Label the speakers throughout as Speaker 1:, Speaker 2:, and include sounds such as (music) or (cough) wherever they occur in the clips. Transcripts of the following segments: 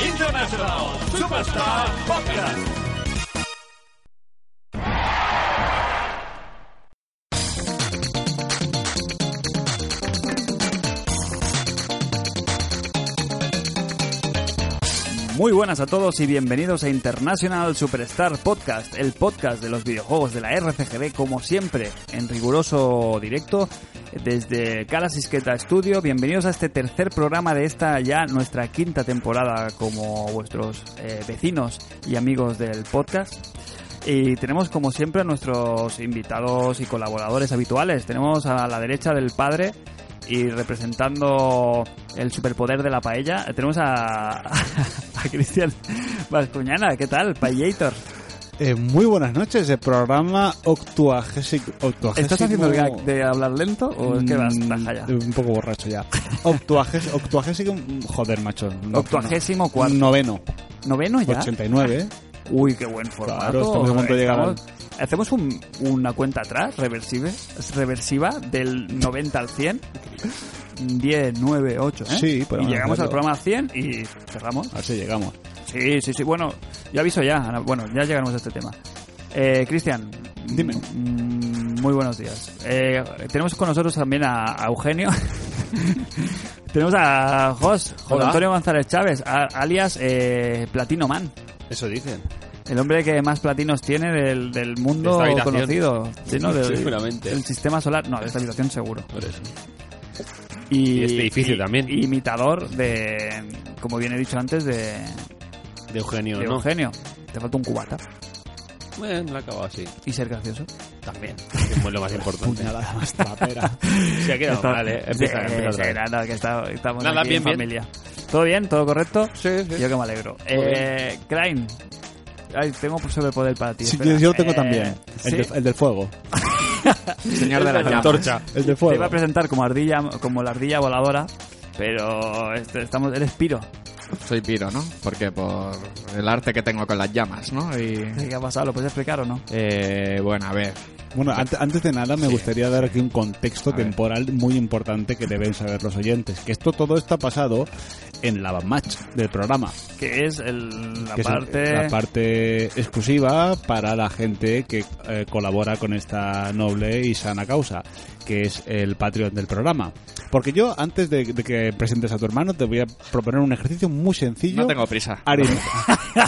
Speaker 1: International Superstar Podcast.
Speaker 2: Muy buenas a todos y bienvenidos a International Superstar Podcast, el podcast de los videojuegos de la RCGB, como siempre, en riguroso directo desde Cala Sisqueta Studio. Bienvenidos a este tercer programa de esta ya nuestra quinta temporada como vuestros eh, vecinos y amigos del podcast. Y tenemos como siempre a nuestros invitados y colaboradores habituales. Tenemos a la derecha del padre y representando el superpoder de la paella, tenemos a, (laughs) a Cristian Vascuñana. ¿Qué tal, Paellator?
Speaker 3: Eh, muy buenas noches, el programa octuagésimo...
Speaker 2: ¿Estás haciendo el gag de hablar lento o
Speaker 3: Mm,
Speaker 2: es que vas tajalla?
Speaker 3: Un poco borracho ya. Octuages- Octuagésimo... Joder, macho. no-
Speaker 2: Octuagésimo
Speaker 3: no.
Speaker 2: cuarto.
Speaker 3: Noveno.
Speaker 2: ¿Noveno ya?
Speaker 3: 89, ¿eh?
Speaker 2: Uy, qué buen formato.
Speaker 3: Claro, estamos a punto de llegar al-
Speaker 2: Estamos- Hacemos un- una cuenta atrás, reversive, reversiva, del 90 al 100. 10, 9, 8, ¿eh?
Speaker 3: Sí, por
Speaker 2: Y
Speaker 3: ahora,
Speaker 2: llegamos al
Speaker 3: claro.
Speaker 2: programa 100 y cerramos.
Speaker 3: A ver si
Speaker 2: (laughs)
Speaker 3: llegamos.
Speaker 2: Sí, sí, sí. Bueno, yo aviso ya. Ana. Bueno, ya llegaremos a este tema. Eh, Cristian.
Speaker 3: Dime.
Speaker 2: mm, Muy buenos días. Eh, tenemos con nosotros también a, a Eugenio. (laughs) tenemos a Jos, José
Speaker 4: Hola.
Speaker 2: Antonio González Chávez, a- alias eh, Platino Man.
Speaker 4: Eso dicen.
Speaker 2: El hombre que más platinos tiene del, del mundo
Speaker 4: De esta habitación.
Speaker 2: conocido. Sí, ¿no? Del-
Speaker 4: Seguramente.
Speaker 2: Del sistema solar. No, de esta habitación seguro.
Speaker 4: Por eso.
Speaker 2: Y,
Speaker 4: Y este edificio
Speaker 2: y-
Speaker 4: también.
Speaker 2: y Imitador de, como bien he dicho antes, de,
Speaker 4: De Eugenio,
Speaker 2: de
Speaker 4: ¿no?
Speaker 2: Eugenio. Te falta un cubata.
Speaker 4: Bueno, la ha acabado así.
Speaker 2: Y ser gracioso.
Speaker 4: También. Es lo más importante.
Speaker 3: Puñalada
Speaker 2: (laughs)
Speaker 3: más trapera.
Speaker 4: Se ha quedado mal, ¿eh? Empieza,
Speaker 2: Sí,
Speaker 4: empieza otra
Speaker 2: sí,
Speaker 4: vez.
Speaker 2: nada, que está- estamos
Speaker 4: Nada,
Speaker 2: aquí
Speaker 4: bien,
Speaker 2: en
Speaker 4: bien.
Speaker 2: familia. ¿Todo bien? ¿Todo correcto?
Speaker 4: Sí, sí.
Speaker 2: Yo que me alegro.
Speaker 4: Muy
Speaker 2: Eh, Crane. Ay, tengo un sobrepoder para ti.
Speaker 3: Sí,
Speaker 2: espera.
Speaker 3: yo, yo lo tengo
Speaker 2: Eh,
Speaker 3: también. El,
Speaker 2: sí,
Speaker 3: de- el del fuego.
Speaker 2: señor de la llama.
Speaker 4: antorcha.
Speaker 3: El del
Speaker 2: Te
Speaker 3: fuego.
Speaker 2: iba a presentar como ardilla, como la ardilla voladora, pero este, estamos, eres piro.
Speaker 5: Soy piro, ¿no? Porque por el arte que tengo con las llamas, ¿no? Y
Speaker 2: ¿Qué ha pasado? ¿Lo puedes explicar o no?
Speaker 5: eh, bueno, a ver.
Speaker 3: Bueno, ante- antes de nada me gustaría dar aquí un contexto
Speaker 5: ver.
Speaker 3: temporal muy importante que deben saber los oyentes. Que esto todo está pasado en la match del programa.
Speaker 2: Que es el- la
Speaker 3: que es
Speaker 2: parte...
Speaker 3: la parte exclusiva para la gente que eh, colabora con esta noble y sana causa, que es el Patreon del programa. Porque yo, antes de, de que presentes a tu hermano, te voy a proponer un ejercicio muy sencillo.
Speaker 5: No tengo prisa.
Speaker 2: (laughs)
Speaker 3: Arim-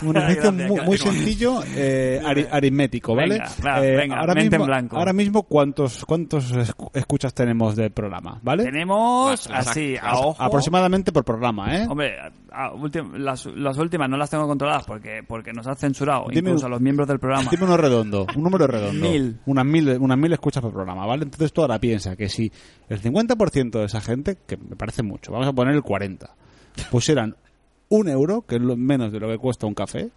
Speaker 3: un
Speaker 2: Gracias,
Speaker 3: ejercicio muy, muy
Speaker 2: continúa.
Speaker 3: sencillo, eh, ari- aritmético, ¿vale? Eh,
Speaker 2: Venga, va, venga,
Speaker 3: ahora,
Speaker 2: mente en
Speaker 3: mismo,
Speaker 2: blanco.
Speaker 3: ahora mismo, ¿cuántos, cuántos escu- escuchas tenemos del programa? ¿Vale?
Speaker 2: Tenemos
Speaker 5: Las- las-
Speaker 2: así, a
Speaker 5: las-
Speaker 2: ojo...
Speaker 3: Aproximadamente por programa, ¿eh?
Speaker 2: Hombre, a- a ultim- las, las últimas no las tengo controladas porque, porque nos han censurado,
Speaker 3: Dime
Speaker 2: incluso
Speaker 3: un-
Speaker 2: a los miembros del programa.
Speaker 3: Dime uno redondo, un número redondo.
Speaker 2: Mil.
Speaker 3: Unas mil, unas mil escuchas por programa, ¿vale? Entonces tú ahora piensa que si el 50% de esa gente, que me parece mucho, vamos a poner el 40, pusieran un euro, que es lo menos de lo que cuesta un café,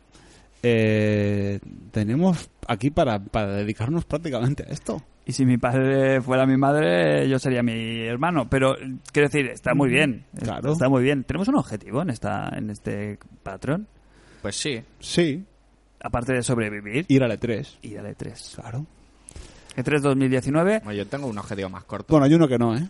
Speaker 3: eh, tenemos aquí para, para dedicarnos prácticamente a esto.
Speaker 2: Y si mi padre fuera mi madre, yo sería mi hermano. Pero, quiero decir, está muy bien.
Speaker 3: Claro.
Speaker 2: Está muy bien. ¿Tenemos un objetivo en, esta, en este patrón?
Speaker 5: Pues sí.
Speaker 3: Sí,
Speaker 2: Aparte de sobrevivir.
Speaker 3: ir a la 3
Speaker 2: Y E dale 3.
Speaker 3: Claro.
Speaker 2: E3 2019.
Speaker 5: Bueno, yo tengo un objetivo más corto.
Speaker 3: Bueno, hay uno que no, ¿eh?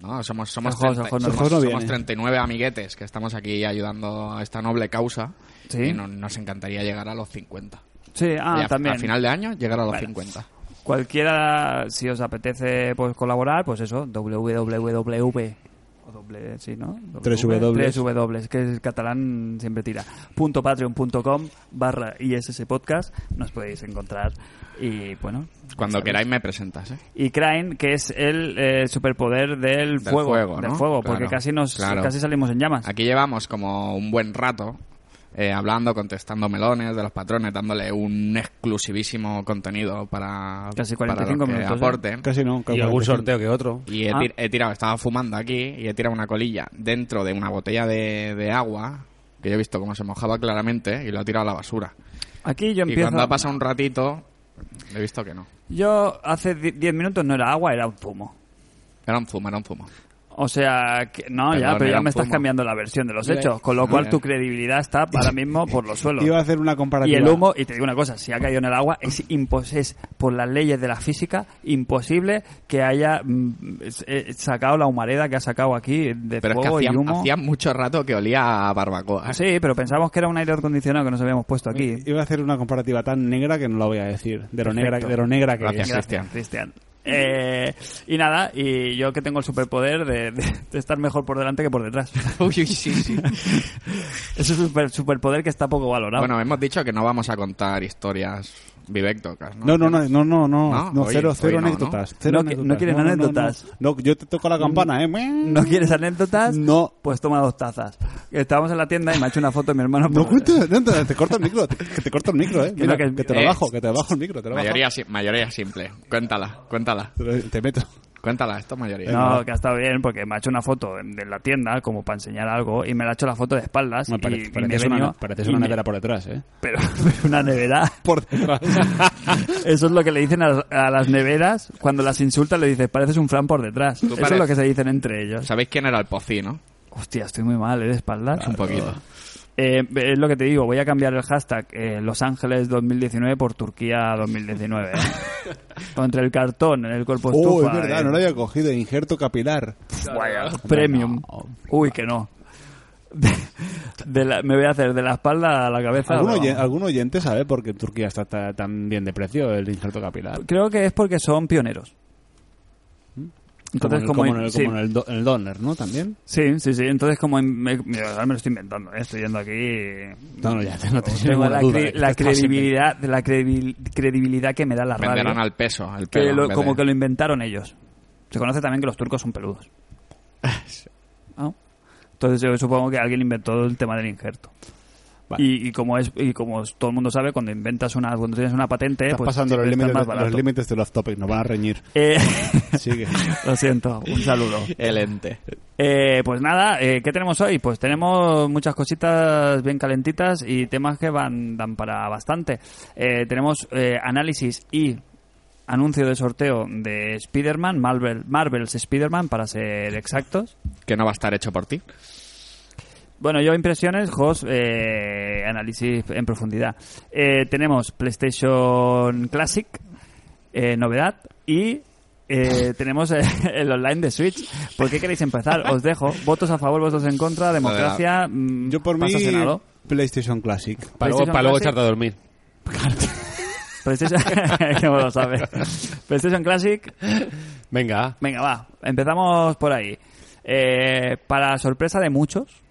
Speaker 5: No, somos, somos,
Speaker 2: Ojo,
Speaker 5: 30
Speaker 2: ojo, no,
Speaker 5: somos,
Speaker 3: ojo, no
Speaker 5: somos
Speaker 3: viene.
Speaker 5: 39 amiguetes que estamos aquí ayudando a esta noble causa.
Speaker 2: Sí.
Speaker 5: Y no- nos encantaría llegar a los 50.
Speaker 2: Sí, ah,
Speaker 5: Y a-
Speaker 2: también.
Speaker 5: Al final de año, llegar a los
Speaker 2: Bueno.
Speaker 5: 50.
Speaker 2: Cualquiera, si os apetece pues, colaborar, pues eso, www. O doble, sí, ¿no?
Speaker 3: Tres W.
Speaker 2: Tres W, que el catalán siempre tira. Punto patreon.com barra ISS podcast. Nos podéis encontrar. Y bueno.
Speaker 5: Cuando
Speaker 2: ¿sabéis?
Speaker 5: queráis me presentas, ¿eh?
Speaker 2: Y Crane, que es el eh, superpoder del,
Speaker 5: Del
Speaker 2: fuego.
Speaker 5: fuego,
Speaker 2: del
Speaker 5: ¿no?
Speaker 2: fuego, porque
Speaker 5: Claro,
Speaker 2: casi, nos,
Speaker 5: claro.
Speaker 2: casi salimos en llamas.
Speaker 5: Aquí llevamos como un buen rato eh, hablando, contestando melones de los patrones, dándole un exclusivísimo contenido para,
Speaker 2: Casi
Speaker 5: para
Speaker 2: 45
Speaker 5: los que
Speaker 2: minutos, ¿eh?
Speaker 5: aporten.
Speaker 3: Casi no.
Speaker 4: Y algún sorteo que otro.
Speaker 5: Y he,
Speaker 2: Ah.
Speaker 5: tir- he tirado, estaba fumando aquí y he tirado una colilla dentro de una botella de, de agua que yo he visto cómo se mojaba claramente y lo he tirado a la basura.
Speaker 2: Aquí yo
Speaker 5: y
Speaker 2: empiezo.
Speaker 5: cuando ha pasado un ratito, he visto que no.
Speaker 2: Yo hace 10 minutos no era agua, era un zumo.
Speaker 5: Era un zumo, era un zumo.
Speaker 2: O sea, que- no,
Speaker 5: Perdón,
Speaker 2: ya, pero
Speaker 5: era
Speaker 2: ya
Speaker 5: un
Speaker 2: me estás
Speaker 5: puma.
Speaker 2: cambiando la versión de los
Speaker 4: Mira,
Speaker 2: hechos, con lo cual
Speaker 5: mira.
Speaker 2: tu credibilidad está ahora mismo por
Speaker 5: (laughs)
Speaker 2: los suelos.
Speaker 3: Iba a hacer una comparativa.
Speaker 2: Y el humo, y te digo una cosa, si ha caído en el agua, es, impos es por las leyes de la física imposible que haya mm, es- eh, sacado la humareda que ha sacado aquí de
Speaker 5: Pero es que
Speaker 2: fuego
Speaker 5: hacía,
Speaker 2: y humo.
Speaker 5: hacía mucho rato que olía a barbacoa.
Speaker 2: Sí, pero pensamos que era un aire acondicionado que nos habíamos puesto aquí.
Speaker 3: Iba a hacer una comparativa tan negra que no la voy a decir. De lo, negra,
Speaker 2: Perfecto.
Speaker 3: de lo negra que
Speaker 5: Gracias.
Speaker 3: es.
Speaker 2: Gracias, Cristian. Eh, y nada, y yo que tengo el superpoder de, de- de estar mejor por delante que por
Speaker 3: (laughs)
Speaker 2: detrás.
Speaker 5: (laughs) Uy, uy, sí, sí.
Speaker 2: Es un super- superpoder que está poco valorado.
Speaker 5: Bueno, hemos dicho que no vamos a contar historias vivectocas, ¿no?
Speaker 3: No, no, no, no, no,
Speaker 5: No,
Speaker 3: no, Ah, no,
Speaker 5: hoy-
Speaker 3: cero, cero
Speaker 5: hoy no,
Speaker 3: anécdotas.
Speaker 2: No
Speaker 3: cero
Speaker 2: que- no
Speaker 3: anécdotas.
Speaker 2: quieren anécdotas.
Speaker 3: No, yo te toco la campana, ¿eh?
Speaker 2: ¿No quieres anécdotas?
Speaker 3: No.
Speaker 2: Pues toma dos tazas. Estábamos en la tienda y me ha hecho una foto mi hermano.
Speaker 3: No (laughs)
Speaker 2: por-
Speaker 3: cuentes anécdotas, te corto el micro, te, que te corto el micro, ¿eh?
Speaker 2: Que
Speaker 3: Mira,
Speaker 2: no, que-
Speaker 3: que, te lo
Speaker 5: eh,
Speaker 3: bajo, que te lo bajo el micro, te lo bajo.
Speaker 5: Mayoría, si- mayoría simple. Cuéntala, cuéntala.
Speaker 3: Te lo- Te meto.
Speaker 5: Cuéntala, esto es mayoría.
Speaker 2: No, que ha estado bien porque me ha hecho una foto de la tienda como para enseñar algo y me la ha hecho la foto de espaldas.
Speaker 3: Me
Speaker 2: y-
Speaker 3: parece,
Speaker 2: y
Speaker 3: pareces
Speaker 2: me he
Speaker 3: una,
Speaker 2: venido
Speaker 3: pareces
Speaker 2: y
Speaker 3: una
Speaker 2: me-
Speaker 3: nevera por detrás, ¿eh?
Speaker 2: pero, pero (laughs) una nevera.
Speaker 3: Por detrás.
Speaker 4: (laughs)
Speaker 2: Eso es lo que le dicen a, a las neveras cuando las insultan, le dices, pareces un fran por detrás. Eso
Speaker 5: pareces-
Speaker 2: es lo que se dicen entre ellos.
Speaker 5: ¿Sabéis quién era el pocí, no?
Speaker 2: Hostia, estoy muy mal, ¿eh? De espaldas.
Speaker 5: Un poquito.
Speaker 2: Eh, es lo que te digo, voy a cambiar el hashtag eh, Los Ángeles 2019 por Turquía 2019.
Speaker 3: (laughs)
Speaker 2: ¿eh? Contra el cartón, el cuerpo
Speaker 3: oh,
Speaker 2: estufa.
Speaker 3: es verdad,
Speaker 2: eh,
Speaker 3: no lo había cogido, injerto capilar.
Speaker 2: Vaya, premium. Uy, que no. De- de la- me voy a hacer de la espalda a la cabeza.
Speaker 3: ¿Algún,
Speaker 2: vamos.
Speaker 3: oyen- algún oyente sabe por qué en Turquía está ta- tan bien de precio el injerto capilar?
Speaker 2: Creo que es porque son pioneros.
Speaker 3: ¿Mm?
Speaker 2: Entonces, como,
Speaker 3: Pues como, en,
Speaker 2: in-
Speaker 3: el,
Speaker 2: sí,
Speaker 3: como en el do- en el Donner, ¿no? También.
Speaker 2: sí, sí, sí. Entonces, como in- me, mira, ahora me lo estoy inventando, ¿eh? estoy yendo aquí.
Speaker 3: No, no, ya no te
Speaker 2: Tengo la,
Speaker 3: duda.
Speaker 2: cre-
Speaker 3: de que
Speaker 2: la
Speaker 3: esto está siempre-
Speaker 2: credibilidad, de la credibil- credibilidad que me da la radio.
Speaker 5: Venderán al peso, al
Speaker 2: que
Speaker 5: pelo,
Speaker 2: lo-
Speaker 5: en vez
Speaker 2: como
Speaker 5: de-
Speaker 2: que lo inventaron ellos. Se conoce también que los turcos son
Speaker 3: (laughs)
Speaker 2: peludos. ¿No? Entonces yo supongo que alguien inventó el tema del injerto.
Speaker 3: Vale.
Speaker 2: Y, y como es y como es- todo el mundo sabe, cuando inventas una, cuando tienes una patente,
Speaker 3: Estás
Speaker 2: pues
Speaker 3: pasando los
Speaker 2: está
Speaker 3: límites,
Speaker 2: más
Speaker 3: de- los
Speaker 2: barato.
Speaker 3: límites del off-topic, nos van a (laughs) reñir.
Speaker 2: Eh, (laughs)
Speaker 3: Sigue.
Speaker 2: lo
Speaker 3: (laughs)
Speaker 2: siento, un saludo.
Speaker 5: El ente.
Speaker 2: Eh, pues nada, eh, ¿qué tenemos hoy? Pues tenemos muchas cositas bien calentitas y temas que van dan para bastante. Eh, tenemos eh, análisis y anuncio de sorteo de Spider-Man, Marvel, Marvel's Spider-Man para ser exactos.
Speaker 5: Que no va a estar hecho por ti.
Speaker 2: Bueno, yo impresiones, Jos, eh, análisis en profundidad. Eh, tenemos PlayStation Classic, eh, novedad, y eh, tenemos eh, (laughs) el online de Switch. ¿Por qué queréis empezar? Os dejo. Votos a favor, votos en contra, democracia. mm,
Speaker 3: Yo por mí,
Speaker 2: paso a
Speaker 3: (laughs)
Speaker 2: Senado.
Speaker 3: PlayStation Classic.
Speaker 4: Para luego, para luego
Speaker 2: PlayStation
Speaker 4: echarte a dormir.
Speaker 2: PlayStation... (laughs) que me lo sabe. PlayStation Classic,
Speaker 4: Venga, (laughs)
Speaker 2: venga, va. Empezamos por ahí. Eh, para sorpresa de muchos,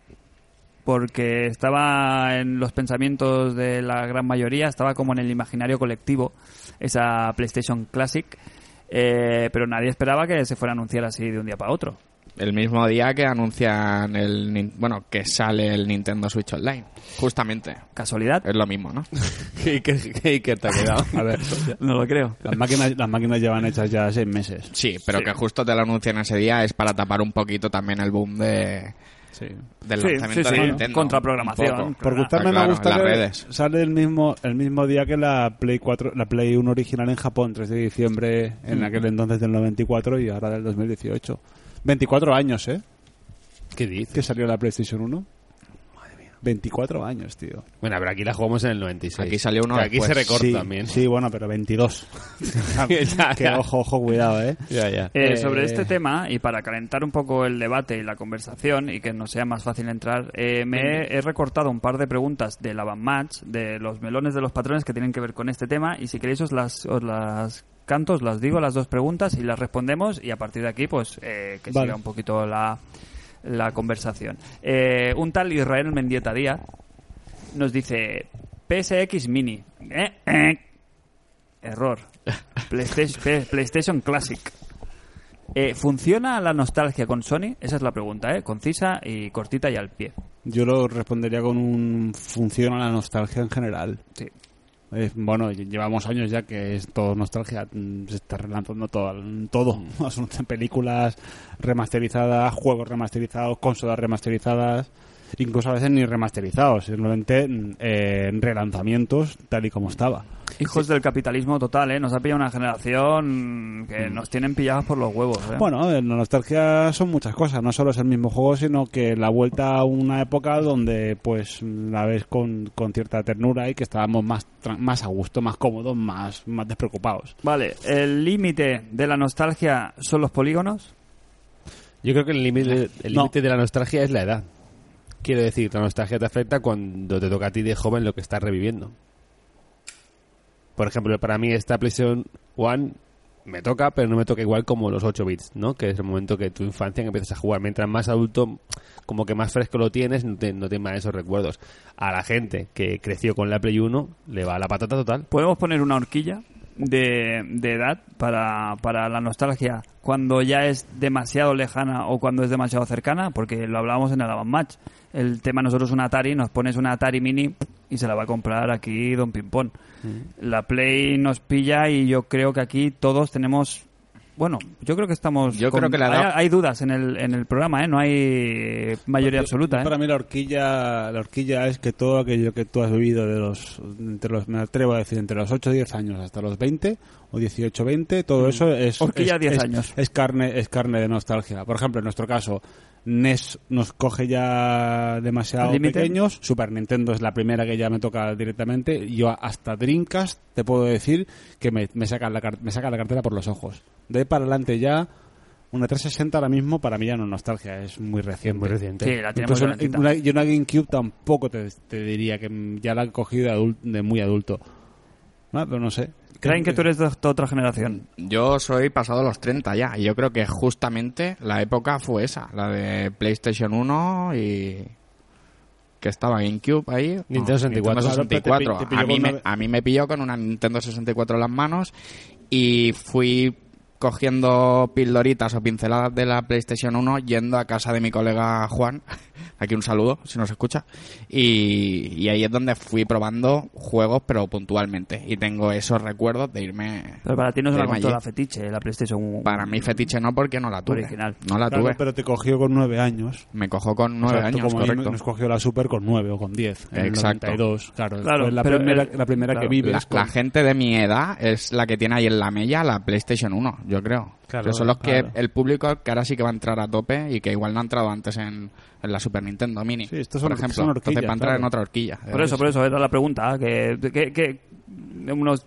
Speaker 2: porque estaba en los pensamientos de la gran mayoría, estaba como en el imaginario colectivo, esa PlayStation Classic, eh, pero nadie esperaba que se fuera a anunciar así de un día para otro.
Speaker 5: El mismo día que anuncian el... nin- Bueno, que sale el Nintendo Switch Online. Justamente.
Speaker 2: ¿Casualidad?
Speaker 5: Es lo
Speaker 2: (laughs)
Speaker 5: mismo, ¿no?
Speaker 4: ¿qué, qué, qué, qué te ha quedado?
Speaker 3: A (laughs) ver,
Speaker 2: No lo creo.
Speaker 3: las máquinas, las máquinas llevan hechas ya seis meses.
Speaker 5: Sí, pero que justo te lo anuncian ese día es para tapar un poquito también el boom de...
Speaker 3: Sí.
Speaker 5: del
Speaker 2: Sí,
Speaker 5: lanzamiento
Speaker 2: sí, sí.
Speaker 5: de Nintendo.
Speaker 2: Contraprogramación.
Speaker 5: Un poco.
Speaker 3: Por gustarme
Speaker 5: Claro,
Speaker 3: me gusta
Speaker 5: las
Speaker 3: que
Speaker 5: redes.
Speaker 3: sale el mismo, el mismo día que la Play 4, la Play 1 original en Japón, 3 de diciembre, en aquel entonces del 94 y ahora del 2018. 24 años, ¿eh?
Speaker 4: (laughs) ¿Qué dices?
Speaker 3: Que salió la PlayStation 1. Madre mía. 24 años, tío.
Speaker 4: Bueno, pero aquí la jugamos en el 96.
Speaker 5: Aquí salió uno
Speaker 4: Que Aquí
Speaker 5: después.
Speaker 4: se recorta
Speaker 3: sí,
Speaker 4: también.
Speaker 3: Sí, bueno, pero
Speaker 5: (laughs)
Speaker 3: 22.
Speaker 4: (laughs) Ya,
Speaker 3: que
Speaker 4: ya.
Speaker 3: ojo, ojo, cuidado, ¿eh?
Speaker 4: Ya, ya.
Speaker 2: Eh,
Speaker 3: Eh,
Speaker 2: sobre este tema, y para calentar un poco el debate y la conversación y que nos sea más fácil entrar, eh, me he, he recortado un par de preguntas del Match, de los melones de los patrones que tienen que ver con este tema, y si queréis os las, os las canto, os las digo las dos preguntas y las respondemos, y a partir de aquí, pues eh, que
Speaker 3: Vale.
Speaker 2: siga un poquito la, la conversación. Eh, un tal Israel Mendieta Díaz nos dice PSX Mini. Eh, eh.
Speaker 3: (laughs)
Speaker 2: Error. PlayStation, P- PlayStation Classic. Eh, ¿Funciona la nostalgia con Sony? Esa es la pregunta, ¿eh? Concisa y cortita y al pie.
Speaker 3: Yo lo respondería con un funciona la nostalgia en general.
Speaker 2: Sí.
Speaker 3: Eh, bueno, lle- llevamos años ya que es todo nostalgia. mm, Se está relanzando todo. al- todo. (laughs) Son películas remasterizadas, juegos remasterizados, consolas remasterizadas. incluso a veces ni remasterizados, simplemente mm, eh, relanzamientos tal y como estaba.
Speaker 2: Hijos del capitalismo total, ¿eh? Nos ha pillado una generación que nos tienen pillados por los huevos. ¿eh?
Speaker 3: Bueno, eh, la nostalgia son muchas cosas, no solo es el mismo juego, sino que la vuelta a una época donde pues la ves con, con cierta ternura y que estábamos más, tra- más a gusto, más cómodos, más, más despreocupados.
Speaker 2: Vale, ¿el límite de la nostalgia son los polígonos?
Speaker 4: Yo creo que el límite el
Speaker 3: No.
Speaker 4: límite de la nostalgia es la edad. Quiero decir, la nostalgia te afecta cuando te toca a ti de joven lo que estás reviviendo. Por ejemplo, para mí esta PlayStation One me toca, pero no me toca igual como los 8 bits, ¿no? Que es el momento que tu infancia que empiezas a jugar. Mientras más adulto, como que más fresco lo tienes, no te, no te más esos recuerdos. A la gente que creció con la Play 1 le va la patata total.
Speaker 2: ¿Podemos poner una horquilla de, de edad para, para la nostalgia cuando ya es demasiado lejana o cuando es demasiado cercana? Porque lo hablábamos en el Avant Match. El tema nosotros un Atari, nos pones una Atari Mini y se la va a comprar aquí Don Pimpón.
Speaker 3: Mm.
Speaker 2: La Play nos pilla y yo creo que aquí todos tenemos... Bueno, yo creo que estamos...
Speaker 5: Yo creo que la
Speaker 2: hay,
Speaker 5: edad-
Speaker 2: hay dudas en el, en el programa, ¿eh? No hay mayoría absoluta, ¿eh?
Speaker 3: Para mí la horquilla, la horquilla es que todo aquello que tú has vivido de los, entre los, me atrevo a decir, entre los 8 o 10 años hasta los 20 o 18 20, todo eso es...
Speaker 2: Mm. Horquilla
Speaker 3: es-
Speaker 2: 10
Speaker 3: es-
Speaker 2: años.
Speaker 3: Es carne, es carne de nostalgia. Por ejemplo, en nuestro caso, NES nos coge ya demasiado
Speaker 2: ¿Al límite?
Speaker 3: pequeños, Super Nintendo es la primera que ya me toca directamente, yo hasta Dreamcast te puedo decir que me, me, saca la, car- me saca la cartera por los ojos. De ahí para adelante ya... Una 360 ahora mismo para mí ya no es nostalgia, es muy reciente.
Speaker 4: Muy reciente.
Speaker 2: Sí, la tenemos
Speaker 3: Incluso
Speaker 2: calentita.
Speaker 3: pues una, una- yo una GameCube tampoco te, te diría que mm, ya la han cogido de, adul- de muy adulto. Ah, pero no sé.
Speaker 2: Creen que tú eres de de otra generación.
Speaker 5: Yo soy pasado los 30 ya, y yo creo que justamente la época fue esa, la de PlayStation 1 y que estaba GameCube ahí. No,
Speaker 4: Nintendo 64.
Speaker 5: Nintendo 64.
Speaker 3: Claro, pero te pi- te pilló
Speaker 5: a, mí
Speaker 3: con
Speaker 5: me,
Speaker 3: una-
Speaker 5: a mí me pilló con una Nintendo 64 en las manos y fui cogiendo pildoritas o pinceladas de la PlayStation 1 yendo a casa de mi colega Juan. (laughs) Aquí un saludo, si nos escucha. Y, y ahí es donde fui probando juegos, pero puntualmente. Y tengo esos recuerdos de irme
Speaker 2: Pero para ti no es
Speaker 5: Del
Speaker 2: una consola
Speaker 5: Magic.
Speaker 2: fetiche, la PlayStation.
Speaker 5: para mí fetiche no, porque no la tuve.
Speaker 2: Original.
Speaker 5: No la
Speaker 3: Claro,
Speaker 5: tuve.
Speaker 3: pero te cogió con nueve años.
Speaker 5: Me cojo con
Speaker 3: O
Speaker 5: nueve
Speaker 3: sea, tú
Speaker 5: años,
Speaker 3: como a mí
Speaker 5: correcto.
Speaker 3: Nos cogió la Super con nueve o con diez. En el
Speaker 5: Exacto.
Speaker 3: 92, claro.
Speaker 2: Claro,
Speaker 3: fue la,
Speaker 2: pero
Speaker 3: primera,
Speaker 2: el-
Speaker 3: la primera
Speaker 2: claro.
Speaker 3: que
Speaker 5: La-
Speaker 3: vives.
Speaker 5: La,
Speaker 3: con-
Speaker 5: gente de mi edad es la que tiene ahí en la mella la PlayStation 1, yo creo.
Speaker 3: Claro,
Speaker 5: que son los
Speaker 3: claro.
Speaker 5: que el público que ahora sí que va a entrar a tope y que igual no ha entrado antes en, en la Super Nintendo Mini.
Speaker 3: Sí, estos
Speaker 5: por
Speaker 3: son-
Speaker 5: ejemplo,
Speaker 3: son horquillas,
Speaker 5: entonces va a entrar
Speaker 3: claro.
Speaker 5: en otra horquilla.
Speaker 2: Por eso, por eso, era la pregunta. Que, que, que unos,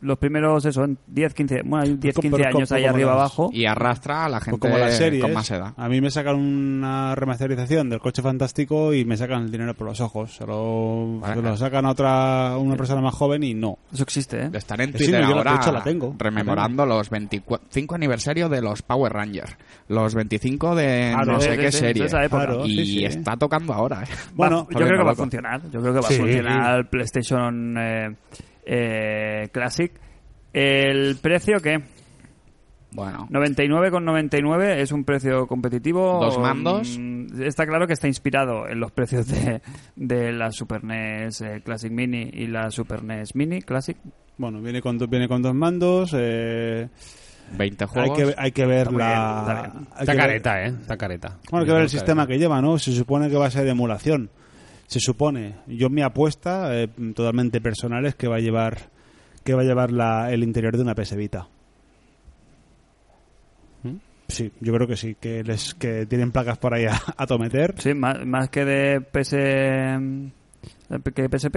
Speaker 2: los primeros, eso, en 10, 15, bueno, hay 10,
Speaker 3: Pero
Speaker 2: 15
Speaker 3: como-
Speaker 2: años ahí
Speaker 3: como
Speaker 2: arriba
Speaker 3: las-
Speaker 2: abajo.
Speaker 5: Y arrastra a la gente
Speaker 3: Pues como las series,
Speaker 5: con más edad.
Speaker 3: a mí me sacan una remasterización del coche fantástico y me sacan el dinero por los ojos. Se lo, se lo sacan a otra una persona más joven y no.
Speaker 2: Eso existe, ¿eh?
Speaker 5: Estaré en
Speaker 3: Sí,
Speaker 5: Twitter
Speaker 3: yo la- de
Speaker 5: ahora
Speaker 3: hecho la tengo.
Speaker 5: rememorando los 25 aniversarios de los Power Rangers. Los 25 de
Speaker 3: Claro,
Speaker 5: no
Speaker 3: de-
Speaker 5: sé
Speaker 3: de-
Speaker 5: qué
Speaker 2: de- de
Speaker 5: serie.
Speaker 2: esa época.
Speaker 3: Claro,
Speaker 5: y
Speaker 3: sí, sí.
Speaker 5: está tocando ahora. ¿eh?
Speaker 3: Bueno,
Speaker 2: Va- yo creo que va a
Speaker 5: loco.
Speaker 2: funcionar. Yo creo que va
Speaker 3: Sí.
Speaker 2: a funcionar el PlayStation eh, eh, Classic. ¿El precio qué?
Speaker 5: Bueno,
Speaker 2: 99,99 es un precio competitivo.
Speaker 5: Dos mandos.
Speaker 2: Mm, Está claro que está inspirado en los precios de, de la Super NES eh, Classic Mini y la Super NES Mini Classic.
Speaker 3: Bueno, viene con, dos- viene con dos mandos. Eh,
Speaker 5: 20
Speaker 3: hay,
Speaker 5: juegos.
Speaker 3: que, hay que ver
Speaker 2: Está muy
Speaker 3: la.
Speaker 2: bien, está bien.
Speaker 3: hay
Speaker 4: Está
Speaker 3: que ver-
Speaker 4: careta, ¿eh? Está careta.
Speaker 3: Bueno, hay que ver el sistema que lleva, ¿no? Se supone que va a ser de emulación. Se supone. Yo mi apuesta eh, totalmente personal es que va a llevar que va a llevar la- el interior de una PS Vita.
Speaker 4: ¿Mm?
Speaker 3: Sí, yo creo que sí, que les que tienen placas por ahí a, a tometer.
Speaker 2: Sí, más, más que de PS. eh, que PSP.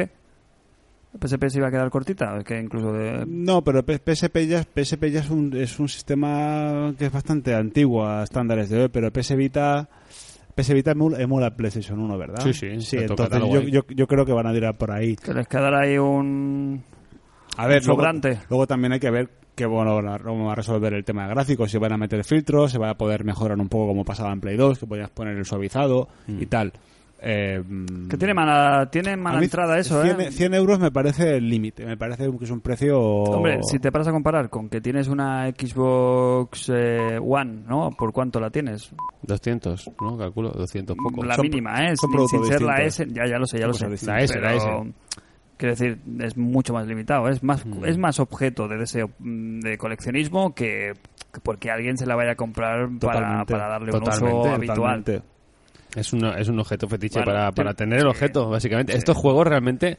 Speaker 2: PSP se iba a quedar cortita, es que incluso de.
Speaker 3: No, pero P- PSP ya, PSP ya es, un, es un sistema que es bastante antiguo a estándares de hoy, pero PS Vita, PS Vita emula, emula PlayStation 1, ¿verdad?
Speaker 4: Sí, sí,
Speaker 3: Sí,
Speaker 4: está todo
Speaker 3: entonces yo,
Speaker 4: catálogo ahí.
Speaker 3: yo- yo creo que van a tirar por ahí.
Speaker 2: que les quedara ahí un.
Speaker 3: A ver, Eh, luego,
Speaker 2: Sobrante.
Speaker 3: luego también hay que ver que bueno, ahora cómo va a resolver el tema de gráficos, si van a meter filtros, se va a poder mejorar un poco como pasaba en Play 2, que podías poner el suavizado y tal. Eh,
Speaker 2: Mm. que tiene mala, tiene
Speaker 3: a
Speaker 2: mala
Speaker 3: mí
Speaker 2: entrada eso,
Speaker 3: 100,
Speaker 2: ¿eh?
Speaker 3: 100 euros me parece el límite, me parece que es un precio...
Speaker 2: Hombre,
Speaker 3: Oh.
Speaker 2: si te paras a comparar con que tienes una Xbox eh, One, ¿no? ¿Por cuánto la tienes?
Speaker 4: 200, ¿no? Calculo, 200 poco.
Speaker 2: La
Speaker 3: Son-
Speaker 2: mínima, ¿eh?
Speaker 3: son
Speaker 2: Sin,
Speaker 3: productos
Speaker 2: sin ser la S.
Speaker 3: distintos.
Speaker 2: Ya, ya lo sé, ya lo sé.
Speaker 3: Son cosas
Speaker 4: La S, la
Speaker 2: Pero, Quiero decir, es mucho más limitado. Es más,
Speaker 3: Mm.
Speaker 2: es más objeto de deseo mm, de coleccionismo que, que porque alguien se la vaya a comprar para,
Speaker 3: Totalmente,
Speaker 2: para darle un uso
Speaker 3: totalmente,
Speaker 2: habitual.
Speaker 3: totalmente.
Speaker 4: Es, una- es un objeto fetiche
Speaker 2: Bueno,
Speaker 4: para,
Speaker 2: te-
Speaker 4: para tener el
Speaker 2: sí.
Speaker 4: objeto, básicamente. Estos juegos realmente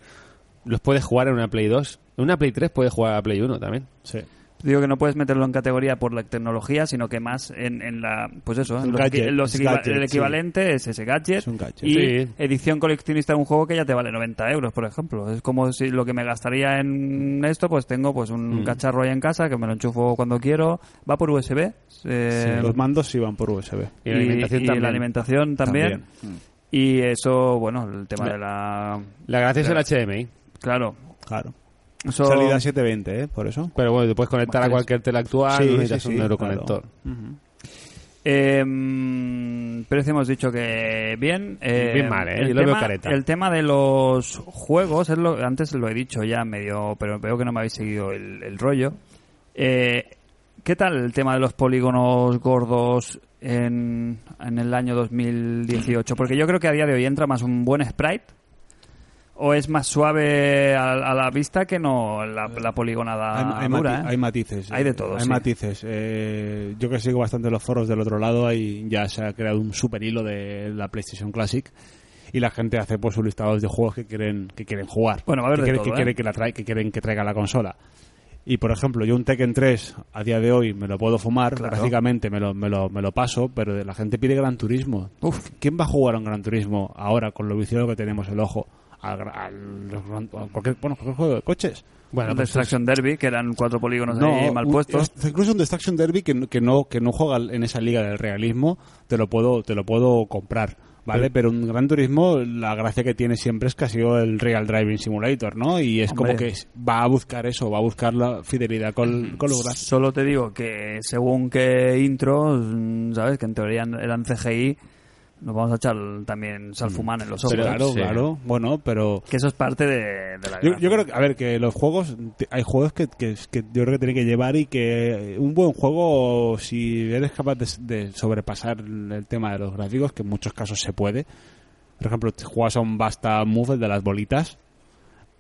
Speaker 4: los puedes jugar en una Play 2. En una Play 3 puedes jugar a Play 1 también.
Speaker 3: Sí.
Speaker 2: Digo que no puedes meterlo en categoría por la tecnología, sino que más en, en la. Pues eso, en
Speaker 3: Un
Speaker 2: los
Speaker 3: gadget,
Speaker 2: equi- en los
Speaker 3: es
Speaker 2: equiva-
Speaker 3: gadget,
Speaker 2: el
Speaker 3: sí.
Speaker 2: equivalente es ese gadget.
Speaker 3: Es un gadget.
Speaker 2: Y
Speaker 4: Sí.
Speaker 2: edición coleccionista de un juego que ya te vale 90 euros, por ejemplo. Es como si lo que me gastaría en esto, pues tengo pues un
Speaker 4: Mm.
Speaker 2: cacharro ahí en casa que me lo enchufo cuando quiero. Va por USB. eh,
Speaker 3: Los mandos iban por USB.
Speaker 4: Y la alimentación
Speaker 2: y
Speaker 4: también.
Speaker 2: la alimentación también. Y eso, bueno, el tema
Speaker 4: Me-
Speaker 2: de la.
Speaker 4: La gracia es el HDMI.
Speaker 2: Claro.
Speaker 3: Claro.
Speaker 2: Eso,
Speaker 3: Salida 720, ¿eh? Por eso.
Speaker 4: Pero bueno, te puedes conectar a cualquier tele actual,
Speaker 3: Sí,
Speaker 4: no
Speaker 3: sí,
Speaker 4: necesitas
Speaker 3: sí,
Speaker 4: un neuroconector.
Speaker 2: Em, precio hemos dicho que bien. em,
Speaker 4: Bien mal, ¿eh?
Speaker 2: El
Speaker 4: Yo lo
Speaker 2: tema,
Speaker 4: veo careta.
Speaker 2: El tema de los juegos, es lo, antes lo he dicho ya medio, pero veo que no me habéis seguido el, el rollo. Eh, ¿Qué tal el tema de los polígonos gordos en, en el año 2018? Porque yo creo que a día de hoy entra más un buen sprite. ¿O es más suave a, a la vista que no la, la poligonada
Speaker 3: Hay, hay
Speaker 2: dura,
Speaker 3: mati-
Speaker 2: eh?
Speaker 3: hay matices.
Speaker 2: Hay de todo,
Speaker 3: Hay
Speaker 2: sí.
Speaker 3: matices. Eh, yo que sigo bastante los foros del otro lado, hay, ya se ha creado un super hilo de la PlayStation Classic y la gente hace pues sus listados de juegos que quieren que quieren jugar.
Speaker 2: Bueno, va a haber
Speaker 3: que
Speaker 2: de
Speaker 3: quieren,
Speaker 2: todo,
Speaker 3: que,
Speaker 2: ¿eh?
Speaker 3: quieren que, la trae- que quieren que traiga la consola. Y por ejemplo, yo un Tekken 3 a día de hoy me lo puedo fumar,
Speaker 2: Claro.
Speaker 3: prácticamente me lo, me, lo, me lo paso, pero la gente pide Gran Turismo.
Speaker 2: Uf.
Speaker 3: ¿Quién va a jugar a un Gran Turismo ahora con lo viciado que tenemos el ojo? Al, gra- al- los gran- a cualquier, bueno, cualquier juego de coches.
Speaker 4: Bueno,
Speaker 2: Un
Speaker 4: pues
Speaker 2: Destruction Derby, que eran cuatro polígonos ahí mal
Speaker 3: un-
Speaker 2: puestos.
Speaker 3: es- incluso un Destruction Derby que, no- que no que no juega en esa liga del realismo, te lo puedo te lo puedo comprar, ¿vale? Pero un Gran Turismo la gracia que tiene siempre es que ha sido el Real Driving Simulator, ¿no? Y es como
Speaker 2: Hombre.
Speaker 3: que es- va a buscar eso, va a buscar la fidelidad con, con lo gráfico.
Speaker 2: Solo te digo que según qué intros, mm, ¿sabes? Que en teoría eran CGI, nos vamos a echar también
Speaker 3: Mm.
Speaker 2: salfumán en los ojos.
Speaker 4: Pero
Speaker 3: claro,
Speaker 4: sí.
Speaker 3: claro. Bueno, pero
Speaker 2: Que eso es parte de, de la
Speaker 3: Yo,
Speaker 2: gracia.
Speaker 3: yo creo que, a ver, que los juegos, te- hay juegos que, que, que yo creo que tienen que llevar y que un buen juego, si eres capaz de, de sobrepasar el tema de los gráficos, que en muchos casos se puede, por ejemplo, te juegas a un Basta Move, el de las bolitas,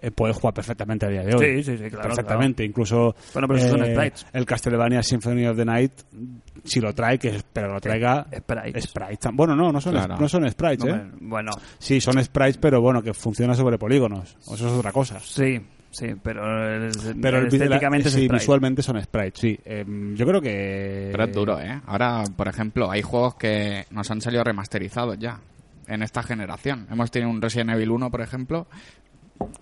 Speaker 3: eh, puedes jugar perfectamente a día de hoy.
Speaker 2: Sí, sí, sí, claro,
Speaker 3: Perfectamente, incluso eh,
Speaker 2: Bueno, pero esos son sprites.
Speaker 3: el Castlevania Symphony of the Night, si lo trae, que espero que lo traiga
Speaker 2: sprites.
Speaker 3: sprites. Bueno, no, no son,
Speaker 5: Claro.
Speaker 3: no son sprites, ¿eh?
Speaker 2: Hombre, Bueno,
Speaker 3: Sí, son sprites, pero bueno, que funciona sobre polígonos. Eso es otra cosa.
Speaker 2: sí, sí, pero, es-
Speaker 3: Pero el-
Speaker 2: estéticamente
Speaker 3: la-
Speaker 2: es
Speaker 3: sí,
Speaker 2: sprite.
Speaker 3: visualmente son sprites, sí. Em, yo creo que...
Speaker 5: Pero es duro, ¿eh? Ahora, por ejemplo, hay juegos que nos han salido remasterizados ya. En esta generación. Hemos tenido un Resident Evil 1, por ejemplo,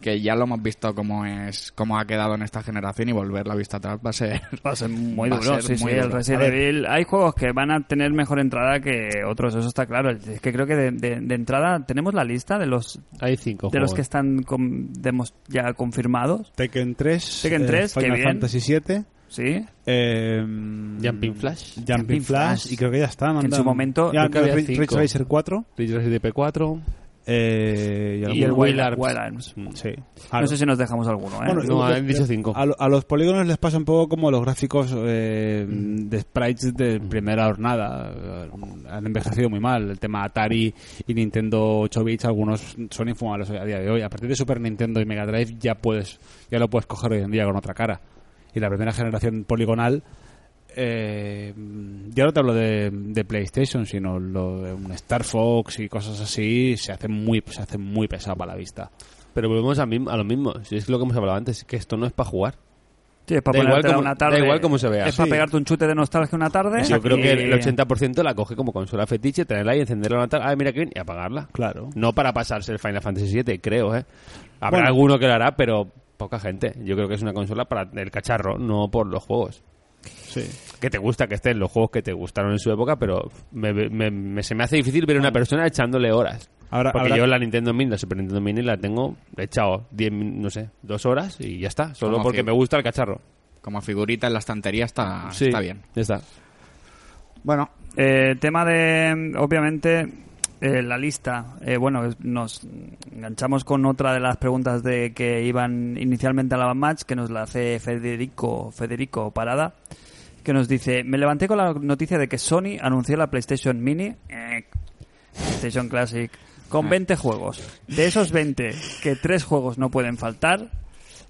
Speaker 5: que ya lo hemos visto cómo es, cómo ha quedado en esta generación y volver la vista atrás va a ser.
Speaker 2: Va a ser muy
Speaker 5: Va a
Speaker 2: duro,
Speaker 5: ser
Speaker 2: sí,
Speaker 5: muy
Speaker 2: sí, el
Speaker 5: duro.
Speaker 2: Resident
Speaker 3: A ver.
Speaker 2: Evil. Hay juegos que van a tener mejor entrada que otros, eso está claro. Es que creo que de- de- de entrada tenemos la lista de los
Speaker 4: hay cinco
Speaker 2: de los
Speaker 4: juegos.
Speaker 2: que están con- demos- ya confirmados,
Speaker 3: Tekken 3,
Speaker 2: Tekken
Speaker 3: eh,
Speaker 2: 3, qué
Speaker 3: Final
Speaker 2: bien.
Speaker 3: Fantasy 7,
Speaker 2: ¿sí?
Speaker 4: Jumping Flash.
Speaker 3: Jumping,
Speaker 2: Jumping
Speaker 3: Flash,
Speaker 2: Flash.
Speaker 3: y creo que ya está. me han
Speaker 2: Que en
Speaker 3: dado-
Speaker 2: su momento-
Speaker 3: Ya,
Speaker 4: Creo que había
Speaker 3: Ridge
Speaker 4: cinco.
Speaker 3: Racer 4.
Speaker 4: Ridge Racer DP4.
Speaker 3: eh, y
Speaker 2: Y el
Speaker 3: alguno-
Speaker 2: Wild,
Speaker 4: Arms.
Speaker 2: Wild Arms.
Speaker 3: Sí.
Speaker 2: No sé si nos dejamos alguno, ¿eh?
Speaker 3: Bueno,
Speaker 4: No,
Speaker 3: y-
Speaker 4: han dicho cinco.
Speaker 3: A, lo- a los polígonos les pasa un poco como a los gráficos eh, de sprites de primera jornada. Han envejecido muy mal. El tema Atari y Nintendo 8 bits, algunos son infumables a día de hoy. A partir de Super Nintendo y Mega Drive ya puedes, ya lo puedes coger hoy en día con otra cara. Y la primera generación poligonal, eh, ya no te hablo de, de PlayStation, sino lo de un Star Fox y cosas así, se hace muy, se hace muy pesado para la vista.
Speaker 4: Pero volvemos a, mim- a lo mismo. Si es lo que hemos hablado antes, que esto no es para jugar.
Speaker 2: Sí, es para
Speaker 4: da igual
Speaker 2: ponértela
Speaker 4: cómo-
Speaker 2: una tarde.
Speaker 4: da igual cómo se vea.
Speaker 2: Es para
Speaker 4: Sí.
Speaker 2: pegarte un chute de nostalgia una tarde.
Speaker 4: Yo creo
Speaker 2: y-
Speaker 4: que el 80% la coge como consola fetiche, traerla y encenderla en la tabla. Ah, mira qué bien, y apagarla.
Speaker 3: Claro.
Speaker 4: No para pasarse el Final Fantasy VII, creo, ¿eh? Habrá
Speaker 3: Bueno.
Speaker 4: alguno que lo hará, pero poca gente. Yo creo que es una consola para el cacharro, no por los juegos.
Speaker 3: Sí.
Speaker 4: Que te gusta que estén los juegos que te gustaron en su época, pero me, me- me- se me hace difícil ver a una persona echándole horas.
Speaker 3: Ahora-
Speaker 4: Porque
Speaker 3: habrá-
Speaker 4: yo la Nintendo Mini, la Super Nintendo Mini, la tengo he echado 10, min- no sé, dos horas y ya está. Solo
Speaker 5: Como
Speaker 4: porque
Speaker 5: que-
Speaker 4: me gusta el cacharro.
Speaker 5: Como figurita en la estantería
Speaker 2: Ah,
Speaker 5: está,
Speaker 4: Sí,
Speaker 5: está bien.
Speaker 4: Ya está.
Speaker 5: Bueno,
Speaker 2: Eh, tema de, obviamente, eh, la lista. Eh, bueno, es- nos enganchamos con otra de las preguntas de que iban inicialmente a la match, que nos la hace Federico, Federico Parada, que nos dice, me levanté con la noticia de que Sony anunció la PlayStation Mini, eh, PlayStation Classic, con 20 juegos. De esos 20, que tres juegos no pueden faltar.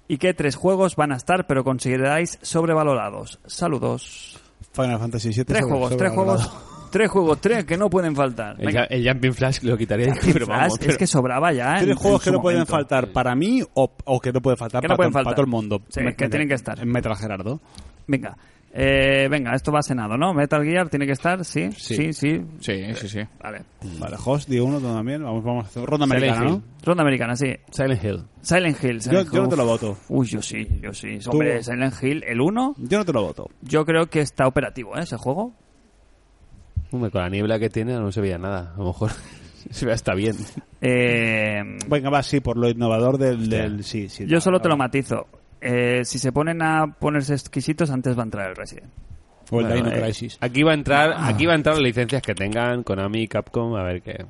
Speaker 2: ¿Y que tres juegos van a estar, pero consideráis sobrevalorados? Saludos.
Speaker 3: Final Fantasy VII.
Speaker 2: Tres
Speaker 3: sobre-
Speaker 2: juegos,
Speaker 3: sobre
Speaker 2: tres
Speaker 3: valorado.
Speaker 2: juegos tres juegos, tres que no pueden faltar.
Speaker 4: El,
Speaker 2: Venga.
Speaker 4: ja- el Jumping Flash lo quitaría. (laughs)
Speaker 2: (laughs)
Speaker 3: (laughs)
Speaker 2: Jumping
Speaker 4: pero vamos,
Speaker 2: Flash,
Speaker 4: pero-
Speaker 2: es que sobraba ya. ¿eh? en-
Speaker 3: Tres
Speaker 2: en
Speaker 3: juegos que
Speaker 2: su
Speaker 3: no pueden
Speaker 2: momento.
Speaker 3: faltar para mí o, o que no pueden faltar,
Speaker 2: Que no
Speaker 3: para,
Speaker 2: pueden
Speaker 3: todo-
Speaker 2: faltar.
Speaker 3: para todo el mundo.
Speaker 2: Sí, que tienen que estar.
Speaker 3: En Metal Gerardo.
Speaker 2: Venga. Eh, venga, esto va cenado, ¿no? Metal Gear tiene que estar, sí, sí,
Speaker 3: Sí.
Speaker 2: sí.
Speaker 5: Sí, sí, sí.
Speaker 2: Vale.
Speaker 3: Vale, Host dio uno también. Vamos, vamos a hacer ronda
Speaker 4: Silent
Speaker 3: americana,
Speaker 4: Hill.
Speaker 3: ¿no?
Speaker 2: Ronda americana, sí.
Speaker 4: Silent Hill.
Speaker 2: Silent Hill.
Speaker 3: Yo,
Speaker 2: Silent
Speaker 3: yo no te
Speaker 2: Hill.
Speaker 3: lo voto.
Speaker 2: Uy, yo sí, yo sí. Hombre, Silent Hill, el 1,
Speaker 3: Yo no te lo voto.
Speaker 2: yo creo que está operativo, ¿eh? Ese juego.
Speaker 4: Hombre, con la niebla que tiene no se veía nada. A lo mejor (laughs) se ve hasta bien.
Speaker 2: Eh,
Speaker 3: Venga, va, sí, por lo innovador del... del sí, sí.
Speaker 2: yo
Speaker 3: no,
Speaker 2: solo
Speaker 3: no,
Speaker 2: te lo
Speaker 3: no.
Speaker 2: matizo. Eh, si se ponen a ponerse exquisitos, antes va a entrar el Resident.
Speaker 3: O el
Speaker 4: Bueno,
Speaker 3: Dino
Speaker 4: eh,
Speaker 3: Crisis.
Speaker 4: Aquí va a entrar, aquí va a entrar las licencias que tengan Konami, Capcom, a ver qué.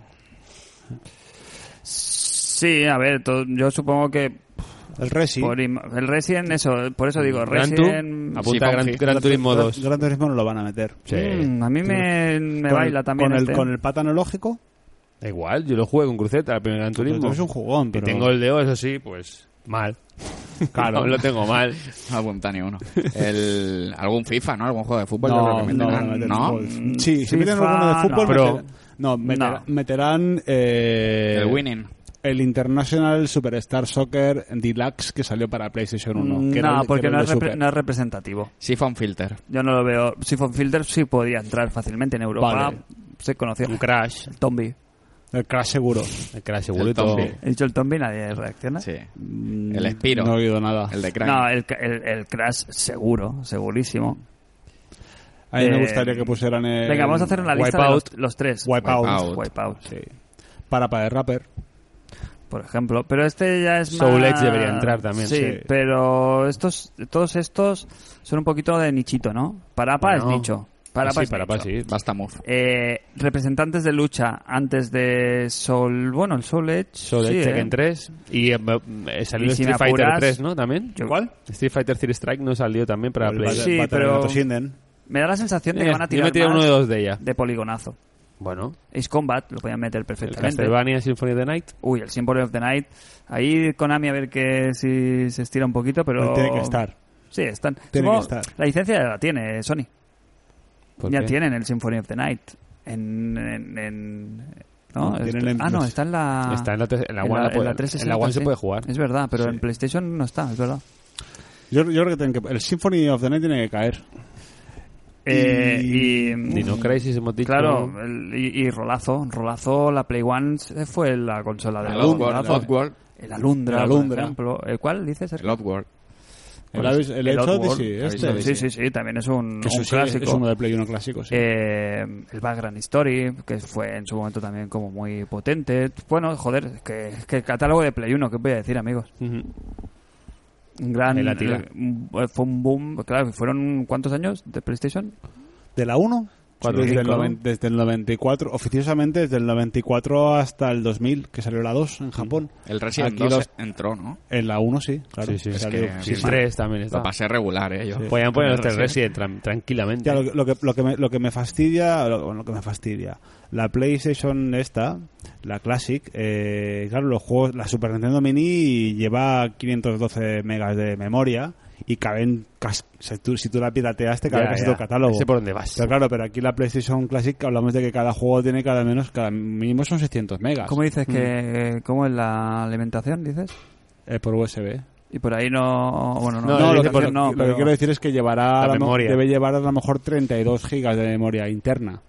Speaker 2: Sí, a ver, to- yo supongo que
Speaker 3: El Resi.
Speaker 2: por im- el Resident, eso, por eso digo,
Speaker 4: Gran
Speaker 2: Resident...
Speaker 4: Tur- apunta
Speaker 5: Sí,
Speaker 4: Gran,
Speaker 5: confío.
Speaker 4: Gran Turismo 2.
Speaker 3: Gran Turismo no lo van a meter.
Speaker 4: Sí.
Speaker 2: Mm, a mí me, me
Speaker 3: Con-
Speaker 2: baila también
Speaker 3: Con
Speaker 2: este.
Speaker 3: el, con el pátano lógico.
Speaker 4: Da igual, yo lo jugué con cruceta, el primer Gran
Speaker 3: pero
Speaker 4: Turismo.
Speaker 3: Es un jugón,
Speaker 4: Y
Speaker 3: pero...
Speaker 4: tengo el dedo, eso sí, pues (laughs) mal. Claro, lo tengo mal.
Speaker 5: No apunta ni uno. El, algún FIFA, ¿no? Algún juego de fútbol. yo creo
Speaker 3: No,
Speaker 5: que
Speaker 3: no,
Speaker 5: meterán,
Speaker 3: no,
Speaker 5: ¿no?
Speaker 3: no. Sí, si
Speaker 2: FIFA,
Speaker 3: meten alguno de fútbol,
Speaker 2: no.
Speaker 3: meterán- no, meterá- meterán eh,
Speaker 5: El winning.
Speaker 3: el International Superstar Soccer Deluxe que salió para PlayStation 1. que
Speaker 2: Mm,
Speaker 3: era
Speaker 2: No,
Speaker 3: el- que
Speaker 2: porque
Speaker 3: era
Speaker 2: no
Speaker 3: el
Speaker 2: es,
Speaker 3: de
Speaker 2: repre-
Speaker 3: Super.
Speaker 2: no es representativo.
Speaker 5: Siphon Filter.
Speaker 2: Yo no lo veo. Siphon Filter sí podía entrar fácilmente en Europa.
Speaker 3: Vale.
Speaker 2: Se conocía.
Speaker 4: Un crash.
Speaker 2: Tombi.
Speaker 3: El Crash seguro.
Speaker 4: El crash segurito.
Speaker 5: Tombi.
Speaker 2: He dicho el Tombi, nadie reacciona.
Speaker 5: Sí.
Speaker 3: Mm,
Speaker 5: El Spyro.
Speaker 3: No he oído nada.
Speaker 5: El de Crank.
Speaker 2: No, el, ca- el- el Crash seguro, segurísimo.
Speaker 3: A mí
Speaker 2: Eh,
Speaker 3: me gustaría que pusieran el...
Speaker 2: Venga, vamos a hacer una lista de los,
Speaker 3: Eh, Wipeout.
Speaker 2: los tres.
Speaker 3: Wipeout.
Speaker 5: Wipeout.
Speaker 2: Wipeout,
Speaker 3: Sí. Para para el rapper.
Speaker 2: por ejemplo. Pero este ya es
Speaker 4: Soul
Speaker 2: más...
Speaker 4: Edge debería entrar también,
Speaker 2: Sí,
Speaker 3: sí.
Speaker 2: pero estos, todos estos son un poquito de nichito, ¿no? Parapa es
Speaker 4: No.
Speaker 2: nicho. Parapa
Speaker 4: sí,
Speaker 2: es
Speaker 4: para
Speaker 2: nicho.
Speaker 4: sí.
Speaker 5: Basta Move.
Speaker 2: Eh, representantes de lucha antes de Soul... Bueno, el Soul Edge...
Speaker 4: Soul
Speaker 2: sí,
Speaker 4: Edge
Speaker 2: eh.
Speaker 4: Tekken 3 y eh, eh, salió
Speaker 2: Y si me
Speaker 4: Street Fighter
Speaker 2: apuras-
Speaker 4: 3, ¿no? También.
Speaker 2: Yo-
Speaker 4: Street Fighter 3 Strike no salió también para
Speaker 3: El
Speaker 4: Play.
Speaker 3: Battle-
Speaker 2: Sí,
Speaker 3: Battle
Speaker 2: pero-
Speaker 3: Gato Shinden.
Speaker 2: Me da la sensación de
Speaker 4: Eh,
Speaker 2: que van a
Speaker 4: yo
Speaker 2: tirar
Speaker 4: me tiré
Speaker 2: más
Speaker 4: uno de dos de ella.
Speaker 2: de poligonazo.
Speaker 4: Bueno,
Speaker 2: Ace Combat lo podían meter
Speaker 4: el
Speaker 2: perfectamente.
Speaker 4: Castlevania Symphony of the Night.
Speaker 2: Uy, el Symphony of the Night. Ahí Konami a ver que si se estira un poquito, pero...
Speaker 3: Pues Tiene que estar.
Speaker 2: Sí, están.
Speaker 3: Tiene
Speaker 2: Supongo-
Speaker 3: que estar.
Speaker 2: La licencia ya la tiene eh, Sony.
Speaker 4: ¿Por
Speaker 2: Ya
Speaker 4: qué?
Speaker 2: tienen el Symphony of the Night. En... en- en- ¿no?
Speaker 3: No, tienen
Speaker 2: Esto-
Speaker 3: en-
Speaker 2: ah, no, está en la...
Speaker 4: Está en la, tres- en la
Speaker 2: en
Speaker 4: One,
Speaker 2: la-
Speaker 4: la puede-
Speaker 2: en la 360,
Speaker 4: en la One
Speaker 2: sí.
Speaker 4: se puede jugar.
Speaker 2: Es verdad, pero
Speaker 3: Sí.
Speaker 2: en PlayStation no está, es verdad.
Speaker 3: Yo, yo creo que, tienen que el Symphony of the Night tiene que caer.
Speaker 2: Eh, y...
Speaker 4: Dino Crisis hemos dicho.
Speaker 2: Claro, el- y, y Rolazo. Rolazo, la Play One se fue la consola de
Speaker 5: El
Speaker 2: la
Speaker 5: Outworld.
Speaker 2: Rolazo.
Speaker 5: Outworld.
Speaker 2: El Alundra,
Speaker 3: El
Speaker 2: por
Speaker 3: Alundra.
Speaker 2: ejemplo. ¿El cuál dices? Sergio?
Speaker 5: El Outworld.
Speaker 3: El, Abyss- el, Edge
Speaker 2: Oddworld.
Speaker 3: Odyssey, este.
Speaker 5: Odyssey.
Speaker 2: Sí, sí, sí, también es un,
Speaker 3: Que eso
Speaker 2: un
Speaker 3: sí,
Speaker 2: clásico.
Speaker 3: Es uno del Play 1 clásico, sí.
Speaker 2: Eh, el Background Story, que fue en su momento también como muy potente. Bueno, joder, es que, es que el catálogo de Play 1, ¿qué os voy a decir, amigos?
Speaker 4: Ujú.
Speaker 2: Un gran...
Speaker 4: Ahí la tira.
Speaker 2: eh, fue un boom, claro, ¿fueron cuántos años de PlayStation?
Speaker 3: ¿De la 1?
Speaker 4: Cuatro,
Speaker 3: desde, el
Speaker 4: cinco,
Speaker 3: noven-
Speaker 4: ¿no?
Speaker 3: desde el 94, oficiosamente desde el 94 hasta el 2000, que salió la 2 en Japón.
Speaker 5: El Resident
Speaker 3: Aquí
Speaker 5: 2
Speaker 3: los-
Speaker 5: entró, ¿no?
Speaker 3: En la 1 sí, claro.
Speaker 4: Sí, sí,
Speaker 5: es
Speaker 3: salió.
Speaker 5: que-
Speaker 4: Sí,
Speaker 5: Sí,
Speaker 4: el
Speaker 5: sí.
Speaker 4: 3 también está.
Speaker 5: Lo pasé regular, ¿eh? Yo.
Speaker 4: Podían poner los
Speaker 5: Con
Speaker 4: tres
Speaker 5: el
Speaker 4: Resident tran- tranquilamente.
Speaker 3: Ya, lo, que- lo que, lo, que me, lo que me fastidia, lo, bueno, lo que me fastidia, la PlayStation esta, la Classic, eh, claro, los juegos, la Super Nintendo Mini lleva 512 megas de memoria y caben, cas- si tú, si tú la pirateaste, cabe
Speaker 4: Ya,
Speaker 3: casi
Speaker 4: ya.
Speaker 3: todo el catálogo.
Speaker 4: Sé por dónde vas.
Speaker 3: Pero claro, pero aquí la PlayStation Classic hablamos de que cada juego tiene cada menos, cada mínimo son 600 megas
Speaker 2: ¿Cómo dices que... ¿Cómo es la alimentación, dices?
Speaker 3: eh, por USB.
Speaker 2: Y por ahí no... Bueno, no,
Speaker 4: No,
Speaker 3: No,
Speaker 2: la
Speaker 3: lo, que,
Speaker 2: alimentación
Speaker 3: lo que- lo que
Speaker 2: pero-
Speaker 3: quiero decir es que llevará
Speaker 4: La
Speaker 3: a lo mo-
Speaker 4: memoria.
Speaker 3: debe llevar a lo mejor 32 gigas de memoria interna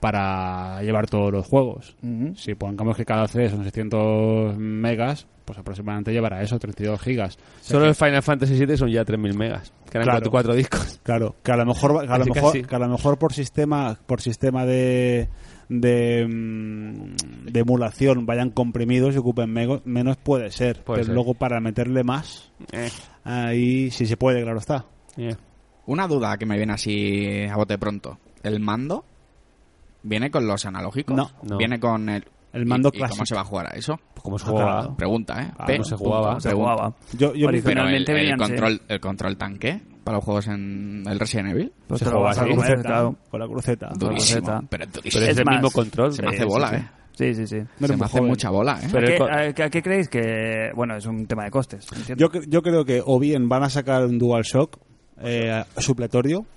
Speaker 3: para llevar todos los juegos.
Speaker 2: Ujú.
Speaker 3: Si pongamos que cada CD son 600 megas, pues aproximadamente llevará eso, 32 gigas.
Speaker 4: Solo el Final Fantasy VII son ya 3.000 megas. Que eran
Speaker 3: Claro.
Speaker 4: cuatro, cuatro discos.
Speaker 3: Claro, que a lo mejor, va- que a lo
Speaker 4: Casi,
Speaker 3: mejor,
Speaker 4: casi.
Speaker 3: que a lo mejor por sistema, por sistema de de, mm, de emulación vayan comprimidos y ocupen mego- menos puede ser,
Speaker 4: Puede
Speaker 3: pero
Speaker 4: ser.
Speaker 3: luego para meterle más
Speaker 2: Eh.
Speaker 3: ahí si se puede, claro está.
Speaker 4: Yeah.
Speaker 5: Una duda que me viene así a bote pronto. ¿El mando viene con los analógicos?
Speaker 3: No,
Speaker 4: no.
Speaker 5: Viene con el...
Speaker 3: El mando
Speaker 5: ¿Y- y ¿Cómo
Speaker 3: clásico.
Speaker 5: se va a jugar a eso?
Speaker 4: Pues como se
Speaker 3: Ah,
Speaker 4: jugaba.
Speaker 3: claro.
Speaker 5: Pregunta, ¿eh?
Speaker 3: Ah,
Speaker 5: Pe-
Speaker 4: no se jugaba.
Speaker 2: Se
Speaker 5: pregunta.
Speaker 2: jugaba.
Speaker 3: Yo, yo
Speaker 2: Original.
Speaker 5: Pero el,
Speaker 2: Finalmente
Speaker 5: el
Speaker 2: venían, sí.
Speaker 5: control, el control tanque para los juegos en el Resident Evil.
Speaker 2: Pues
Speaker 4: Se
Speaker 2: te lo
Speaker 4: jugaba
Speaker 2: vas a
Speaker 4: así.
Speaker 2: comer,
Speaker 3: Cruceta,
Speaker 2: claro.
Speaker 3: con la cruceta.
Speaker 2: Duro.
Speaker 5: Durísimo.
Speaker 2: Rosetta.
Speaker 5: Pero es durísimo.
Speaker 4: Pero es,
Speaker 2: Es
Speaker 4: el
Speaker 2: más,
Speaker 4: mismo control.
Speaker 5: se me hace
Speaker 4: Sí,
Speaker 5: bola,
Speaker 4: sí, sí.
Speaker 5: ¿eh?
Speaker 2: Sí, sí, sí.
Speaker 3: No eres
Speaker 5: se me
Speaker 3: muy
Speaker 5: hace
Speaker 3: joven.
Speaker 5: mucha bola, ¿eh?
Speaker 4: Pero
Speaker 2: ¿A,
Speaker 4: el
Speaker 2: qué,
Speaker 4: co-
Speaker 2: a qué- a qué creéis que.? Bueno, es un tema de costes. entiendo.
Speaker 3: Yo, cre- yo creo que o bien van a sacar un DualShock eh, supletorio, que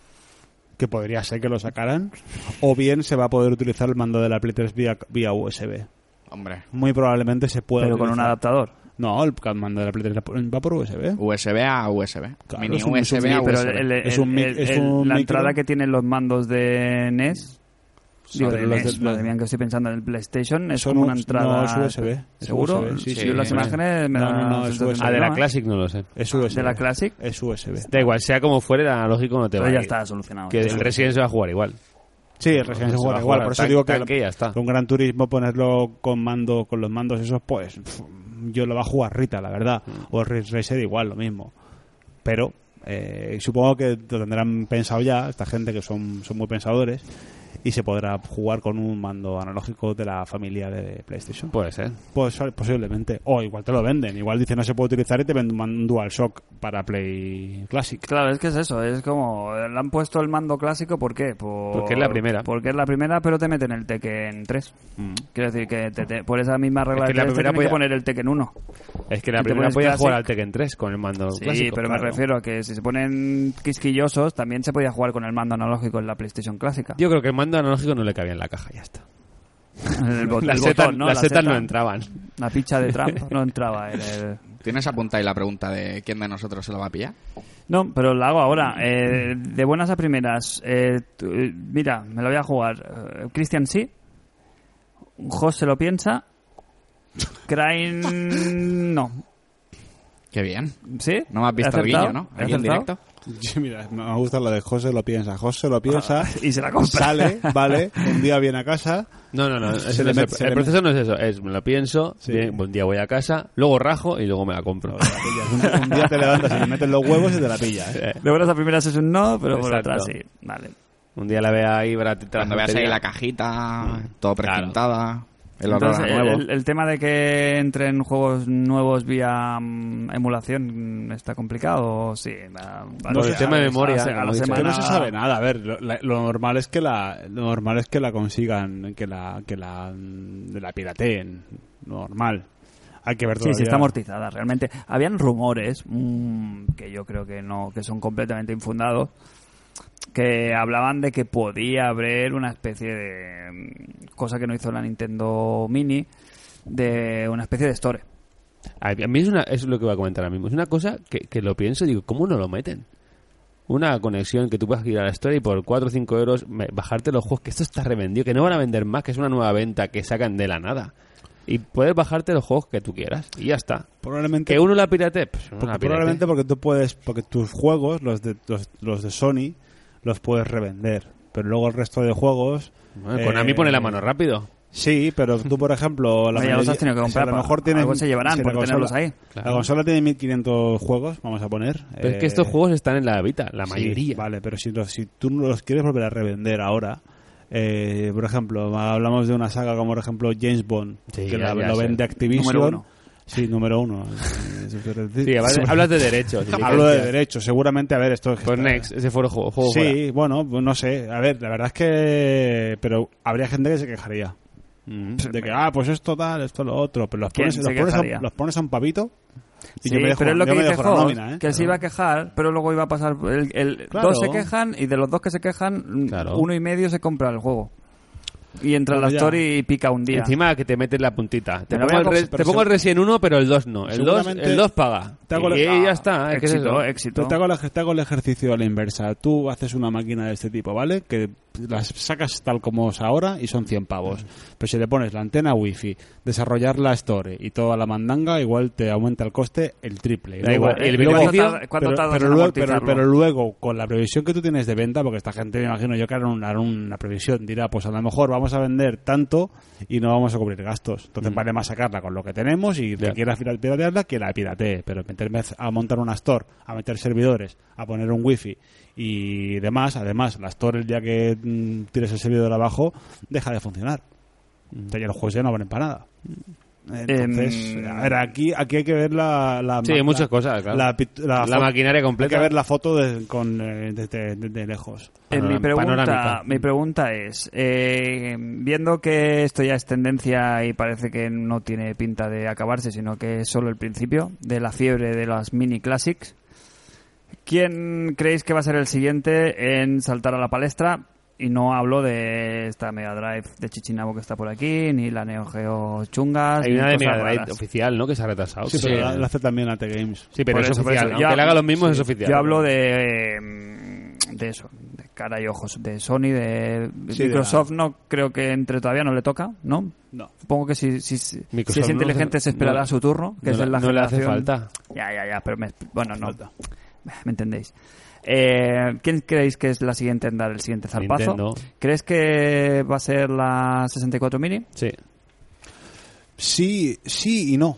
Speaker 3: que podría ser que lo sacaran, o bien se va a poder utilizar el mando de la Play 3 vía, vía USB.
Speaker 5: Hombre,
Speaker 3: Muy probablemente se pueda.
Speaker 2: Pero con un
Speaker 3: utilizar-
Speaker 2: adaptador.
Speaker 3: No, el mando de la Play 3 va por USB.
Speaker 5: USB a USB.
Speaker 3: Claro,
Speaker 5: Mini
Speaker 3: es un- es un
Speaker 5: USB a
Speaker 3: mini,
Speaker 5: USB.
Speaker 2: Pero
Speaker 3: USB.
Speaker 2: el- el-
Speaker 3: Es un mic-
Speaker 2: el-
Speaker 3: es
Speaker 2: el-
Speaker 3: un
Speaker 2: la
Speaker 3: micro.
Speaker 2: entrada que tienen los mandos de NES. Digo, de
Speaker 3: pero los
Speaker 2: NES,
Speaker 3: de-
Speaker 2: E madre mía, que estoy pensando en el PlayStation. Es
Speaker 3: Son
Speaker 2: como una
Speaker 3: un-
Speaker 2: entrada.
Speaker 3: no, es USB. Es
Speaker 2: ¿Seguro?
Speaker 3: USB, sí,
Speaker 5: sí,
Speaker 2: Yo las
Speaker 5: sí.
Speaker 2: imágenes me
Speaker 3: No,
Speaker 2: dan
Speaker 3: no, no,
Speaker 2: la
Speaker 3: es
Speaker 2: sensación
Speaker 3: USB.
Speaker 4: Ah, de la
Speaker 2: ¿no?
Speaker 4: Classic no lo sé.
Speaker 3: Es USB.
Speaker 2: Ah, ¿De la Classic?
Speaker 3: Es USB.
Speaker 4: Da igual, sea como fuera, el analógico no te va.
Speaker 2: Pero ya
Speaker 4: a ir.
Speaker 2: está solucionado.
Speaker 4: Que el Resident se va a jugar igual.
Speaker 3: Sí, el Resident
Speaker 4: Se va
Speaker 3: Evil juega
Speaker 4: a
Speaker 3: igual.
Speaker 4: jugar
Speaker 3: Por
Speaker 4: al
Speaker 3: eso digo
Speaker 4: tanque y ya está.
Speaker 3: que con Gran Turismo ponerlo con mando, con los mandos esos, pues pf, yo lo va a jugar Rita, la verdad.
Speaker 2: Mm.
Speaker 3: O el Ridge Racer igual, lo mismo. Pero eh, supongo que lo tendrán pensado ya, esta gente que son, son muy pensadores, y se podrá jugar con un mando analógico de la familia de PlayStation.
Speaker 4: Puede ser.
Speaker 3: Pues, posiblemente. O igual te lo venden. Igual dice no se puede utilizar y te venden un DualShock para Play Classic.
Speaker 2: Claro, es que es eso, es como eh, le han puesto el mando clásico, ¿por qué? Por-
Speaker 4: Porque es la primera. Mm.
Speaker 2: Porque es la primera, pero te meten el Tekken 3. Quiero decir que te- te- por esa misma regla
Speaker 4: Es que
Speaker 2: de
Speaker 4: la
Speaker 2: tres te
Speaker 4: primera pues
Speaker 2: tienen que
Speaker 4: podía-
Speaker 2: poner el Tekken 1.
Speaker 4: Es que la
Speaker 2: Y
Speaker 4: primera
Speaker 2: te pones
Speaker 4: podía
Speaker 2: Classic.
Speaker 4: jugar al Tekken 3 con el mando
Speaker 2: Sí,
Speaker 4: clásico.
Speaker 2: pero me
Speaker 4: claro.
Speaker 2: refiero a que si se ponen quisquillosos, también se podía jugar con el mando analógico en la PlayStation clásica. (laughs)
Speaker 4: Yo creo que el mando analógico no le cabía en la caja, ya está.
Speaker 2: El bot-
Speaker 4: Las
Speaker 2: el
Speaker 4: setas
Speaker 2: botón, ¿no?
Speaker 4: las
Speaker 2: La
Speaker 4: setas
Speaker 2: seta.
Speaker 4: no entraban.
Speaker 2: La picha de Trump no entraba en el...
Speaker 5: ¿Tienes apuntada la pregunta de quién de nosotros se lo va a pillar?
Speaker 2: No, pero la hago ahora. Eh, de buenas a primeras. eh, tú- eh, mira, me la voy a jugar. Eh, Christian sí. Jos se lo piensa. Crane no.
Speaker 5: Qué bien.
Speaker 2: ¿Sí?
Speaker 5: No me has visto el
Speaker 2: ¿Acertado?
Speaker 5: guiño, ¿no?
Speaker 2: ¿He
Speaker 5: Aquí en
Speaker 2: acertado?
Speaker 5: directo.
Speaker 3: (laughs) Sí, mira, me gusta lo de José lo piensa. José lo piensa.
Speaker 2: Y se la compra.
Speaker 3: (laughs) sale, vale, un día viene a casa.
Speaker 4: No, no, no. ese
Speaker 3: le
Speaker 4: no es
Speaker 3: mete-
Speaker 4: el-
Speaker 3: se
Speaker 4: el
Speaker 3: le
Speaker 4: proceso no es eso. Es, me lo pienso,
Speaker 3: Sí.
Speaker 4: bien, un día voy a casa, luego rajo y luego me la compro.
Speaker 3: Un, un día te levantas y le metes los huevos y te la pillas. ¿eh?
Speaker 2: De buenas a primeras es un no, pero por
Speaker 4: Exacto.
Speaker 2: atrás sí. Vale.
Speaker 4: un día la vea ahí baratita.
Speaker 5: Cuando veas ahí la cajita, todo precintada, el olor
Speaker 2: Entonces,
Speaker 5: a nuevo.
Speaker 2: el, el tema de que entren juegos nuevos vía mm, emulación mm, está complicado. Sí. va- va-
Speaker 4: No,
Speaker 2: a-
Speaker 4: el tema de
Speaker 2: a-
Speaker 4: memoria,
Speaker 2: A, a la
Speaker 4: como dices.
Speaker 3: Es que
Speaker 2: semana.
Speaker 3: no se sabe nada. A ver, lo, la- lo normal es que la lo normal es que la consigan, que la que la, mm, la pirateen. Normal. Hay que ver
Speaker 2: Sí,
Speaker 3: todavía.
Speaker 2: sí, está amortizada, realmente. Habían rumores, mm, que yo creo que no, que son completamente infundados, que hablaban de que podía haber una especie de mm, cosa que no hizo la Nintendo Mini, de una especie de store.
Speaker 4: A mí es, una, es lo que voy a comentar ahora mismo. Es una cosa que, que lo pienso y digo, ¿cómo no lo meten? Una conexión que tú puedas ir a la historia y por 4 o 5 euros me- bajarte los juegos, que esto está revendido, que no van a vender más, que es una nueva venta que sacan de la nada. Y puedes bajarte los juegos que tú quieras y ya está.
Speaker 3: Probablemente
Speaker 4: Que uno la pirate, pues uno
Speaker 3: Porque
Speaker 4: la pirate.
Speaker 3: probablemente porque tú puedes, porque tus juegos, los de, los, los de Sony, los puedes revender. Pero luego el resto de juegos.
Speaker 4: Bueno,
Speaker 3: eh,
Speaker 4: Konami pone la mano rápido.
Speaker 3: Sí, pero tú, por
Speaker 2: (laughs)
Speaker 3: ejemplo. La
Speaker 2: Oye, ya los has tenido que
Speaker 3: si
Speaker 2: comprar,
Speaker 3: a lo
Speaker 2: pa-
Speaker 3: mejor tienes,
Speaker 2: algo se llevarán
Speaker 3: si la
Speaker 2: por
Speaker 3: consola-
Speaker 2: tenerlos ahí.
Speaker 4: Claro.
Speaker 3: La consola tiene 1500 juegos, vamos a poner.
Speaker 4: Pero es que
Speaker 3: eh,
Speaker 4: estos juegos están en la Vita, la
Speaker 3: sí,
Speaker 4: mayoría.
Speaker 3: vale, pero si, los- si tú no los quieres volver a revender ahora. eh, por ejemplo, hablamos de una saga como, por ejemplo, James Bond,
Speaker 4: Sí,
Speaker 3: que
Speaker 4: ya-
Speaker 3: la,
Speaker 4: ya
Speaker 3: lo
Speaker 4: sé.
Speaker 3: vende Activision.
Speaker 2: Número uno.
Speaker 3: Sí,
Speaker 4: (laughs)
Speaker 3: número uno. Sí,
Speaker 4: Sí, vale, hablas de derechos.
Speaker 3: (laughs) Hablo de
Speaker 4: licencias.
Speaker 3: derechos, seguramente. A ver, esto es que
Speaker 4: Pues
Speaker 3: está-
Speaker 4: Next, ese foro juego. juego fuera.
Speaker 3: Sí, bueno, pues no sé. A ver, la verdad es que. Pero habría gente que se quejaría.
Speaker 4: Mm.
Speaker 3: De que, ah, pues esto tal, esto lo otro. Pero los,
Speaker 2: ¿Quién
Speaker 3: pones,
Speaker 2: se
Speaker 3: los, pones, a,
Speaker 2: quejaría?
Speaker 3: los pones a un papito. Y
Speaker 2: Sí,
Speaker 3: yo me dejo,
Speaker 2: pero es lo
Speaker 3: yo
Speaker 2: que
Speaker 3: me
Speaker 2: dice
Speaker 3: dejo la
Speaker 2: Jos,
Speaker 3: nómina, ¿eh?
Speaker 2: que se iba a quejar, pero luego iba a pasar... El, el-
Speaker 3: Claro.
Speaker 2: Dos se quejan y de los dos que se quejan, mm,
Speaker 4: Claro.
Speaker 2: uno y medio se compra el juego. Y entra
Speaker 3: Bueno,
Speaker 2: la
Speaker 3: ya.
Speaker 2: story y pica un día.
Speaker 4: Encima que te metes la puntita. Te
Speaker 2: Pero
Speaker 4: pongo, el,
Speaker 2: voy a
Speaker 4: re-
Speaker 2: cons-
Speaker 4: te
Speaker 3: pero
Speaker 4: pongo el Resident 1, pero el 2 no. El 2,
Speaker 3: Seguramente
Speaker 4: el 2 paga.
Speaker 3: te hago la- Ah,
Speaker 4: y, y ya está. ¿eh? ¿Qué es
Speaker 2: éxito,
Speaker 4: eso?
Speaker 2: éxito.
Speaker 3: Pero te hago, la- te hago el ejercicio a la inversa. Tú haces una máquina de este tipo, ¿vale? Que las sacas tal como es ahora y son 100 pavos. Pero si le pones la antena wifi, desarrollar la store y toda la mandanga, igual te aumenta el coste el triple. Y
Speaker 4: Da
Speaker 3: luego-
Speaker 4: igual, el
Speaker 3: y
Speaker 4: beneficio-
Speaker 3: luego-
Speaker 2: ¿Cuánto Eh, tarda- cuánto
Speaker 3: pero-
Speaker 2: tardas
Speaker 3: pero
Speaker 2: en
Speaker 3: luego-
Speaker 2: amortizarlo?
Speaker 3: pero- pero luego, con la previsión que tú tienes de venta, porque esta gente, me imagino yo que hará una, hará una previsión, dirá, pues a lo mejor vamos a vender tanto y no vamos a cubrir gastos. Entonces vale más sacarla con lo que tenemos y
Speaker 4: Ya.
Speaker 3: que quiera pira- piratearla, que la piratee. Pero meterme a montar una store, a meter servidores, a poner un wifi y demás, además, la store el día que mm, tires el servidor abajo, deja de funcionar. Entonces ya los juegos ya no valen para nada. Entonces,
Speaker 2: Em,
Speaker 3: a ver, aquí, aquí hay que ver la... la
Speaker 4: Sí,
Speaker 3: la-
Speaker 4: muchas cosas, claro.
Speaker 3: La, pit- la
Speaker 4: La
Speaker 3: fo-
Speaker 4: maquinaria
Speaker 3: hay que
Speaker 4: completa.
Speaker 3: ver la foto de, con, eh, desde- desde lejos.
Speaker 2: Eh, mi,
Speaker 4: Panoram-
Speaker 2: pregunta,
Speaker 4: panorámica.
Speaker 2: mi pregunta es, eh, viendo que esto ya es tendencia y parece que no tiene pinta de acabarse, sino que es solo el principio de la fiebre de las mini classics, ¿Quién creéis que va a ser el siguiente en saltar a la palestra? Y no hablo de esta Mega Drive de Chichinabo que está por aquí, ni la Neo Geo chungas.
Speaker 4: Hay
Speaker 2: ni
Speaker 4: una de
Speaker 2: cosas
Speaker 4: Mega Drive
Speaker 2: raras.
Speaker 4: oficial, ¿no? Que se ha retrasado.
Speaker 3: Sí,
Speaker 4: que
Speaker 3: pero
Speaker 4: se-
Speaker 3: la- la hace también AT Games.
Speaker 4: Sí, pero
Speaker 2: Por
Speaker 4: es
Speaker 2: eso, por
Speaker 4: oficial.
Speaker 2: eso.
Speaker 4: Aunque
Speaker 2: Ya-
Speaker 4: le haga los mismos, es
Speaker 2: sí.
Speaker 4: oficial.
Speaker 2: Yo hablo de. eh, mm, de eso, de cara y ojos. De Sony, de.
Speaker 3: Sí, de
Speaker 2: Microsoft no creo que entre todavía, no le toca, ¿no?
Speaker 3: No.
Speaker 2: Supongo que si, si, si
Speaker 4: Microsoft
Speaker 2: es
Speaker 4: no
Speaker 2: inteligente
Speaker 4: hace-
Speaker 2: se esperará
Speaker 4: no-
Speaker 2: su turno, que
Speaker 4: no
Speaker 2: es
Speaker 4: le-
Speaker 2: en la
Speaker 4: no le hace
Speaker 2: generación-
Speaker 4: falta.
Speaker 2: Ya, ya, ya, pero me, bueno, no.
Speaker 3: Falta.
Speaker 2: (laughs) Me entendéis. Eh, ¿Quién creéis que es la siguiente en dar el siguiente zarpazo?
Speaker 4: Nintendo.
Speaker 2: ¿Crees que va a ser la 64 mini?
Speaker 4: Sí.
Speaker 3: Sí, sí y no.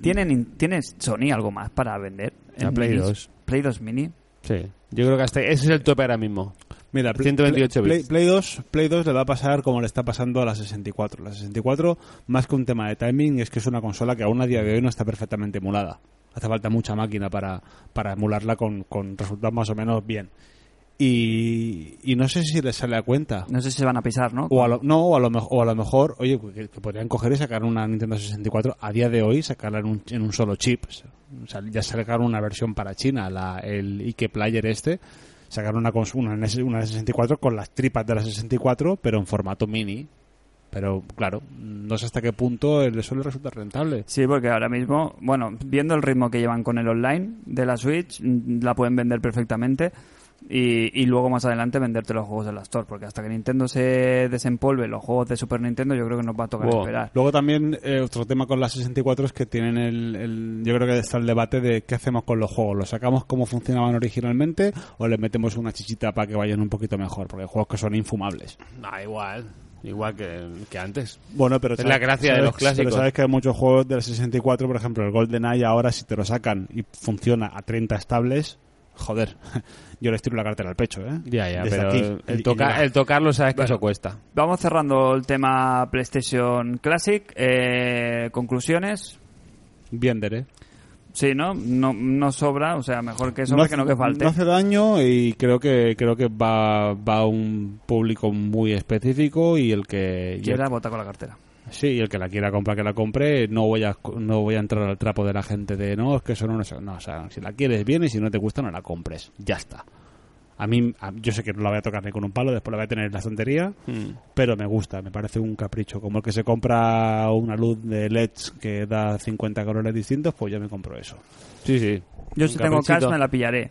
Speaker 2: ¿Tienen, ¿Tiene Sony algo más para vender?
Speaker 4: La
Speaker 2: en
Speaker 4: Play
Speaker 2: minis?
Speaker 4: 2.
Speaker 2: Play 2 mini.
Speaker 4: Sí. Yo creo que hasta ese es el tope ahora mismo.
Speaker 3: Mira, Play-
Speaker 4: 128
Speaker 3: Play,
Speaker 4: bits.
Speaker 3: Play 2, Play 2 le va a pasar como le está pasando a la 64. La 64, más que un tema de timing, es que es una consola que aún a día de hoy no está perfectamente emulada. Hace falta mucha máquina para, para emularla con, con resultados más o menos bien. Y, y no sé si le sale a cuenta.
Speaker 2: No sé si se van a pisar, ¿no?
Speaker 3: O a lo, no, o a lo, mej- o a lo mejor, oye, que, que podrían coger y sacar una Nintendo 64 a día de hoy, sacarla en un, en un solo chip. O sea, ya sacaron una versión para China, la, el Ike Player este, sacaron una, cons- una, NES una 64 con las tripas de la 64, pero en formato mini. Pero claro, no sé hasta qué punto el- eso le resulta rentable.
Speaker 2: Sí, porque ahora mismo, bueno, viendo el ritmo que llevan con el online de la Switch, mm, la pueden vender perfectamente y, y luego más adelante venderte los juegos de la Store, porque hasta que Nintendo se desempolve los juegos de Super Nintendo, yo creo que nos va a tocar
Speaker 4: Wow.
Speaker 2: esperar.
Speaker 3: Luego también eh, otro tema con la 64 es que tienen el, el- yo creo que está el debate de qué hacemos con los juegos, los sacamos como funcionaban originalmente o les metemos una chichita para que vayan un poquito mejor, porque hay juegos que son infumables.
Speaker 4: Ah, igual. Igual que, que antes.
Speaker 3: Bueno, pero
Speaker 4: Es la gracia de los clásicos.
Speaker 3: Pero sabes que hay muchos juegos de la 64, por ejemplo, el GoldenEye ahora si te lo sacan y funciona a 30 estables, joder, (laughs) yo les tiro la cartera al pecho, ¿eh?
Speaker 4: Ya, ya,
Speaker 3: Desde
Speaker 4: pero
Speaker 3: aquí.
Speaker 4: el,
Speaker 3: Y- y
Speaker 4: toca-
Speaker 3: la-
Speaker 4: el tocarlo sabes que eso cuesta.
Speaker 2: Vamos cerrando el tema PlayStation Classic. Eh, conclusiones.
Speaker 3: bien, Dere.
Speaker 2: Sí, ¿no? ¿no? No sobra, o sea, mejor que sobra
Speaker 3: hace-
Speaker 2: que no que falte.
Speaker 3: no hace daño y creo que creo que va, va a un público muy específico y el que y el-
Speaker 2: Quiera, vota con la cartera.
Speaker 3: sí, y el que la quiera comprar que la compre, no voy a no voy a entrar al trapo de la gente de no, es que son unos no, o sea, si la quieres bien y si no te gusta no la compres, ya está. A mí a- yo sé que no la voy a tocar ni con un palo, después la voy a tener en la estantería,
Speaker 4: Hmm.
Speaker 3: pero me gusta, me parece un capricho, como el que se compra una luz de LEDs que da 50 colores distintos, pues yo me compro eso.
Speaker 4: Sí, sí.
Speaker 2: Yo
Speaker 4: Un
Speaker 2: si tengo cash
Speaker 4: caprichito.
Speaker 2: me la pillaré.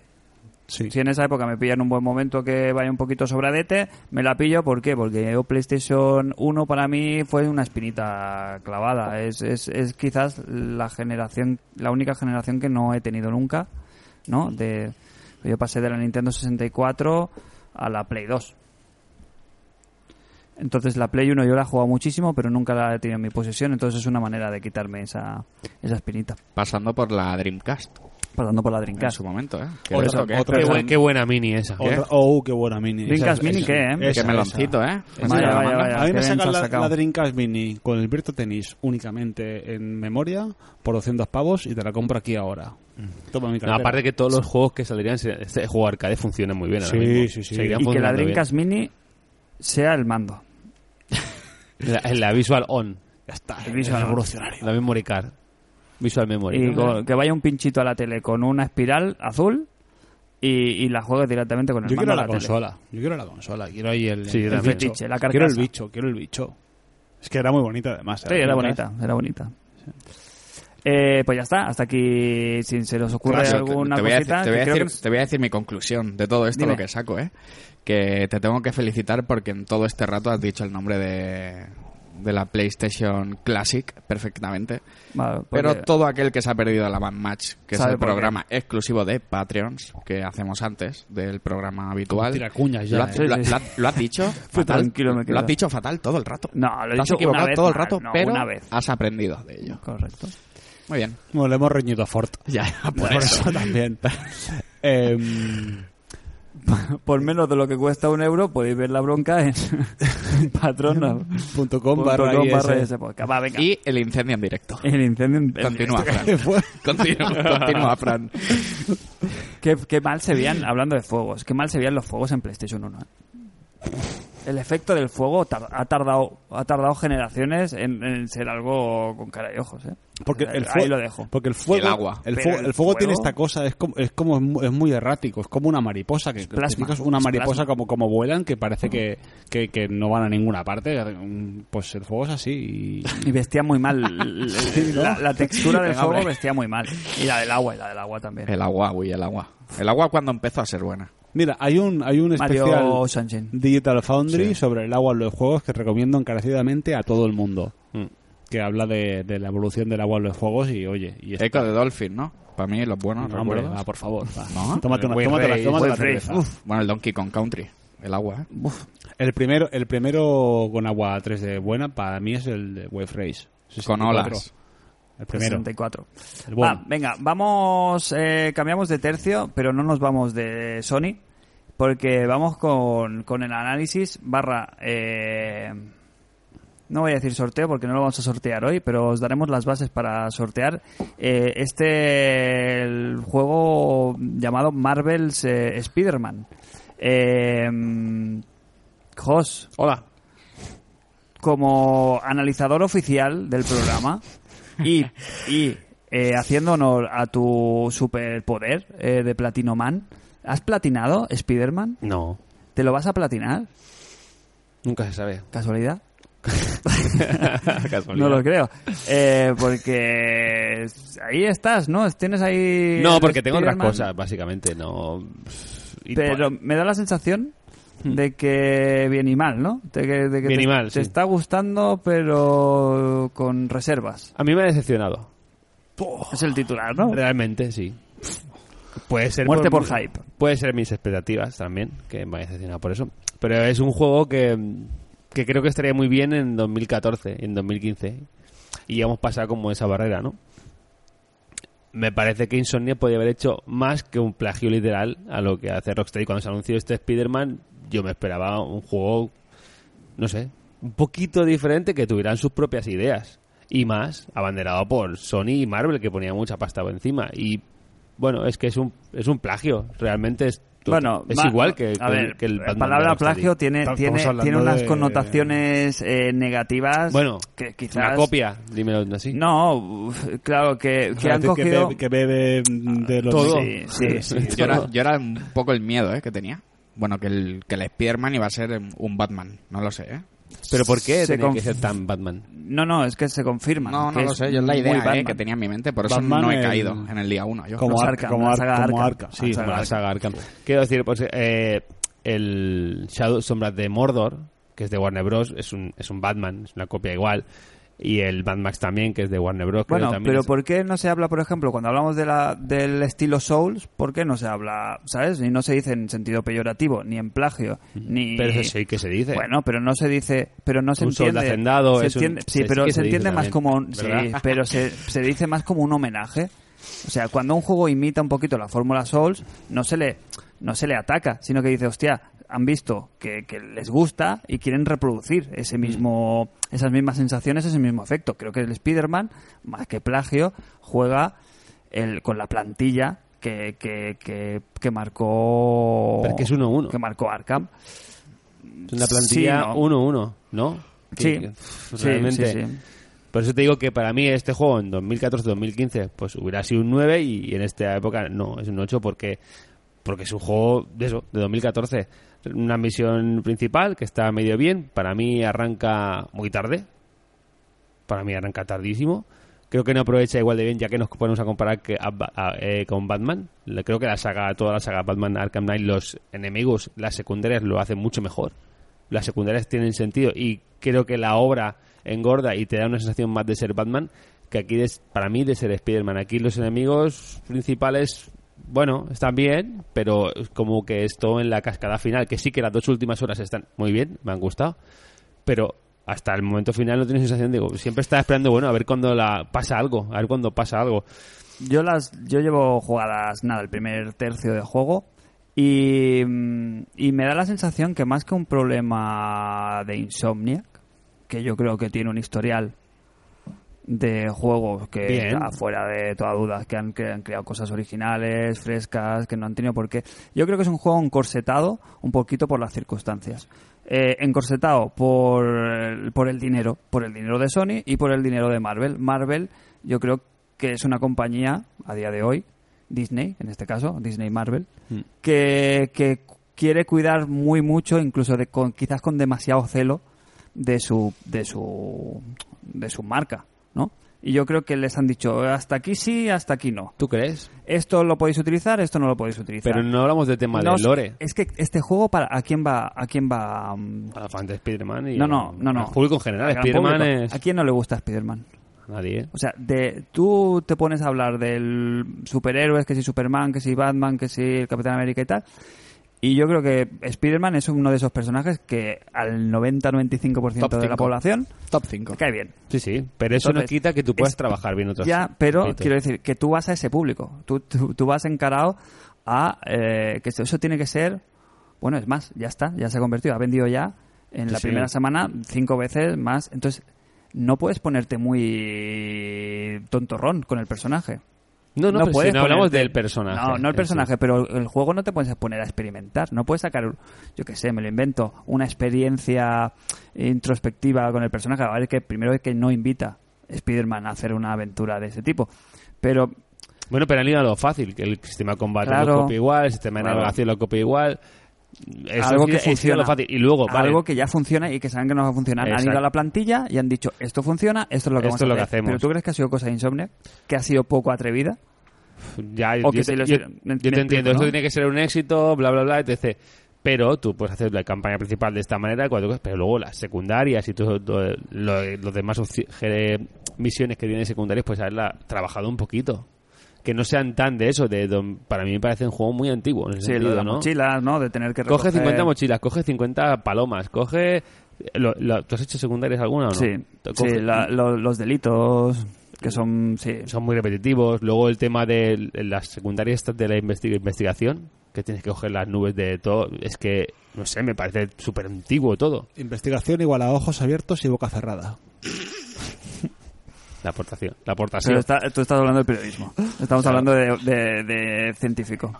Speaker 3: Sí.
Speaker 2: Si en esa época me pillan un buen momento que vaya un poquito sobradete, me la pillo. ¿Por qué? Porque yo PlayStation 1 para mí fue una espinita clavada. Es, es, es quizás la generación, la única generación que no he tenido nunca, ¿no? De, yo pasé de la Nintendo 64 a la Play 2. Entonces la Play 1 yo la he jugado muchísimo, pero nunca la he tenido en mi posesión. Entonces es una manera de quitarme esa, esa espinita.
Speaker 5: Pasando por la Dreamcast
Speaker 2: Pasando por la
Speaker 5: en
Speaker 2: Dreamcast.
Speaker 5: su momento, ¿eh? Que
Speaker 3: Otra-
Speaker 5: eso que es,
Speaker 3: otra-
Speaker 4: Qué,
Speaker 5: que-
Speaker 4: buen- qué buena mini esa. ¿eh?
Speaker 5: ¿Qué?
Speaker 3: Otra- oh, qué buena mini.
Speaker 2: Dreamcast
Speaker 3: Esa-
Speaker 2: Mini,
Speaker 3: esa-
Speaker 2: ¿qué, eh?
Speaker 5: que
Speaker 3: esa-
Speaker 5: meloncito, ¿eh?
Speaker 3: esa.
Speaker 5: Esa
Speaker 2: Vaya,
Speaker 5: la
Speaker 2: vaya,
Speaker 5: manda.
Speaker 2: vaya.
Speaker 3: A
Speaker 2: qué
Speaker 3: mí me
Speaker 2: bien se
Speaker 3: sacan
Speaker 2: ha
Speaker 3: la,
Speaker 2: sacado.
Speaker 3: la Dreamcast Mini con el Virtua Tennis únicamente en memoria por 200 pavos y te la compro aquí ahora.
Speaker 2: Mm.
Speaker 3: Toma mi
Speaker 4: No,
Speaker 3: cartera.
Speaker 4: aparte que todos los juegos que saldrían, se- este juego arcade funciona muy bien. ahora
Speaker 3: Sí,
Speaker 4: mismo.
Speaker 3: sí, sí.
Speaker 4: Seguirán
Speaker 2: y que la
Speaker 4: funcionando
Speaker 2: Dreamcast Mini sea el mando.
Speaker 4: bien. La, la Visual On,
Speaker 3: Ya está,
Speaker 2: El Visual
Speaker 3: es revolucionario.
Speaker 4: la Memory Card, Visual Memory.
Speaker 2: Y con- que vaya un pinchito a la tele con una espiral azul y, y la juegues directamente con el
Speaker 3: Yo
Speaker 2: mando
Speaker 3: quiero
Speaker 2: a
Speaker 3: la,
Speaker 2: la, tele.
Speaker 3: consola. Yo quiero la consola. Quiero ahí el,
Speaker 4: Sí, yo
Speaker 3: el
Speaker 4: también.
Speaker 3: bicho.
Speaker 2: Fetiche, la
Speaker 3: quiero el
Speaker 2: carcasa.
Speaker 3: bicho, quiero el bicho. Es que era muy bonita además. ¿eh?
Speaker 2: Sí, era bonita, era bonita. Eh, pues ya está, hasta aquí, si se os ocurre
Speaker 5: Horacio, te-
Speaker 2: alguna
Speaker 5: te, voy a
Speaker 2: cosita,
Speaker 5: decir, te voy a
Speaker 2: que creo
Speaker 5: decir-
Speaker 2: que-
Speaker 5: te voy a decir mi conclusión de todo esto,
Speaker 2: Dime.
Speaker 5: lo que saco, ¿eh? Que te tengo que felicitar porque en todo este rato has dicho el nombre de, de la PlayStation Classic perfectamente.
Speaker 2: Vale, pues
Speaker 5: Pero
Speaker 2: que-
Speaker 5: todo aquel que se ha perdido la Band Match, que es
Speaker 2: Sabe
Speaker 5: el
Speaker 2: por qué.
Speaker 5: programa exclusivo de Patreons que hacemos antes del programa habitual.
Speaker 3: Tira cuñas ya,
Speaker 5: Lo, has-
Speaker 3: ¿eh?
Speaker 5: lo-
Speaker 2: Sí, sí.
Speaker 5: lo has- lo has
Speaker 2: (laughs)
Speaker 5: dicho fatal.
Speaker 2: tranquilo, me
Speaker 5: lo
Speaker 2: quedo.
Speaker 5: has dicho fatal todo el rato.
Speaker 2: No, lo he
Speaker 5: Te has
Speaker 2: dicho una
Speaker 5: equivocado
Speaker 2: vez
Speaker 5: todo el
Speaker 2: mal,
Speaker 5: rato,
Speaker 2: no,
Speaker 5: pero
Speaker 2: una vez.
Speaker 5: has aprendido de ello.
Speaker 2: Correcto.
Speaker 5: Muy bien.
Speaker 3: Bueno, le hemos reñido a Ford.
Speaker 5: Ya, (laughs) por
Speaker 2: pues,
Speaker 3: Por
Speaker 5: eso.
Speaker 2: (laughs)
Speaker 3: eso también. Em,
Speaker 2: (laughs) Por menos de lo que cuesta un euro, podéis ver la bronca en (laughs) patrono.com
Speaker 3: punto com barra IS.
Speaker 2: Va, venga. Este
Speaker 5: Y el incendio
Speaker 2: (laughs)
Speaker 5: en directo.
Speaker 2: El incendio en-
Speaker 5: Continúa, Fran.
Speaker 3: (laughs)
Speaker 2: (laughs)
Speaker 5: Continúa, continúa, Fran.
Speaker 2: Qué, qué mal se
Speaker 3: (clears throat)
Speaker 2: veían, hablando de fuegos, qué mal se veían los fuegos en PlayStation 1. ¿eh? El efecto del fuego tar- ha tardado ha tardado generaciones en, en ser algo con cara y ojos. ¿eh?
Speaker 3: Porque el
Speaker 2: Ahí
Speaker 3: fue-
Speaker 2: lo dejo.
Speaker 3: Porque el fuego,
Speaker 5: Y el agua.
Speaker 3: el
Speaker 2: Pero
Speaker 3: fuego,
Speaker 2: el
Speaker 3: el fuego tiene
Speaker 2: fuego-
Speaker 3: esta cosa, es como, es como es mu- es muy errático, es como una mariposa que
Speaker 2: plasma,
Speaker 3: te fijas, una
Speaker 2: es
Speaker 3: mariposa
Speaker 2: plasma.
Speaker 3: como, como vuelan que parece que, que, que no van a ninguna parte. Pues el fuego es así. y-
Speaker 2: Y vestía muy
Speaker 3: (laughs)
Speaker 2: mal. l- l- la, la textura del
Speaker 5: Venga,
Speaker 2: fuego
Speaker 5: hombre.
Speaker 2: vestía muy mal. Y la del agua, y la del agua también.
Speaker 3: Eh,
Speaker 5: El agua, uy, el agua. El agua cuando empezó a ser buena.
Speaker 3: Mira, hay un hay un
Speaker 2: Mario
Speaker 3: especial
Speaker 2: Sánchez.
Speaker 3: Digital Foundry
Speaker 5: Sí.
Speaker 3: sobre el agua en los juegos que recomiendo encarecidamente a todo el mundo.
Speaker 4: Mm.
Speaker 3: Que habla de, de la evolución del agua en los juegos y oye, y está-
Speaker 5: Eco de Dolphin, ¿no? Para mí los buenos
Speaker 3: No, hombre,
Speaker 5: recuerdos.
Speaker 3: va, por favor. va.
Speaker 5: ¿No?
Speaker 3: Tómate una,
Speaker 4: Wave
Speaker 3: tómate la-
Speaker 4: Race,
Speaker 3: tómate la
Speaker 2: Wave Race,
Speaker 3: cerveza.
Speaker 5: Bueno, el Donkey Kong Country. El agua, ¿eh?
Speaker 3: El primero, el primero con agua 3D buena para mí es el de Wave Race. 64.
Speaker 5: Con olas.
Speaker 3: El primero.
Speaker 2: 64.
Speaker 3: El bueno.
Speaker 2: Va, venga, vamos, eh, cambiamos de tercio, pero no nos vamos de Sony, porque vamos con, con el análisis barra... eh, no voy a decir sorteo porque no lo vamos a sortear hoy, pero os daremos las bases para sortear eh, este el juego llamado Marvel's eh, Spider-Man. Eh, Jos,
Speaker 4: Hola.
Speaker 2: como analizador oficial del programa
Speaker 4: (laughs)
Speaker 2: y, y eh, haciendo honor a tu superpoder eh, de Platino Man, ¿has platinado Spider-Man?
Speaker 4: No.
Speaker 2: ¿Te lo vas a platinar?
Speaker 4: Nunca se (laughs) sabe.
Speaker 2: ¿Casualidad?
Speaker 4: Casualidad.
Speaker 2: No lo creo. Eh, porque ahí estás, ¿no? Tienes ahí...
Speaker 4: No,
Speaker 2: el
Speaker 4: porque tengo otras
Speaker 2: Spider-Man.
Speaker 4: cosas, básicamente. No. Y
Speaker 2: Pero
Speaker 4: pa-
Speaker 2: me da la sensación de que bien y mal, ¿no? De que, de que
Speaker 4: Bien
Speaker 2: te,
Speaker 4: Hmm. y mal,
Speaker 2: te
Speaker 4: sí.
Speaker 2: está gustando, pero con reservas.
Speaker 4: A mí me ha decepcionado.
Speaker 2: Es el titular, ¿no?
Speaker 4: Realmente, sí. Puede ser
Speaker 2: Muerte por hype.
Speaker 4: Puede ser mis expectativas también, que me ha decepcionado por eso. Pero es un juego que, que creo que estaría muy bien en 2014, en 2015. Y ya hemos pasado como esa barrera, ¿no? Me parece que Insomnia podría haber hecho más que un plagio literal a lo que hace Rocksteady. Cuando se anunció este Spider-Man, yo me esperaba un juego, no sé, un poquito diferente que tuvieran sus propias ideas. Y más, abanderado por Sony y Marvel, que ponía mucha pasta por encima. Y bueno, es que es un, es un plagio. Realmente es,
Speaker 2: Bueno,
Speaker 4: es
Speaker 2: va-
Speaker 4: igual que,
Speaker 2: a
Speaker 4: que-
Speaker 2: ver,
Speaker 4: que el
Speaker 2: la
Speaker 4: Batman de
Speaker 2: palabra
Speaker 4: Rocksteady.
Speaker 2: plagio tiene,
Speaker 3: Estamos
Speaker 2: tiene,
Speaker 3: hablando
Speaker 2: tiene unas
Speaker 3: de-
Speaker 2: connotaciones eh, negativas
Speaker 4: Bueno,
Speaker 2: que quizás...
Speaker 4: una copia, dímelo así.
Speaker 2: No, uf, claro, que,
Speaker 3: O
Speaker 2: que
Speaker 3: sea,
Speaker 2: han
Speaker 3: decir que
Speaker 2: cogido...
Speaker 3: bebe- Que bebe mm, de los
Speaker 4: todo.
Speaker 2: Sí,
Speaker 5: (laughs)
Speaker 2: sí, sí.
Speaker 5: Yo era, yo era un poco el miedo ¿eh? que tenía. Bueno, que el, que el Spider-Man iba a ser un Batman. No lo sé, ¿eh?
Speaker 4: Pero ¿por qué
Speaker 2: Se
Speaker 4: tenía
Speaker 2: conf-
Speaker 4: que ser tan Batman?
Speaker 2: No, no, es que se confirma.
Speaker 5: No, no
Speaker 2: que
Speaker 5: lo
Speaker 2: es
Speaker 5: sé. Yo es la
Speaker 2: muy
Speaker 5: idea ¿eh?
Speaker 2: Batman.
Speaker 5: que tenía en mi mente. Por eso
Speaker 3: Batman
Speaker 5: no
Speaker 3: en-
Speaker 5: he caído en el día 1.
Speaker 3: como
Speaker 2: Los Arkham,
Speaker 3: Arkham, como
Speaker 2: la
Speaker 3: Arkham,
Speaker 2: saga
Speaker 3: como
Speaker 2: Arkham.
Speaker 3: Arkham, sí,
Speaker 2: La saga
Speaker 4: La saga Arkham. Quiero decir, pues, eh, el Shadow Sombras de Mordor, que es de Warner Bros., es un, es un Batman, es una copia igual. Y el Mad Max también, que es de Warner Bros. creo
Speaker 2: Bueno,
Speaker 4: también
Speaker 2: pero
Speaker 4: es-
Speaker 2: ¿por qué no se habla, por ejemplo, cuando hablamos de la, del estilo Souls, ¿por qué no se habla, ¿sabes? Y no se dice en sentido peyorativo, ni en plagio, ni...
Speaker 4: Pero eso sí que se dice.
Speaker 2: Bueno, pero no se dice, pero no se
Speaker 4: Un
Speaker 2: entiende.
Speaker 4: soldado hacendado
Speaker 2: se
Speaker 4: es un-
Speaker 2: entiende- sí,
Speaker 4: es
Speaker 2: pero
Speaker 4: que
Speaker 2: se
Speaker 4: se dice
Speaker 2: entiende más
Speaker 4: también,
Speaker 2: como un, sí,
Speaker 4: ¿verdad?
Speaker 2: pero se, se dice más como un homenaje. O sea, cuando un juego imita un poquito la fórmula Souls, no se le no se le ataca, sino que dice, hostia, han visto que, que les gusta y quieren reproducir ese mismo
Speaker 4: Mm.
Speaker 2: esas mismas sensaciones, ese mismo efecto. Creo que el Spider-Man, más que plagio, juega el, con la plantilla que, que, que, que marcó
Speaker 4: Pero es que es uno a uno.
Speaker 2: que marcó Arkham.
Speaker 4: Es una
Speaker 2: Sí,
Speaker 4: plantilla
Speaker 2: no.
Speaker 4: 1-1, ¿no?
Speaker 2: Sí.
Speaker 4: Que- que,
Speaker 2: Sí, sí,
Speaker 4: Pues realmente.
Speaker 2: sí.
Speaker 4: Por eso te digo que para mí este juego en 2014-2015 pues hubiera sido un 9 y en esta época no, es un 8 porque porque es un juego de eso, de 2014. Una misión principal que está medio bien, para mí arranca muy tarde. Para mí arranca tardísimo. Creo que no aprovecha igual de bien ya que nos ponemos a comparar que a Ba- a- eh, con Batman. Le- Creo que la saga, toda la saga Batman Arkham Knight, los enemigos, las secundarias lo hacen mucho mejor las secundarias tienen sentido y creo que la obra engorda y te da una sensación más de ser Batman que aquí de- para mí de ser Spider-Man. Aquí los enemigos principales, bueno, están bien, pero es como que esto en la cascada final, que sí que las dos últimas horas están muy bien, me han gustado, pero hasta el momento final no tienes sensación, digo, siempre estás esperando, bueno, a ver cuando la pasa algo, a ver cuando pasa algo.
Speaker 2: Yo las yo llevo jugadas nada el primer tercio de juego y, mm, y me da la sensación que más que un problema de insomnia, que yo creo que tiene un historial de juegos que
Speaker 4: Bien.
Speaker 2: está fuera de toda duda, que han, que han creado cosas originales, frescas, que no han tenido por qué. Yo creo que es un juego encorsetado un poquito por las circunstancias. Eh, encorsetado por, por el dinero, por el dinero de Sony y por el dinero de Marvel. Marvel yo creo que es una compañía, a día de hoy, Disney, en este caso, Disney Marvel, que, que quiere cuidar muy mucho, incluso de, con, quizás con demasiado celo, de su, de su, de su marca, ¿no? Y yo creo que les han dicho, hasta aquí sí, hasta aquí no.
Speaker 4: ¿Tú crees?
Speaker 2: Esto lo podéis utilizar, esto no lo podéis utilizar.
Speaker 4: Pero no hablamos de tema
Speaker 2: No,
Speaker 4: de lore.
Speaker 2: Es que este juego para a quién va a quién va mm,
Speaker 4: A fan de Spider-Man y
Speaker 2: No, no, no, no.
Speaker 4: al público en general.
Speaker 2: al gran
Speaker 4: Ah, Spider-Man
Speaker 2: público?
Speaker 4: es...
Speaker 2: ¿A quién no le gusta Spider-Man?
Speaker 4: Nadie, ¿eh?
Speaker 2: O sea, de, tú te pones a hablar del superhéroes, que si Superman, que si Batman, que si el Capitán América y tal. Y yo creo que Spider-Man es uno de esos personajes que al 90-95%
Speaker 5: Top
Speaker 2: de la
Speaker 5: cinco.
Speaker 2: población
Speaker 5: Top 5.
Speaker 2: cae bien.
Speaker 4: Sí, sí. Pero eso no
Speaker 2: Entonces,
Speaker 4: quita que tú puedas
Speaker 2: es-
Speaker 4: trabajar bien otras
Speaker 2: Ya, pero
Speaker 4: cositas.
Speaker 2: quiero decir que tú vas a ese público. Tú, tú, tú vas encarado a eh, que eso tiene que ser. Bueno, es más, ya está, ya se ha convertido. Ha vendido ya en la
Speaker 4: Sí.
Speaker 2: primera semana cinco veces más. Entonces, no puedes ponerte muy tontorrón con el personaje.
Speaker 4: No, no, pero si
Speaker 2: puedes
Speaker 4: no hablamos
Speaker 2: ponerte-
Speaker 4: del personaje.
Speaker 2: No, no
Speaker 4: en
Speaker 2: el
Speaker 4: sí.
Speaker 2: personaje, pero el juego no te puedes poner a experimentar. No puedes sacar, yo qué sé, me lo invento, una experiencia introspectiva con el personaje. A ver, que primero es que no invita Spider-Man a hacer una aventura de ese tipo. Pero
Speaker 4: Bueno, pero han ido a lo fácil, que el sistema de combate
Speaker 2: Claro.
Speaker 4: lo copia igual, el sistema de
Speaker 2: Claro.
Speaker 4: navegación lo copia igual. Eso
Speaker 2: algo
Speaker 4: es ir- es
Speaker 2: que
Speaker 4: ir a
Speaker 2: funciona.
Speaker 4: lo fácil. Y luego, vale,
Speaker 2: algo que ya funciona y que saben que no va a funcionar. Han
Speaker 4: Exacto.
Speaker 2: ido a la plantilla y han dicho, esto funciona, esto es lo
Speaker 4: Esto
Speaker 2: que, vamos a
Speaker 4: es lo que
Speaker 2: hacer.
Speaker 4: hacemos.
Speaker 2: Pero tú crees que ha sido cosa de Insomnia, que ha sido poco atrevida.
Speaker 4: pues ya,
Speaker 2: o que
Speaker 4: yo,
Speaker 2: se
Speaker 4: te,
Speaker 2: lo-
Speaker 4: yo-
Speaker 2: me-
Speaker 4: yo
Speaker 2: me
Speaker 4: te
Speaker 2: explico,
Speaker 4: entiendo,
Speaker 2: ¿no?
Speaker 4: esto tiene que ser un éxito, bla, bla, bla, etc. Pero tú puedes hacer la campaña principal de esta manera, cuatro cosas, pero luego las secundarias y todo, todo lo- los demás opci- je- misiones que tienen secundarias, pues haberla trabajado un poquito. Que no sean tan de eso, de don- para mí me parece un juego muy antiguo. En ese
Speaker 2: Sí, lo
Speaker 4: sentido,
Speaker 2: de las
Speaker 4: ¿no?
Speaker 2: mochilas, ¿no? De tener que
Speaker 4: Coge
Speaker 2: recoger-
Speaker 4: 50 mochilas, coge 50 palomas, coge... eh, lo- lo- ¿Tú has hecho secundarias alguna o no?
Speaker 2: Sí,
Speaker 4: To-
Speaker 2: sí,
Speaker 4: coge-
Speaker 2: la- lo- los delitos que son... Sí,
Speaker 4: Son muy repetitivos. Luego el tema de l- las secundarias estas de la investi- investigación, que tienes que coger las nubes de todo. Es que, no sé, me parece súper antiguo todo.
Speaker 3: Investigación igual a ojos abiertos y boca cerrada. (laughs)
Speaker 4: La aportación. La aportación.
Speaker 2: Pero está- tú estás hablando de periodismo. Estamos hablando de, de- de científico.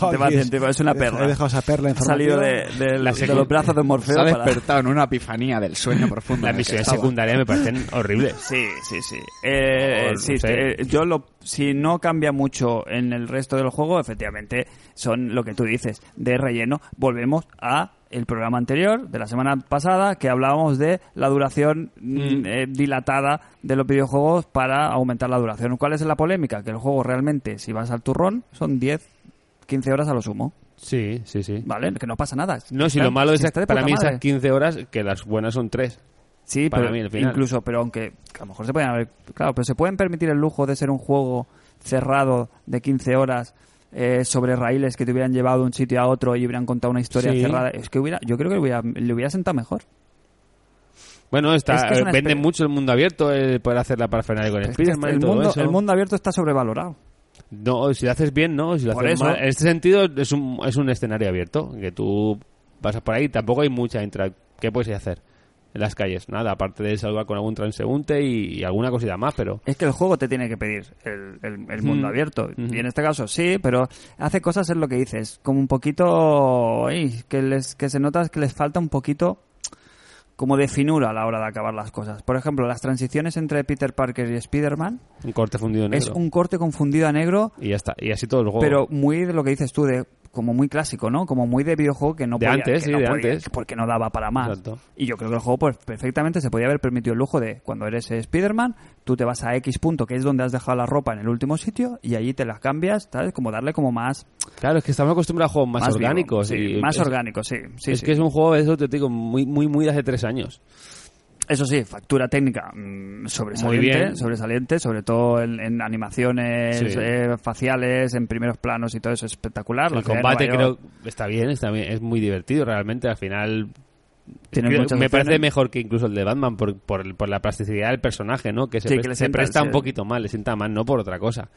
Speaker 3: Joder,
Speaker 2: Tema científico, es una perla.
Speaker 3: He dejado esa perla
Speaker 2: Ha salido de,
Speaker 3: informativa.
Speaker 2: de-
Speaker 4: La
Speaker 2: de
Speaker 4: secu-
Speaker 2: los brazos de
Speaker 5: Se
Speaker 2: Morfeo
Speaker 5: ha
Speaker 2: para...
Speaker 5: despertado en una epifanía del sueño profundo.
Speaker 4: Las
Speaker 5: en el que
Speaker 4: misiones
Speaker 5: estaba.
Speaker 4: secundarias me parecen horribles.
Speaker 2: Sí, sí, sí. Eh,
Speaker 4: O,
Speaker 2: eh, sí,
Speaker 4: no sé.
Speaker 2: eh, yo lo, si no cambia mucho en el resto del juego, efectivamente son lo que tú dices de relleno. Volvemos a el programa anterior de la semana pasada que hablábamos de la duración mm, eh, dilatada de los videojuegos para aumentar la duración. ¿Cuál es la polémica? Que el juego realmente, si vas al turrón, son 10, 15 horas a lo sumo,
Speaker 4: Sí, sí, sí.
Speaker 2: ¿vale? Que no pasa nada.
Speaker 4: No, si
Speaker 2: Está-
Speaker 4: lo malo es
Speaker 2: si está de
Speaker 4: para
Speaker 2: puta
Speaker 4: mí
Speaker 2: madre.
Speaker 4: esas 15 horas, que las buenas son 3.
Speaker 2: Sí,
Speaker 4: Para
Speaker 2: pero
Speaker 4: mí, al final.
Speaker 2: incluso, pero aunque a lo mejor se pueden haber, claro, pero se pueden permitir el lujo de ser un juego cerrado de 15 horas eh, sobre raíles que te hubieran llevado de un sitio a otro y hubieran contado una historia
Speaker 4: Sí.
Speaker 2: cerrada. Es que hubiera, yo creo que hubiera- le hubiera sentado mejor.
Speaker 4: Bueno, está, eh,
Speaker 2: Es que es una
Speaker 4: vende
Speaker 2: espe-
Speaker 4: mucho el mundo abierto el poder hacer la parafernalia con
Speaker 2: Es que este,
Speaker 4: Spiderman y
Speaker 2: el,
Speaker 4: todo
Speaker 2: mundo,
Speaker 4: eso.
Speaker 2: el mundo abierto está sobrevalorado.
Speaker 4: No, si lo haces bien, no. Si lo
Speaker 2: Por
Speaker 4: haces
Speaker 2: eso.
Speaker 4: mal. En este sentido, es un, es un escenario abierto. Que tú pasas por ahí, tampoco hay mucha entra. ¿Qué puedes ir a hacer en las calles? Nada, aparte de saludar con algún transeúnte y, y alguna cosita más, pero.
Speaker 2: Es que el juego te tiene que pedir el, el- el mundo
Speaker 4: Mm.
Speaker 2: abierto.
Speaker 4: Ujú.
Speaker 2: Y en este caso sí, pero hace cosas es lo que dices. Como un poquito... ey, que, les, que se nota que les falta un poquito como de finura a la hora de acabar las cosas. Por ejemplo, las transiciones entre Peter Parker y Spider-Man
Speaker 4: Un corte fundido en
Speaker 2: es
Speaker 4: negro.
Speaker 2: un corte confundido a negro,
Speaker 4: Y ya está. Y así todo el juego.
Speaker 2: pero muy de lo que dices tú, de como muy clásico, ¿no? Como muy de videojuego que no
Speaker 4: De
Speaker 2: podía...
Speaker 4: antes,
Speaker 2: que
Speaker 4: sí,
Speaker 2: no
Speaker 4: de
Speaker 2: podía-
Speaker 4: antes.
Speaker 2: Porque no daba para más.
Speaker 4: Exacto.
Speaker 2: Y yo creo que el juego pues, perfectamente se podía haber permitido el lujo de cuando eres eh, Spider-Man, tú te vas a X punto, que es donde has dejado la ropa en el último sitio, y allí te las cambias, ¿sabes? Como darle como más...
Speaker 4: Claro, es que estamos acostumbrados a juegos más,
Speaker 2: vivo.
Speaker 4: orgánicos.
Speaker 2: Sí,
Speaker 4: y
Speaker 2: más
Speaker 4: es,
Speaker 2: orgánicos, sí. sí,
Speaker 4: es
Speaker 2: sí.
Speaker 4: que es un juego, eso te digo, muy, muy, muy de hace tres años.
Speaker 2: Eso sí, factura técnica mm, sobresaliente,
Speaker 4: Muy bien.
Speaker 2: sobresaliente, sobre todo en, en animaciones
Speaker 4: Sí.
Speaker 2: eh, faciales, en primeros planos y todo eso espectacular. La
Speaker 4: el
Speaker 2: ciudad de
Speaker 4: combate
Speaker 2: Nueva
Speaker 4: creo
Speaker 2: York
Speaker 4: está bien, está bien, es muy divertido realmente. Al final
Speaker 2: tiene
Speaker 4: Creo-
Speaker 2: muchas
Speaker 4: me
Speaker 2: opciones.
Speaker 4: parece mejor que incluso el de Batman por, por, el- por la plasticidad del personaje, ¿no? Que se,
Speaker 2: Sí,
Speaker 4: pre-
Speaker 2: que le
Speaker 4: se
Speaker 2: sienta-
Speaker 4: presta
Speaker 2: se-
Speaker 4: un poquito mal, le sienta mal, no por otra cosa.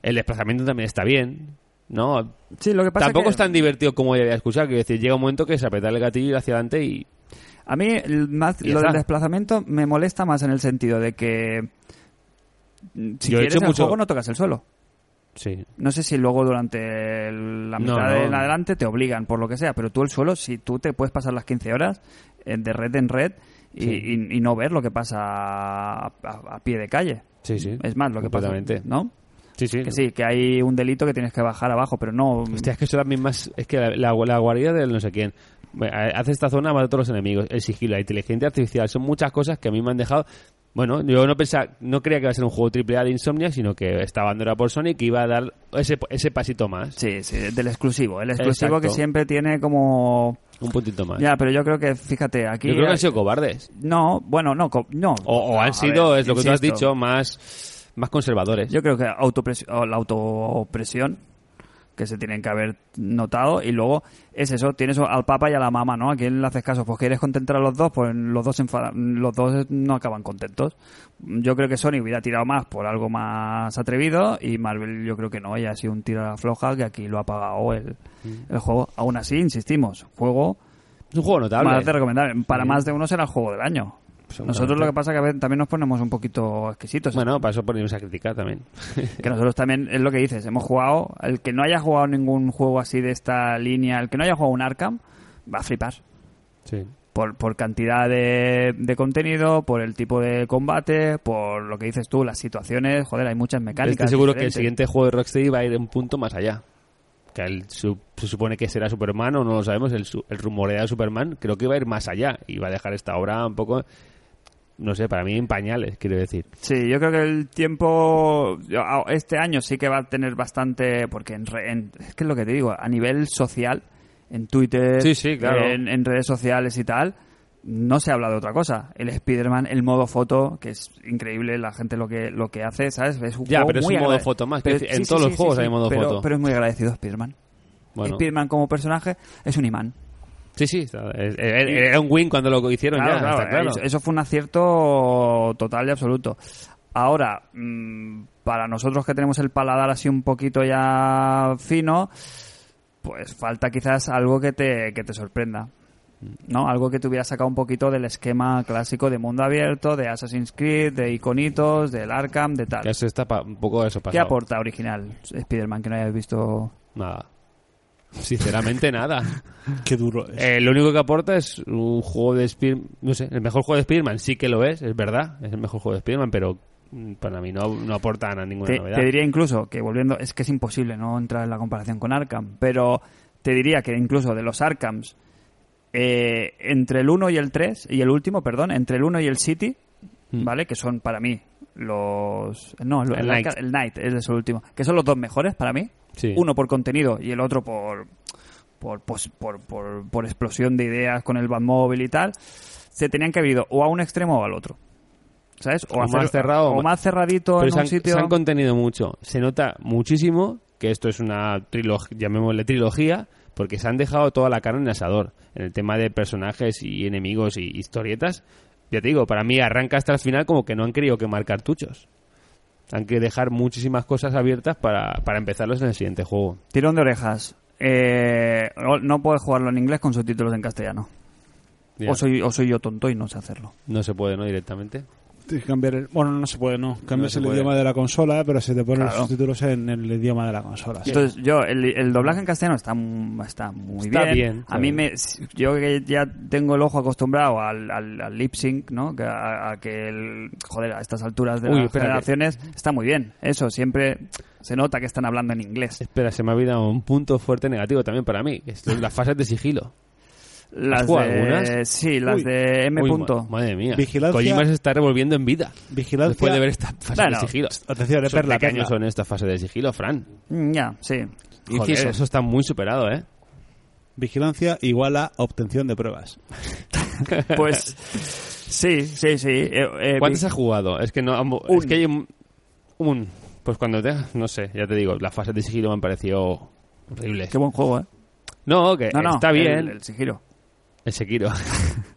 Speaker 4: El desplazamiento también está bien, ¿no?
Speaker 2: Sí, lo que pasa
Speaker 4: Tampoco
Speaker 2: que
Speaker 4: es tan divertido como ya había escuchado, que decir, llega un momento que se aprieta el gatillo y ir hacia adelante y
Speaker 2: A mí el- más-
Speaker 4: Y ya
Speaker 2: lo del
Speaker 4: está.
Speaker 2: desplazamiento me molesta más en el sentido de que mm, si
Speaker 4: Yo he
Speaker 2: quieres
Speaker 4: hecho
Speaker 2: el
Speaker 4: mucho-
Speaker 2: juego no tocas el suelo.
Speaker 4: sí.
Speaker 2: No sé si luego durante el- la
Speaker 4: No,
Speaker 2: mitad de
Speaker 4: no.
Speaker 2: en adelante te obligan por lo que sea, pero tú el suelo, si tú te puedes pasar las 15 horas eh, de red en red y, y- y no ver lo que pasa a, a- a pie de calle.
Speaker 4: Sí, sí.
Speaker 2: Es más, lo que pasa.
Speaker 4: Completamente.
Speaker 2: ¿No?
Speaker 4: Sí, sí.
Speaker 2: Que sí, que hay un delito que tienes que bajar abajo, pero no. mm,
Speaker 4: Hostia, es que son las mismas. Es que la, la, la guarida del no sé quién. Bueno, Hace esta zona, mata a todos los enemigos. El sigilo, la inteligencia artificial. Son muchas cosas que a mí me han dejado. Bueno, yo no pensaba, no creía que iba a ser un juego triple A de Insomnia, sino que esta bandera por Sony que iba a dar ese, ese pasito más.
Speaker 2: Sí, sí, del exclusivo. El exclusivo
Speaker 4: Exacto.
Speaker 2: que siempre tiene como.
Speaker 4: Un puntito más.
Speaker 2: Ya, pero yo creo que, fíjate, aquí.
Speaker 4: yo creo que han sido cobardes.
Speaker 2: No, bueno, no. co- no
Speaker 4: O, o
Speaker 2: A
Speaker 4: han sido,
Speaker 2: ver,
Speaker 4: es lo que tú has
Speaker 2: insisto,
Speaker 4: dicho, más, más conservadores.
Speaker 2: Yo creo que autopresi- o la autopresión que se tienen que haber notado y luego es eso, tienes al papa y a la mamá, ¿no? ¿A quién le haces caso? Pues quieres contentar a los dos, pues los dos se enfadan- los dos no acaban contentos. Yo creo que Sony hubiera tirado más por algo más atrevido y Marvel yo creo que no, ella ha sido un tiro a la floja que aquí lo ha pagado el,
Speaker 4: Mm.
Speaker 2: el juego. Aún así, insistimos, juego
Speaker 4: es un juego notable.
Speaker 2: más de recomendable. Para más de uno será el juego del año.
Speaker 4: Seguramente.
Speaker 2: Nosotros lo que pasa es que a veces también nos ponemos un poquito exquisitos.
Speaker 4: Bueno, para eso ponemos a criticar también.
Speaker 2: Que nosotros también, es lo que dices, hemos jugado, el que no haya jugado ningún juego así de esta línea, el que no haya jugado un Arkham, va a flipar.
Speaker 4: sí.
Speaker 2: Por, por cantidad de, de contenido, por el tipo de combate, por lo que dices tú, las situaciones, joder, hay muchas mecánicas.
Speaker 4: Estoy seguro que el
Speaker 2: diferentes.
Speaker 4: siguiente juego de Rocksteady va a ir un punto más allá. Que el su- se supone que será Superman o no lo sabemos, el, su- el rumoreado Superman creo que va a ir más allá y va a dejar esta obra un poco, no sé, para mí en pañales, quiero decir.
Speaker 2: Sí, yo creo que el tiempo yo, a- este año sí que va a tener bastante, porque en, re- en- es que es lo que te digo, a nivel social, en Twitter,
Speaker 4: Sí, sí, claro.
Speaker 2: en, en redes sociales y tal, no se habla de otra cosa. El Spider-Man, el modo foto, que es increíble la gente lo que lo que hace, ¿sabes? Es un
Speaker 4: Ya,
Speaker 2: juego
Speaker 4: pero es
Speaker 2: muy
Speaker 4: un modo
Speaker 2: agrade-
Speaker 4: foto más, quiero decir, en todos los juegos hay modo
Speaker 2: pero-
Speaker 4: foto.
Speaker 2: Pero es muy agradecido Spider-Man.
Speaker 4: Bueno,
Speaker 2: Spider-Man como personaje es un imán.
Speaker 4: sí, sí, está- es- era era un win cuando lo hicieron
Speaker 2: Claro,
Speaker 4: ya,
Speaker 2: claro,
Speaker 4: está claro.
Speaker 2: Eso, eso fue un acierto total y absoluto. Ahora, mm, para nosotros que tenemos el paladar así un poquito ya fino, pues falta quizás algo que te, que te sorprenda. ¿No? Algo que te hubiera sacado un poquito del esquema clásico de mundo abierto, de Assassin's Creed, de iconitos, del Arkham, de tal.
Speaker 4: Que eso está pa- un poco eso pasado.
Speaker 2: ¿Qué aporta original Spider-Man que no hayas visto?
Speaker 4: Nada. Sinceramente nada.
Speaker 3: Qué duro es.
Speaker 4: Eh, lo único que aporta es un juego de Spiderman. No sé, el mejor juego de Spiderman sí que lo es, es verdad. Es el mejor juego de Spiderman, pero mm, para mí no, no aporta a ninguna
Speaker 2: Te,
Speaker 4: novedad.
Speaker 2: te diría incluso que volviendo, es que es imposible no entrar en la comparación con Arkham, pero te diría que incluso de los Arkhams, eh, entre el 1 y el 3, y el último, perdón, entre el 1 y el City,
Speaker 4: Mm.
Speaker 2: ¿vale? Que son para mí los... No, el,
Speaker 4: El
Speaker 2: el
Speaker 4: Knight.
Speaker 2: Arkham- el Knight es el último, que son los dos mejores para mí.
Speaker 4: Sí.
Speaker 2: Uno por contenido y el otro por... Por, pos- por, por, por explosión de ideas con el Batmóvil y tal, se tenían que haber ido o a un extremo o al otro. ¿Sabes?
Speaker 4: O más cerrado,
Speaker 2: O
Speaker 4: o
Speaker 2: más cerradito
Speaker 4: Pero
Speaker 2: en
Speaker 4: se
Speaker 2: un
Speaker 4: han,
Speaker 2: sitio.
Speaker 4: se han contenido mucho. Se nota muchísimo que esto es una trilogía, llamémosle trilogía, porque se han dejado toda la carne en el asador. En el tema de personajes y enemigos y historietas, ya te digo, para mí arranca hasta el final como que no han querido quemar cartuchos. Han que dejar muchísimas cosas abiertas para, para empezarlos en el siguiente juego.
Speaker 2: Tirón de orejas. Eh, no- no puedes jugarlo en inglés con subtítulos en castellano.
Speaker 4: Ya.
Speaker 2: O, soy, o soy yo tonto y no sé hacerlo.
Speaker 4: No se puede, ¿no? Directamente.
Speaker 3: Tienes que cambiar el- Bueno, no se puede, no. Cambias
Speaker 4: se
Speaker 3: el
Speaker 4: puede.
Speaker 3: idioma de la consola, pero se te ponen
Speaker 2: Claro.
Speaker 3: los subtítulos en el idioma de la consola. sí.
Speaker 2: Entonces, yo, el, el doblaje en castellano está, m- está muy
Speaker 4: Está
Speaker 2: bien.
Speaker 4: bien, está
Speaker 2: A mí
Speaker 4: bien.
Speaker 2: me. Yo que ya tengo el ojo acostumbrado al, al, al lip sync, ¿no? Que a, a que el. Joder, a estas alturas de
Speaker 4: Uy,
Speaker 2: las
Speaker 4: espérate.
Speaker 2: generaciones está muy bien. Eso, siempre se nota que están hablando en inglés.
Speaker 4: Espera, se me ha olvidado un punto fuerte negativo también para mí. que son las fases de sigilo.
Speaker 2: Las
Speaker 4: jugado
Speaker 2: de.
Speaker 4: algunas?
Speaker 2: Sí, las
Speaker 3: Uy.
Speaker 2: de M.
Speaker 4: Uy,
Speaker 2: punto.
Speaker 4: ma- Madre mía.
Speaker 3: Vigilancia-
Speaker 4: Kojima se está revolviendo en vida.
Speaker 3: Vigilancia-
Speaker 4: Después de ver esta fase
Speaker 2: Bueno,
Speaker 4: de sigilo.
Speaker 3: Atención, eh,
Speaker 4: Son
Speaker 3: perla,
Speaker 4: pequeños
Speaker 3: perla.
Speaker 4: son estas fases de sigilo, Fran.
Speaker 2: Mm, Ya, sí.
Speaker 4: Joder,
Speaker 2: Inciso.
Speaker 4: eso está muy superado, ¿eh?
Speaker 3: Vigilancia igual a obtención de pruebas.
Speaker 4: (laughs)
Speaker 2: Pues. Sí, sí, sí. Eh, eh,
Speaker 4: ¿Cuántas has jugado? Es que no... ambo-
Speaker 2: Un.
Speaker 4: Es que hay un... un- Pues cuando te... No sé, ya te digo. Las fases de sigilo me han parecido horribles.
Speaker 2: Qué buen juego, ¿eh?
Speaker 4: No, que
Speaker 2: No, no,
Speaker 4: Eh, está
Speaker 2: el-
Speaker 4: bien.
Speaker 2: El, sigilo.
Speaker 4: El Sekiro. (laughs)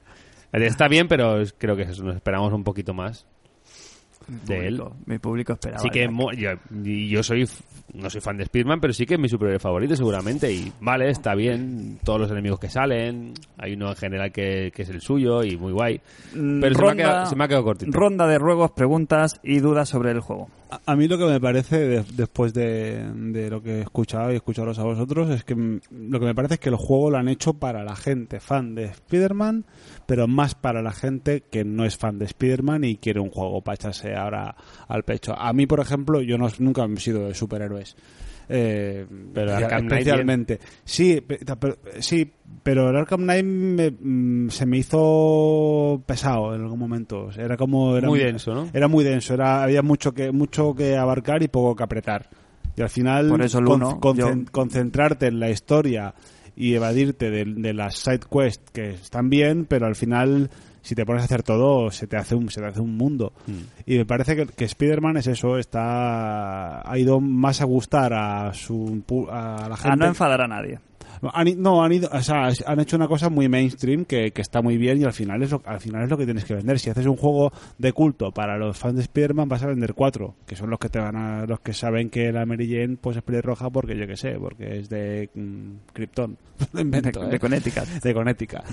Speaker 4: Está bien, pero es- creo que es eso, nos esperamos un poquito más de él.
Speaker 2: Público, Mi público esperaba.
Speaker 4: Sí que mo- yo, y yo soy f- no soy fan de Spiderman, pero sí que es mi superhéroe favorito seguramente. Y vale, está bien, todos los enemigos que salen, hay uno en general que, que es el suyo y muy guay.
Speaker 2: Mm,
Speaker 4: Pero se, me ha
Speaker 2: ronda-
Speaker 4: quedado, se me ha quedado cortito.
Speaker 2: Ronda de ruegos, preguntas y dudas sobre el juego.
Speaker 3: A- A mí lo que me parece, de- después de, de lo que he escuchado y escucharos a vosotros, es que mm, lo que me parece es que el juego lo han hecho para la gente fan de Spider-Man, pero más para la gente que no es fan de Spider-Man y quiere un juego para echarse ahora al pecho. A mí, por ejemplo, yo no, nunca he sido de superhéroes. Eh,
Speaker 4: Pero
Speaker 3: especia-
Speaker 4: Arkham Knight
Speaker 3: especialmente sí pe- ta- pero, sí pero el Arkham Knight me- mm, se me hizo pesado en algún momento O sea, era como era
Speaker 4: Muy denso, ¿no?
Speaker 3: era muy denso, era, había mucho que, mucho que abarcar y poco que apretar. Y al final,
Speaker 2: Por eso el uno,
Speaker 3: concen-
Speaker 2: yo-
Speaker 3: concentrarte en la historia y evadirte de, de las side quests que están bien, pero al final, si te pones a hacer todo, se te hace un, se te hace un mundo.
Speaker 4: Mm.
Speaker 3: Y me parece que, que Spider-Man es eso, está, ha ido más a gustar a, su, pu- a la gente.
Speaker 2: A Ah, no enfadar a nadie.
Speaker 3: Han i- no, han ido, o sea, han hecho una cosa muy mainstream que, que está muy bien y al final es lo, al final es lo que tienes que vender. Si haces un juego de culto para los fans de Spider-Man vas a vender cuatro, que son los que te van a, los que saben que la Mary Jane pues es pelirroja porque yo qué sé, porque es de mm, Krypton, (laughs) Lo invento,
Speaker 2: de, de
Speaker 3: ¿eh?
Speaker 2: Connecticut.
Speaker 3: de Connecticut.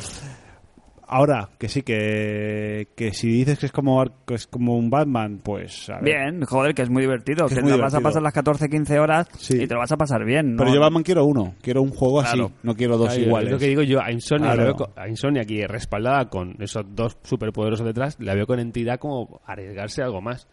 Speaker 3: Ahora, que sí, que, que si dices que es como, Ar- que es como un Batman, pues a ver.
Speaker 2: Bien, joder, que es muy divertido.
Speaker 3: Que
Speaker 2: Que
Speaker 3: es
Speaker 2: te
Speaker 3: muy
Speaker 2: la vas a
Speaker 3: divertido.
Speaker 2: pasar las 14, 15 horas
Speaker 3: Sí.
Speaker 2: y te lo vas a pasar bien. ¿no?
Speaker 3: Pero yo Batman quiero uno, quiero un juego
Speaker 2: Claro.
Speaker 3: así, no quiero dos
Speaker 4: Ay,
Speaker 3: iguales.
Speaker 4: Es lo que digo yo, a Insomnia,
Speaker 3: Claro.
Speaker 4: la veo co- a Insomnia aquí respaldada con esos dos superpoderosos detrás, la veo con entidad como arriesgarse a algo más.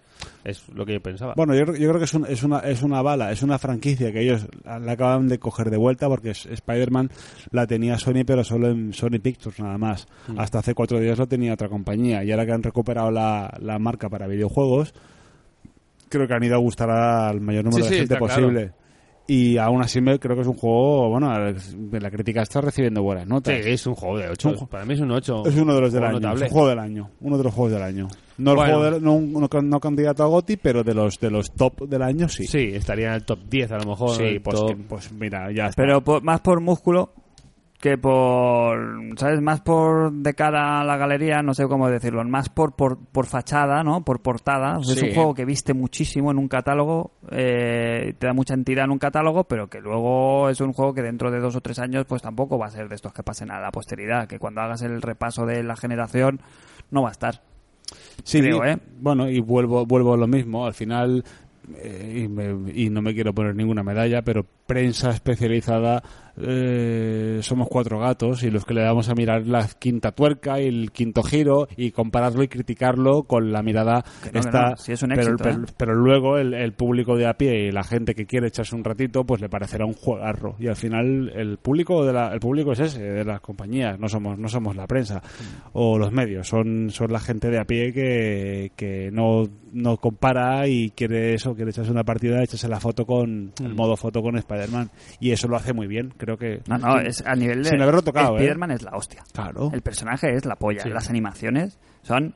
Speaker 4: Es lo que yo pensaba.
Speaker 3: Bueno, yo, creo- yo creo que es, un- es una, es una bala, es una franquicia que ellos la, la acaban de coger de vuelta porque es- Spider-Man la tenía Sony, pero solo en Sony Pictures nada más.
Speaker 4: Mm.
Speaker 3: Hasta hace cuatro días lo tenía otra compañía y ahora que han recuperado la, la marca para videojuegos, creo que han ido a gustar al mayor número
Speaker 4: Sí,
Speaker 3: de
Speaker 4: sí,
Speaker 3: gente
Speaker 4: está claro.
Speaker 3: posible. Y aún así me, creo que es un juego, bueno, la crítica está recibiendo buenas
Speaker 4: Sí,
Speaker 3: notas.
Speaker 4: es un juego de 8.
Speaker 3: pues, ju-
Speaker 4: Para mí es un 8.
Speaker 3: Es uno de los del año,
Speaker 4: notable.
Speaker 3: es un juego del año, uno de los juegos del año. No, el
Speaker 4: Bueno.
Speaker 3: juego del- no, un- no- no candidato a Goti, pero de los de los top del año sí.
Speaker 4: Sí, estaría en el top 10 a lo mejor.
Speaker 3: Sí,
Speaker 4: el
Speaker 3: pues,
Speaker 4: top-
Speaker 3: que- pues mira, ya está.
Speaker 2: Pero por- más por músculo que por, ¿sabes? Más por de cara a la galería, no sé cómo decirlo, más por por, por fachada, ¿no? Por portada. O sea, Es
Speaker 5: Sí.
Speaker 2: un juego que viste muchísimo en un catálogo, eh, te da mucha entidad en un catálogo, pero que luego es un juego que dentro de dos o tres años pues tampoco va a ser de estos que pasen a la posteridad, que cuando hagas el repaso de la generación no va a estar.
Speaker 3: sí,
Speaker 2: creo,
Speaker 3: y-
Speaker 2: ¿eh?
Speaker 3: Bueno, y vuelvo, vuelvo a lo mismo. Al final, eh, y, me- y no me quiero poner ninguna medalla, pero prensa especializada eh, somos cuatro gatos y los que le damos a mirar la quinta tuerca y el quinto giro y compararlo y criticarlo con la mirada
Speaker 2: Que no, que
Speaker 3: está
Speaker 2: no, sí es un
Speaker 3: pero-
Speaker 2: éxito,
Speaker 3: pero,
Speaker 2: ¿eh?
Speaker 3: pero luego el, el público de a pie y la gente que quiere echarse un ratito pues le parecerá un juegarro y al final el público de la- el público es ese de las compañías no somos no somos la prensa o los medios son son la gente de a pie que, que no, no compara y quiere eso quiere echarse una partida echarse la foto con
Speaker 2: Mm.
Speaker 3: el modo foto con Spider-Man y eso lo hace muy bien creo que
Speaker 2: No, no, es a nivel de
Speaker 3: Sin haberlo tocado, ¿eh?
Speaker 2: Spider-Man es la hostia.
Speaker 3: claro
Speaker 2: El personaje es la polla.
Speaker 4: Sí.
Speaker 2: Las animaciones son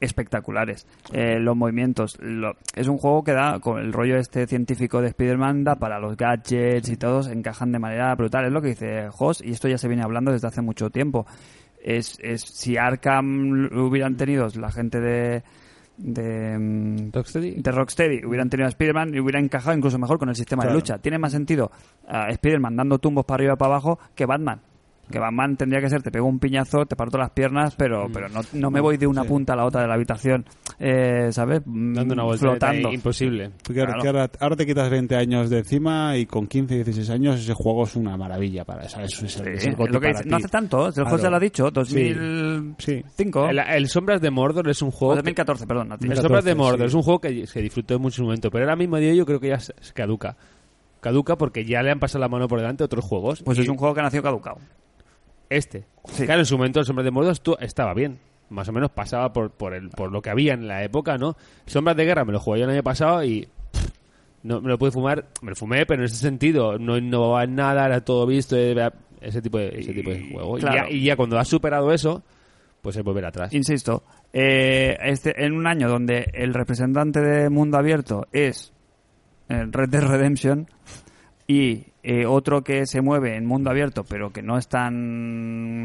Speaker 2: espectaculares. Eh, los movimientos. lo- es un juego que da, con el rollo este científico de Spider-Man, da para los gadgets y todos, encajan de manera brutal. Es lo que dice Hoss, y esto ya se viene hablando desde hace mucho tiempo. Es, es si Arkham lo hubieran tenido la gente de. De, mm,
Speaker 4: Rocksteady.
Speaker 2: de Rocksteady hubieran tenido a Spider-Man y hubiera encajado incluso mejor con el sistema
Speaker 3: Claro.
Speaker 2: de lucha. Tiene más sentido a Spider-Man dando tumbos para arriba y para abajo que Batman. Que Batman tendría que ser, te pego un piñazo, te parto las piernas, pero,
Speaker 4: Mm.
Speaker 2: pero no, no me voy de una punta a la otra de la habitación, eh, ¿sabes? Mm,
Speaker 4: Dando una vuelta Eh,
Speaker 2: Flotando.
Speaker 4: imposible.
Speaker 3: Porque ahora-
Speaker 2: Claro.
Speaker 3: que ahora, ahora te quitas 20 años de encima y con 15, 16 años ese juego es una maravilla para eso. Es, es, el-
Speaker 2: Sí,
Speaker 3: es el
Speaker 2: es
Speaker 3: goti
Speaker 2: lo que
Speaker 3: para
Speaker 2: dice-
Speaker 3: ti.
Speaker 2: no hace tanto, el
Speaker 3: Claro.
Speaker 2: José lo ha dicho,
Speaker 3: Sí.
Speaker 2: 2005
Speaker 3: Sí.
Speaker 4: El, el Sombras de Mordor es un
Speaker 2: o
Speaker 4: juego... que-
Speaker 2: 2014, perdón. no, tío.
Speaker 4: el
Speaker 3: 2014,
Speaker 4: Sombras de Mordor
Speaker 3: sí.
Speaker 4: es un juego que se disfrutó mucho en su momento, pero ahora mismo a día de hoy yo creo que ya se se caduca. Caduca porque ya le han pasado la mano por delante a otros juegos.
Speaker 2: Pues
Speaker 4: y
Speaker 2: es un juego que nació caducado.
Speaker 4: Este.
Speaker 2: Sí.
Speaker 4: Claro, en su momento el Sombras de Mordor estu- estaba bien. Más o menos pasaba por, por, el, por lo que había en la época, ¿no? Sombras de Guerra me lo jugué yo el año pasado y... pff, No, me lo pude fumar, me lo fumé, pero en ese sentido no innovaba en nada, era todo visto, era ese tipo de, ese tipo de juego. Y
Speaker 2: claro.
Speaker 4: ya- Y, ya, cuando has superado eso, pues es volver atrás.
Speaker 2: Insisto, eh, este, en un año donde el representante de mundo abierto es el Red Dead Redemption y eh, otro que se mueve en mundo abierto, pero que no es tan.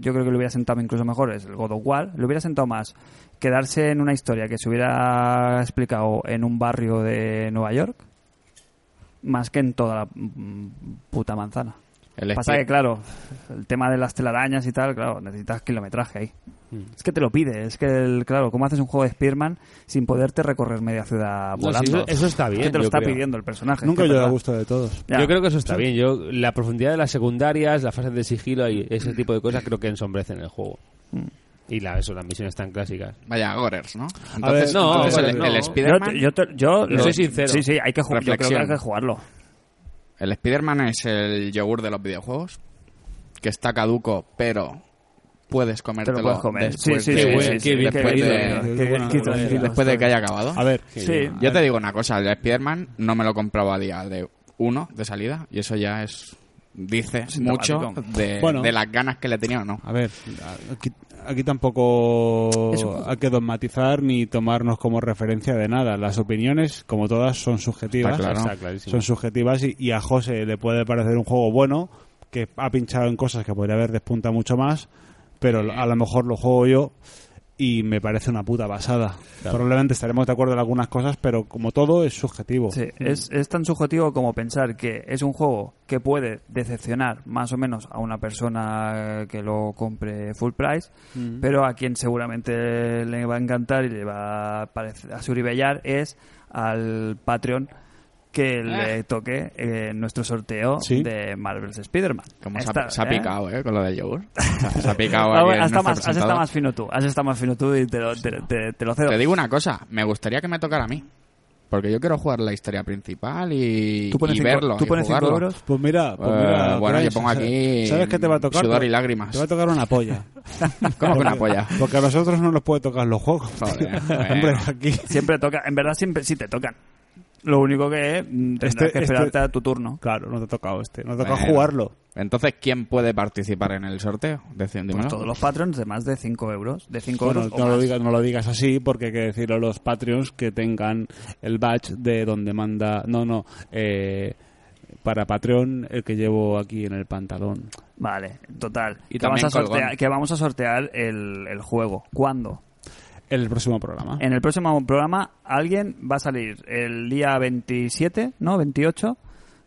Speaker 2: Yo creo que lo hubiera sentado incluso mejor, es el God of War. Lo hubiera sentado más quedarse en una historia que se hubiera explicado en un barrio de Nueva York más que en toda la mm, puta manzana.
Speaker 5: El
Speaker 2: Pasa
Speaker 5: Spi-
Speaker 2: que, claro, el tema de las telarañas y tal, claro, necesitas kilometraje ahí.
Speaker 4: Mm.
Speaker 2: Es que te lo pide, es que, el- claro, ¿cómo haces un juego de Spearman sin poderte recorrer media ciudad
Speaker 4: No,
Speaker 2: volando?
Speaker 4: sí, eso- eso está
Speaker 2: Es
Speaker 4: bien,
Speaker 2: que te lo
Speaker 4: yo
Speaker 2: está
Speaker 4: creo.
Speaker 2: pidiendo el personaje.
Speaker 3: Nunca
Speaker 2: es que
Speaker 3: yo
Speaker 2: es
Speaker 3: a
Speaker 2: verdad.
Speaker 3: gusto de todos.
Speaker 2: Ya.
Speaker 4: Yo creo que eso está bien. Yo, la profundidad de las secundarias, las fases de sigilo y ese tipo de cosas creo que ensombrecen el juego.
Speaker 2: Mm.
Speaker 4: Y la, eso, las misiones tan clásicas.
Speaker 5: Vaya, Gorers, ¿no?
Speaker 3: A ver,
Speaker 5: Entonces,
Speaker 4: no,
Speaker 5: entonces
Speaker 4: Gorers,
Speaker 5: el,
Speaker 4: no.
Speaker 5: el
Speaker 4: Yo te-
Speaker 2: Yo,
Speaker 5: Spider-Man
Speaker 2: te- yo, te- yo
Speaker 4: Yo
Speaker 2: lo-
Speaker 4: soy sincero.
Speaker 2: Sí, sí, hay que, ju- yo creo que hay
Speaker 5: Reflexión.
Speaker 2: que jugarlo.
Speaker 5: el Spider-Man es el yogur de los videojuegos, que está caduco, pero puedes
Speaker 2: Te
Speaker 5: comértelo
Speaker 2: lo puedes comer. Sí,
Speaker 5: después
Speaker 2: sí,
Speaker 5: de-
Speaker 2: sí,
Speaker 4: Qué
Speaker 2: sí,
Speaker 4: bien,
Speaker 2: sí,
Speaker 4: qué bien,
Speaker 2: qué
Speaker 5: qué
Speaker 2: bien,
Speaker 5: bien,
Speaker 2: qué
Speaker 3: qué
Speaker 2: bien,
Speaker 3: buena
Speaker 2: qué
Speaker 3: manera.
Speaker 2: tranquilo,
Speaker 5: después de que haya acabado.
Speaker 3: A ver,
Speaker 2: Sí.
Speaker 5: Yo te digo una cosa, el Spider-Man no me lo compraba a día de uno de salida y eso ya es dice
Speaker 2: Sintomático.
Speaker 5: mucho de,
Speaker 3: Bueno.
Speaker 5: de las ganas que le tenía o no.
Speaker 3: a ver, aquí, aquí tampoco
Speaker 2: Es un juego.
Speaker 3: hay que dogmatizar ni tomarnos como referencia de nada. Las opiniones, como todas, son subjetivas.
Speaker 5: Está claro.
Speaker 4: Está clarísimo.
Speaker 3: Son subjetivas y, y a José le puede parecer un juego bueno, que ha pinchado en cosas que podría haber despunta mucho más, pero lo- a lo mejor lo juego yo y me parece una puta basada. Probablemente estaremos de acuerdo en algunas cosas, pero como todo es subjetivo.
Speaker 2: Sí,
Speaker 5: Mm.
Speaker 2: es, es tan subjetivo como pensar que es un juego que puede decepcionar más o menos a una persona que lo compre full price,
Speaker 5: Mm.
Speaker 2: pero a quien seguramente le va a encantar y le va a, parecer, a suribellar es al Patreon que le toque eh, nuestro sorteo
Speaker 3: Sí.
Speaker 2: de Marvel's Spider-Man.
Speaker 5: Como se,
Speaker 2: Está-
Speaker 5: ha, se ha
Speaker 2: ¿eh?
Speaker 5: picado, ¿eh? Con lo
Speaker 2: (laughs)
Speaker 5: del yogur. Se, se ha picado.
Speaker 2: Ah,
Speaker 5: aquí
Speaker 2: bueno,
Speaker 5: en
Speaker 2: has,
Speaker 5: nuestro
Speaker 2: estado más, has estado
Speaker 5: presentador.
Speaker 2: más fino tú, has estado más fino tú y te lo, te, te- te lo cedo.
Speaker 5: Te digo una cosa, me gustaría que me tocara a mí. Porque yo quiero jugar la historia principal y,
Speaker 2: Tú pones
Speaker 5: y
Speaker 2: cinco-
Speaker 5: verlo.
Speaker 2: tú
Speaker 5: y
Speaker 2: pones cinco
Speaker 5: jugarlo.
Speaker 2: euros.
Speaker 3: Pues mira, pues
Speaker 5: Eh,
Speaker 3: mira,
Speaker 5: bueno,
Speaker 3: Bryce,
Speaker 5: yo pongo
Speaker 3: ¿sabes-
Speaker 5: aquí
Speaker 3: ¿Sabes qué te va a tocar?
Speaker 5: sudor
Speaker 3: Te-
Speaker 5: y lágrimas.
Speaker 3: Te va a tocar una
Speaker 5: (laughs)
Speaker 3: polla.
Speaker 5: (laughs) ¿Cómo que una polla?
Speaker 2: (laughs)
Speaker 3: Porque a nosotros no nos puede tocar los juegos.
Speaker 5: Joder,
Speaker 3: (laughs) tío.
Speaker 5: bueno.
Speaker 3: Hombre, aquí.
Speaker 2: Siempre toca, en verdad siempre sí te tocan. Lo único que es, mm, tendrás
Speaker 3: Este-
Speaker 2: que esperarte
Speaker 3: este-
Speaker 2: a tu turno.
Speaker 3: Claro, no te ha tocado este. No te ha tocado
Speaker 5: Bueno.
Speaker 3: jugarlo.
Speaker 5: Entonces, ¿quién puede participar en el sorteo? Decid-
Speaker 2: Pues
Speaker 5: dímelo.
Speaker 2: todos los patrons de más de 5 euros. De 5
Speaker 3: Bueno,
Speaker 2: euros o
Speaker 3: no, lo
Speaker 2: más.
Speaker 3: digas, no lo digas así porque hay que decirlo a los Patreons que tengan el badge de donde manda... No, no. eh, para Patreon el que llevo aquí en el pantalón.
Speaker 2: Vale, total.
Speaker 5: Y
Speaker 2: que, vamos a
Speaker 5: también colgón.
Speaker 2: sortear, que vamos a sortear el, el juego. ¿Cuándo?
Speaker 3: En el próximo programa.
Speaker 2: En el próximo programa alguien va a salir el día 27, ¿no? 28,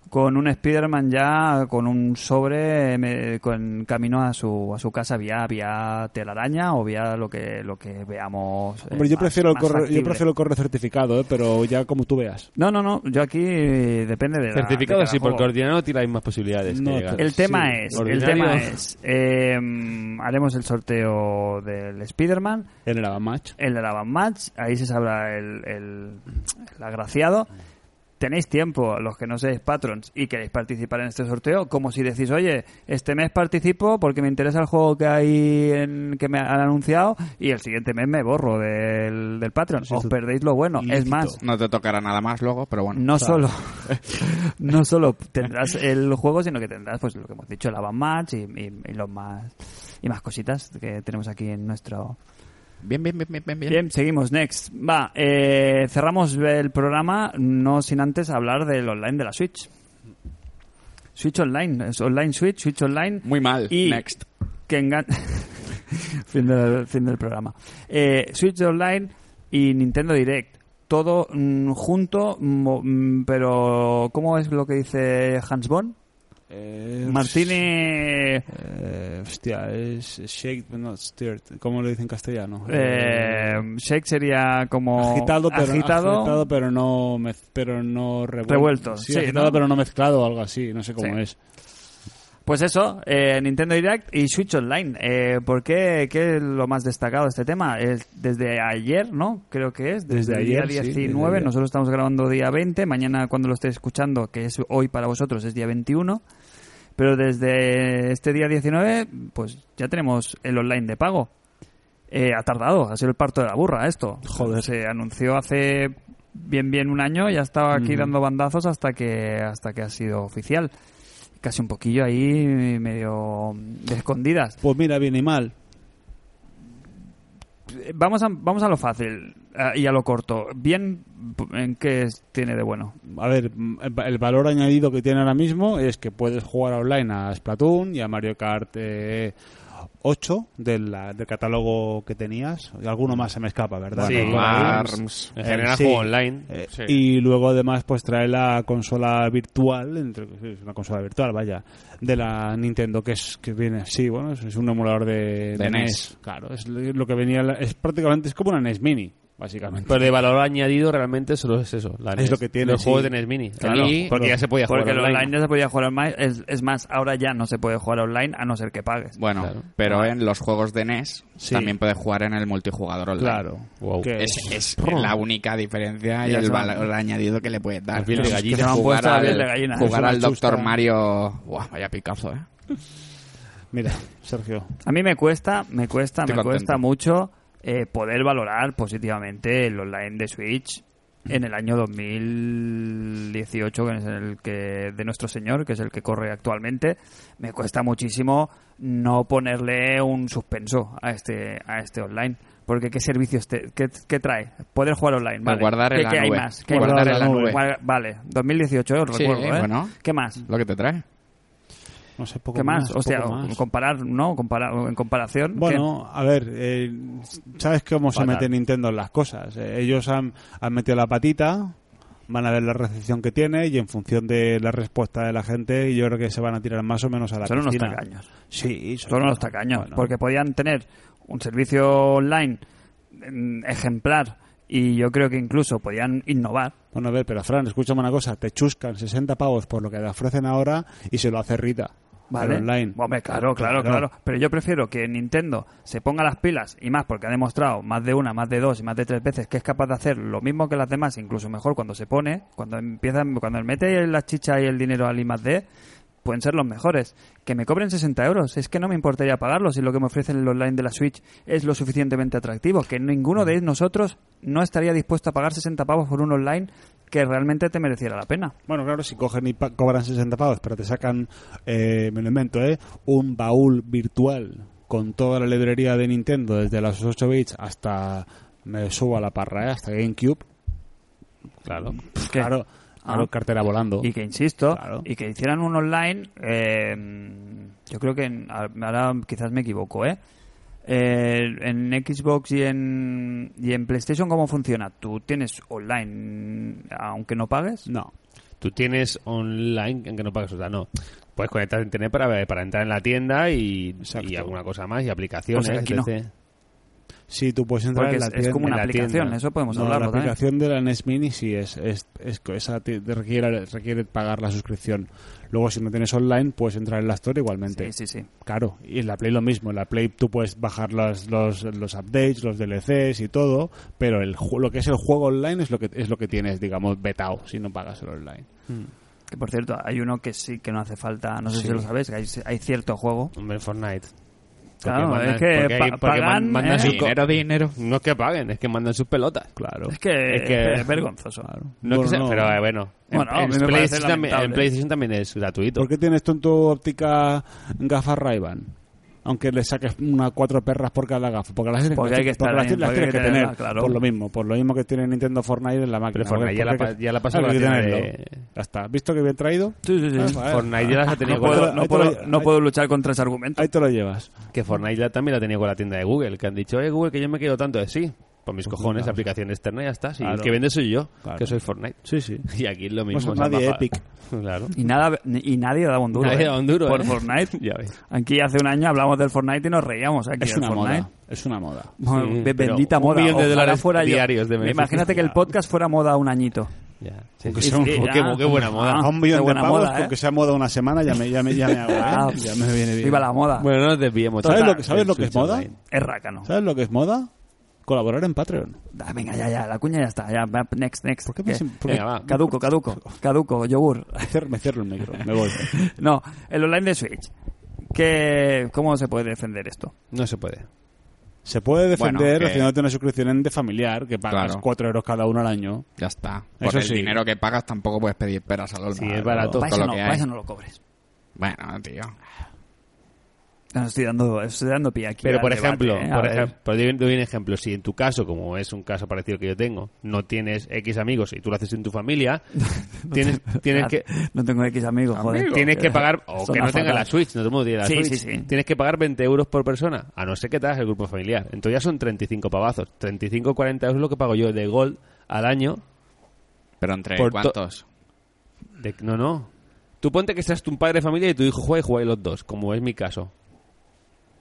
Speaker 2: con un Spider-Man ya con un sobre eh, me- con camino a su, a su casa vía, vía telaraña o vía lo que, lo que veamos. eh,
Speaker 3: Hombre, yo
Speaker 2: más-
Speaker 3: prefiero, el
Speaker 2: más
Speaker 3: correo, yo
Speaker 2: factible.
Speaker 3: prefiero el correo certificado, eh, pero ya como tú veas.
Speaker 2: No, no, no. Yo aquí eh, depende de. la- de
Speaker 4: Certificado
Speaker 2: cada
Speaker 4: sí, porque
Speaker 2: juego.
Speaker 4: ordinario tiene más posibilidades. que
Speaker 3: No,
Speaker 4: llegar.
Speaker 2: El tema
Speaker 3: Sí,
Speaker 2: es, el
Speaker 4: ordinario.
Speaker 2: tema es, em, haremos el sorteo del Spider-Man,
Speaker 3: En el Avamatch.
Speaker 2: el de la Van Match, ahí se sabrá el, el- el agraciado. Tenéis tiempo, los que no seáis patrons y queréis participar en este sorteo, como si decís, oye, este mes participo porque me interesa el juego que hay en, que me han anunciado y el siguiente mes me borro del, del Patreon.
Speaker 3: Sí,
Speaker 2: Os
Speaker 3: tú-
Speaker 2: perdéis lo bueno. Es
Speaker 3: lícito.
Speaker 2: más,
Speaker 5: No te tocará nada más luego, pero bueno.
Speaker 2: no solo no solo tendrás el juego sino que tendrás pues lo que hemos dicho el avant match y, y- y los más y más cositas que tenemos aquí en nuestro
Speaker 5: Bien, bien, bien, bien, bien. bien.
Speaker 2: bien seguimos next va eh, cerramos el programa no sin antes hablar del online de la Switch Switch online es online Switch Switch online
Speaker 5: Muy mal.
Speaker 2: Y-
Speaker 5: Next.
Speaker 2: que engan... (laughs) fin, del, fin del programa. Eh, Switch Online y Nintendo Direct. Todo mm, junto, mo- mm, pero ¿cómo es lo que dice Hans Bon?
Speaker 3: Eh,
Speaker 2: Martini...
Speaker 3: Eh, hostia, es shake but not stirred. ¿Cómo lo dice en castellano?
Speaker 2: Eh, shake sería como...
Speaker 3: agitado, pero,
Speaker 2: agitado.
Speaker 3: agitado, pero no mez- pero no revuelto.
Speaker 2: Revuelto,
Speaker 3: Sí,
Speaker 2: sí,
Speaker 3: agitado,
Speaker 2: ¿no?
Speaker 3: pero no mezclado o algo así, no sé cómo
Speaker 2: Sí.
Speaker 3: es.
Speaker 2: Pues eso, eh, Nintendo Direct y Switch Online. Eh, ¿Por qué? ¿Qué es lo más destacado de este tema? Es desde ayer, ¿no? Creo que es. Desde,
Speaker 3: Desde
Speaker 2: el día
Speaker 3: ayer, sí,
Speaker 2: 19.
Speaker 3: desde ayer.
Speaker 2: Nosotros estamos grabando día 20. Mañana, cuando lo estéis escuchando, que es hoy para vosotros, es día 21. Pero desde este día 19, pues ya tenemos el online de pago. Eh, ha tardado, ha sido el parto de la burra esto.
Speaker 3: Joder.
Speaker 2: Se anunció hace bien bien un año y ha estado aquí
Speaker 3: Ujú.
Speaker 2: dando bandazos hasta que hasta que ha sido oficial. Casi un poquillo ahí medio de escondidas.
Speaker 3: Pues mira, bien y mal.
Speaker 2: Eh, Vamos a, vamos a lo fácil eh, y a lo corto. Bien, ¿en qué es- tiene de bueno?
Speaker 3: A ver, mm, el va- el valor añadido que tiene ahora mismo es que puedes jugar online a Splatoon y a Mario Kart eh, ocho del, la- del catálogo que tenías. Y alguno más se me escapa, ¿verdad?
Speaker 4: Sí.
Speaker 3: Por ahí.
Speaker 5: Arms.
Speaker 4: En
Speaker 3: Eh,
Speaker 4: general,
Speaker 3: sí.
Speaker 4: juego online.
Speaker 3: Eh,
Speaker 1: Sí.
Speaker 3: Y luego además pues trae la consola virtual, entre, es una consola virtual, vaya, de la Nintendo que es que viene así, bueno, es, es un emulador de, de
Speaker 2: E
Speaker 5: NES.
Speaker 3: claro, es lo que venía, la- es prácticamente es como una NES Mini, básicamente.
Speaker 2: Pues,
Speaker 4: Pero de valor añadido realmente solo es eso. la
Speaker 3: Es
Speaker 4: NES.
Speaker 3: lo que tiene,
Speaker 4: Los
Speaker 3: sí.
Speaker 4: juegos de NES Mini.
Speaker 5: Claro,
Speaker 4: Y- porque ya se podía jugar
Speaker 2: Porque el
Speaker 4: online.
Speaker 2: online no se podía jugar online. Es, es más, ahora ya no se puede jugar online a no ser que pagues.
Speaker 5: Bueno,
Speaker 4: Claro.
Speaker 5: pero en los juegos de NES
Speaker 3: Sí.
Speaker 5: también puedes jugar en el multijugador online.
Speaker 3: claro,
Speaker 4: Wow.
Speaker 3: que
Speaker 5: Es,
Speaker 4: (laughs)
Speaker 5: es la única diferencia y
Speaker 2: Ya
Speaker 5: el
Speaker 2: son-
Speaker 5: valor añadido que le puedes dar.
Speaker 4: Las piel de
Speaker 5: Es que
Speaker 4: gallina.
Speaker 2: Se me han
Speaker 5: jugar
Speaker 2: puesto las
Speaker 5: al-
Speaker 2: piel de gallina.
Speaker 3: Es
Speaker 5: Jugar
Speaker 3: una
Speaker 5: al Doctor
Speaker 3: chusta.
Speaker 5: Mario... Buah, vaya picazo, ¿eh?
Speaker 3: mira, Sergio,
Speaker 2: A mí me cuesta, me cuesta,
Speaker 5: Estoy
Speaker 2: me
Speaker 5: contento.
Speaker 2: cuesta mucho eh, poder valorar positivamente el online de Switch en el año 2018, que es el que de nuestro señor, que es el que corre actualmente. Me cuesta muchísimo no ponerle un suspenso a este a este online. Porque qué servicios te- qué, qué trae poder jugar online,
Speaker 5: Para
Speaker 2: vale.
Speaker 5: Pues guardar en
Speaker 2: ¿Qué,
Speaker 5: la
Speaker 2: qué hay
Speaker 5: nube.
Speaker 2: más? ¿Qué hay
Speaker 5: Guardar
Speaker 2: más?
Speaker 5: en la nube.
Speaker 2: Guarda- Vale, 2018, os
Speaker 5: Sí,
Speaker 2: recuerdo, ¿eh?
Speaker 5: bueno.
Speaker 2: ¿Qué más?
Speaker 5: Lo que te trae.
Speaker 3: no sé poco
Speaker 2: ¿Qué más? O sea,
Speaker 3: poco más.
Speaker 2: comparar, ¿no? Comparar, en comparación. ¿qué?
Speaker 3: Bueno, a ver, eh, ¿sabes cómo se
Speaker 4: Fatal.
Speaker 3: mete Nintendo en las cosas? Eh, ellos han, han metido la patita, van a ver la recepción que tiene y en función de la respuesta de la gente, yo creo que se van a tirar más o menos a la
Speaker 2: Son unos
Speaker 3: piscina.
Speaker 2: tacaños.
Speaker 3: Sí,
Speaker 2: Son unos tacaños.
Speaker 3: Bueno.
Speaker 2: Porque podían tener un servicio online mm, ejemplar y yo creo que incluso podían innovar.
Speaker 3: Bueno, a ver, pero Fran, escúchame una cosa, te chuscan 60 pavos por lo que te ofrecen ahora y se lo hace Rita.
Speaker 2: ¿Vale?
Speaker 3: pero online.
Speaker 2: Hombre, claro, claro,
Speaker 3: Claro.
Speaker 2: claro, Pero yo prefiero que Nintendo se ponga las pilas y más porque ha demostrado más de una, más de dos y más de tres veces que es capaz de hacer lo mismo que las demás, incluso mejor cuando se pone, cuando empiezan, cuando mete las chichas y el dinero al I más D, pueden ser los mejores. Que me cobren 60 euros, es que no me importaría pagarlos si lo que me ofrecen en el online de la Switch es lo suficientemente atractivo, que ninguno
Speaker 3: Mm.
Speaker 2: de nosotros no estaría dispuesto a pagar 60 pavos por un online que realmente te mereciera la pena.
Speaker 3: Bueno, claro, si cogen y pa- cobran 60 pavos, pero te sacan, eh, me lo invento, ¿eh? un baúl virtual con toda la librería de Nintendo, desde las 8 bits hasta, me subo a la parra, ¿eh? hasta GameCube.
Speaker 4: Claro.
Speaker 2: ¿Qué?
Speaker 3: Claro, claro,
Speaker 2: Ah.
Speaker 3: cartera volando.
Speaker 2: Y que insisto,
Speaker 3: Claro.
Speaker 2: y que hicieran un online, eh, yo creo que en- ahora quizás me equivoco, ¿eh? Eh, en Xbox y en, y en PlayStation, ¿cómo funciona? ¿Tú tienes online aunque no pagues?
Speaker 3: No,
Speaker 4: Tú tienes online, aunque no pagas, o sea, no. Puedes conectar a internet para, ver- para entrar en la tienda y,
Speaker 3: Exacto.
Speaker 4: y alguna cosa más, y aplicaciones,
Speaker 2: O sea, aquí no.
Speaker 4: etc..
Speaker 3: sí, tú puedes entrar
Speaker 2: Porque
Speaker 3: en la
Speaker 2: es, es
Speaker 3: tienda.
Speaker 2: como una ¿eh?
Speaker 4: en la
Speaker 2: aplicación,
Speaker 4: tienda.
Speaker 2: eso podemos
Speaker 3: No, la
Speaker 2: hablarlo también.
Speaker 3: aplicación de la NES Mini sí es, es, es- esa te- te requiere, requiere pagar la suscripción. Luego, si no tienes online, puedes entrar en la Store igualmente.
Speaker 2: Sí, sí, sí.
Speaker 3: Claro, y en la Play lo mismo. En la Play tú puedes bajar las- los, los updates, los DLCs y todo, pero el, ju- lo que es el juego online es lo que es lo que tienes, digamos, vetado si no pagas el online.
Speaker 2: Que por cierto, hay uno que sí que no hace falta, no sé si lo sabéis, que hay, hay cierto juego.
Speaker 4: Hombre, Fortnite.
Speaker 2: Claro,
Speaker 4: Porque
Speaker 2: es que
Speaker 4: porque hay-
Speaker 2: pa-
Speaker 4: porque
Speaker 2: pagan,
Speaker 4: man- mandan
Speaker 2: ¿eh?
Speaker 4: sus co-
Speaker 5: Dinero, dinero.
Speaker 4: No es que paguen, es que mandan sus pelotas.
Speaker 3: Claro.
Speaker 2: Es que
Speaker 4: Es
Speaker 2: es,
Speaker 4: que-
Speaker 2: que es vergonzoso.
Speaker 4: No es que sea-
Speaker 3: Bueno, no.
Speaker 4: Pero eh, bueno, en-
Speaker 2: Bueno, a
Speaker 4: en,
Speaker 2: mí me parece
Speaker 4: PlayStation también, en
Speaker 2: lamentable.
Speaker 4: PlayStation también es gratuito.
Speaker 3: ¿Por qué tienes tú en tu óptica gafas Ray-Ban? Aunque le saques unas cuatro perras por cada gafa. Porque las, tienes-
Speaker 2: Porque hay que estar
Speaker 3: porque las
Speaker 2: ahí,
Speaker 3: tienes- las
Speaker 2: porque hay
Speaker 3: tienes que
Speaker 2: que
Speaker 3: tener.
Speaker 2: tenerla, claro.
Speaker 3: Por lo mismo. Por lo mismo que tiene Nintendo Fortnite en la máquina.
Speaker 4: Pero Fortnite ya la
Speaker 3: Porque
Speaker 4: pa-
Speaker 3: hay que-
Speaker 4: ya la pasó
Speaker 3: hay
Speaker 4: a la
Speaker 3: que
Speaker 4: tienda
Speaker 3: tenerlo.
Speaker 4: de-
Speaker 3: Ya está. ¿Visto que bien traído?
Speaker 2: Sí, sí, sí.
Speaker 3: Ah,
Speaker 4: Fortnite ya las ha tenido
Speaker 2: No
Speaker 3: ahí
Speaker 4: con
Speaker 2: puedo,
Speaker 3: te lo-
Speaker 4: la,
Speaker 2: no
Speaker 3: ahí te
Speaker 2: puedo-
Speaker 3: lo-
Speaker 2: no
Speaker 3: ahí-
Speaker 2: puedo luchar contra ese argumento.
Speaker 3: Ahí te lo llevas.
Speaker 4: que Fortnite ya también la tenía con la tienda de Google, que han dicho, oye Google, que yo me quedo tanto de sí. Pues mis cojones,
Speaker 3: claro.
Speaker 4: aplicación externa y ya está. Si
Speaker 3: Claro.
Speaker 4: el que vende soy yo,
Speaker 3: Claro.
Speaker 4: que soy Fortnite. (laughs)
Speaker 3: Sí, sí.
Speaker 4: Y aquí es lo
Speaker 3: No
Speaker 4: mismo.
Speaker 3: son
Speaker 4: se han
Speaker 3: nadie
Speaker 4: bajado-
Speaker 3: Epic.
Speaker 4: (laughs) Claro.
Speaker 2: Y, nada, y nadie daba un duro.
Speaker 4: Nadie
Speaker 2: ¿eh?
Speaker 4: da un duro,
Speaker 2: Por
Speaker 4: ¿eh?
Speaker 2: Fortnite.
Speaker 4: (laughs) Ya ves.
Speaker 2: Aquí hace un año hablamos del Fortnite y nos reíamos aquí
Speaker 3: Es
Speaker 2: del
Speaker 3: una
Speaker 2: Fortnite.
Speaker 3: moda. Es una moda.
Speaker 2: Bueno,
Speaker 4: Sí,
Speaker 2: be-
Speaker 4: pero
Speaker 2: bendita
Speaker 4: un
Speaker 2: moda.
Speaker 4: millón de
Speaker 2: Ojalá
Speaker 4: dólares
Speaker 2: fuera yo.
Speaker 4: diarios de beneficio.
Speaker 2: Imagínate que el podcast fuera moda un añito.
Speaker 4: Ya. Sí,
Speaker 2: Aunque
Speaker 4: sí,
Speaker 2: sea un-
Speaker 4: sí,
Speaker 2: qué
Speaker 4: ya.
Speaker 2: bu- qué buena moda.
Speaker 3: A
Speaker 2: Ah,
Speaker 3: un millón
Speaker 2: qué
Speaker 3: de
Speaker 2: buena
Speaker 3: pavos,
Speaker 2: moda, ¿eh?
Speaker 3: con que sea moda una semana, ya me, ya me, ya me hago,
Speaker 2: (laughs)
Speaker 3: ¿eh?
Speaker 2: Ah,
Speaker 3: Ya me viene bien.
Speaker 2: Viva la moda.
Speaker 4: Bueno, no nos desviemos.
Speaker 3: ¿Sabes
Speaker 4: chaval.
Speaker 3: lo que- sabes lo que es moda?
Speaker 2: Es rácano.
Speaker 3: ¿Sabes lo que es moda? Colaborar en Patreon.
Speaker 2: Ah, venga, ya, ya. La cuña ya está. Ya, va, next, next.
Speaker 3: ¿Por qué me
Speaker 2: ¿Qué?
Speaker 3: sin- por qué-
Speaker 4: Venga, va.
Speaker 2: Caduco, caduco. Caduco, yogur. (laughs)
Speaker 3: Cer- Me cierro el micro, me voy.
Speaker 2: No, el online de Switch. ¿Qué, ¿Cómo se puede defender esto?
Speaker 4: No se puede.
Speaker 3: Se puede defender
Speaker 5: Bueno, que-
Speaker 3: haciéndote una suscripción en de familiar que pagas
Speaker 5: Claro.
Speaker 3: 4 euros cada uno al año.
Speaker 5: Ya está. Por
Speaker 3: Eso
Speaker 5: el
Speaker 3: sí.
Speaker 5: dinero que pagas tampoco puedes pedir peras al olmo.
Speaker 4: Sí, es barato.
Speaker 5: Con
Speaker 2: Para eso,
Speaker 5: lo
Speaker 2: no,
Speaker 5: que
Speaker 2: para
Speaker 5: hay.
Speaker 2: eso no lo cobres.
Speaker 5: Bueno, tío.
Speaker 2: Nos estoy dando, estoy dando pie aquí.
Speaker 4: Pero
Speaker 2: al
Speaker 4: por
Speaker 2: debate,
Speaker 4: ejemplo,
Speaker 2: ¿eh? A
Speaker 4: por
Speaker 2: ver.
Speaker 4: ejemplo, doy, doy un ejemplo. Si en tu caso, como es un caso parecido al que yo tengo, no tienes X amigos y tú lo haces en tu
Speaker 3: (laughs)
Speaker 4: familia, tienes, tienes que
Speaker 2: No tengo X amigos, joder.
Speaker 4: tienes que pagar o que
Speaker 2: Suena
Speaker 4: no tenga
Speaker 2: fatal.
Speaker 4: la Switch, no todo el mundo tiene la
Speaker 2: Sí,
Speaker 4: Switch.
Speaker 2: sí, sí.
Speaker 4: Tienes que pagar 20 euros por persona, a no ser que te hagas el grupo familiar. Entonces ya son 35 pavazos, 35 40 euros es lo que pago yo de Gold al año.
Speaker 5: Pero entre
Speaker 4: Por to-
Speaker 5: cuántos.
Speaker 4: De- no, no. Tú ponte que seas tu padre de familia y tu hijo juega y jugáis los dos, como es mi caso.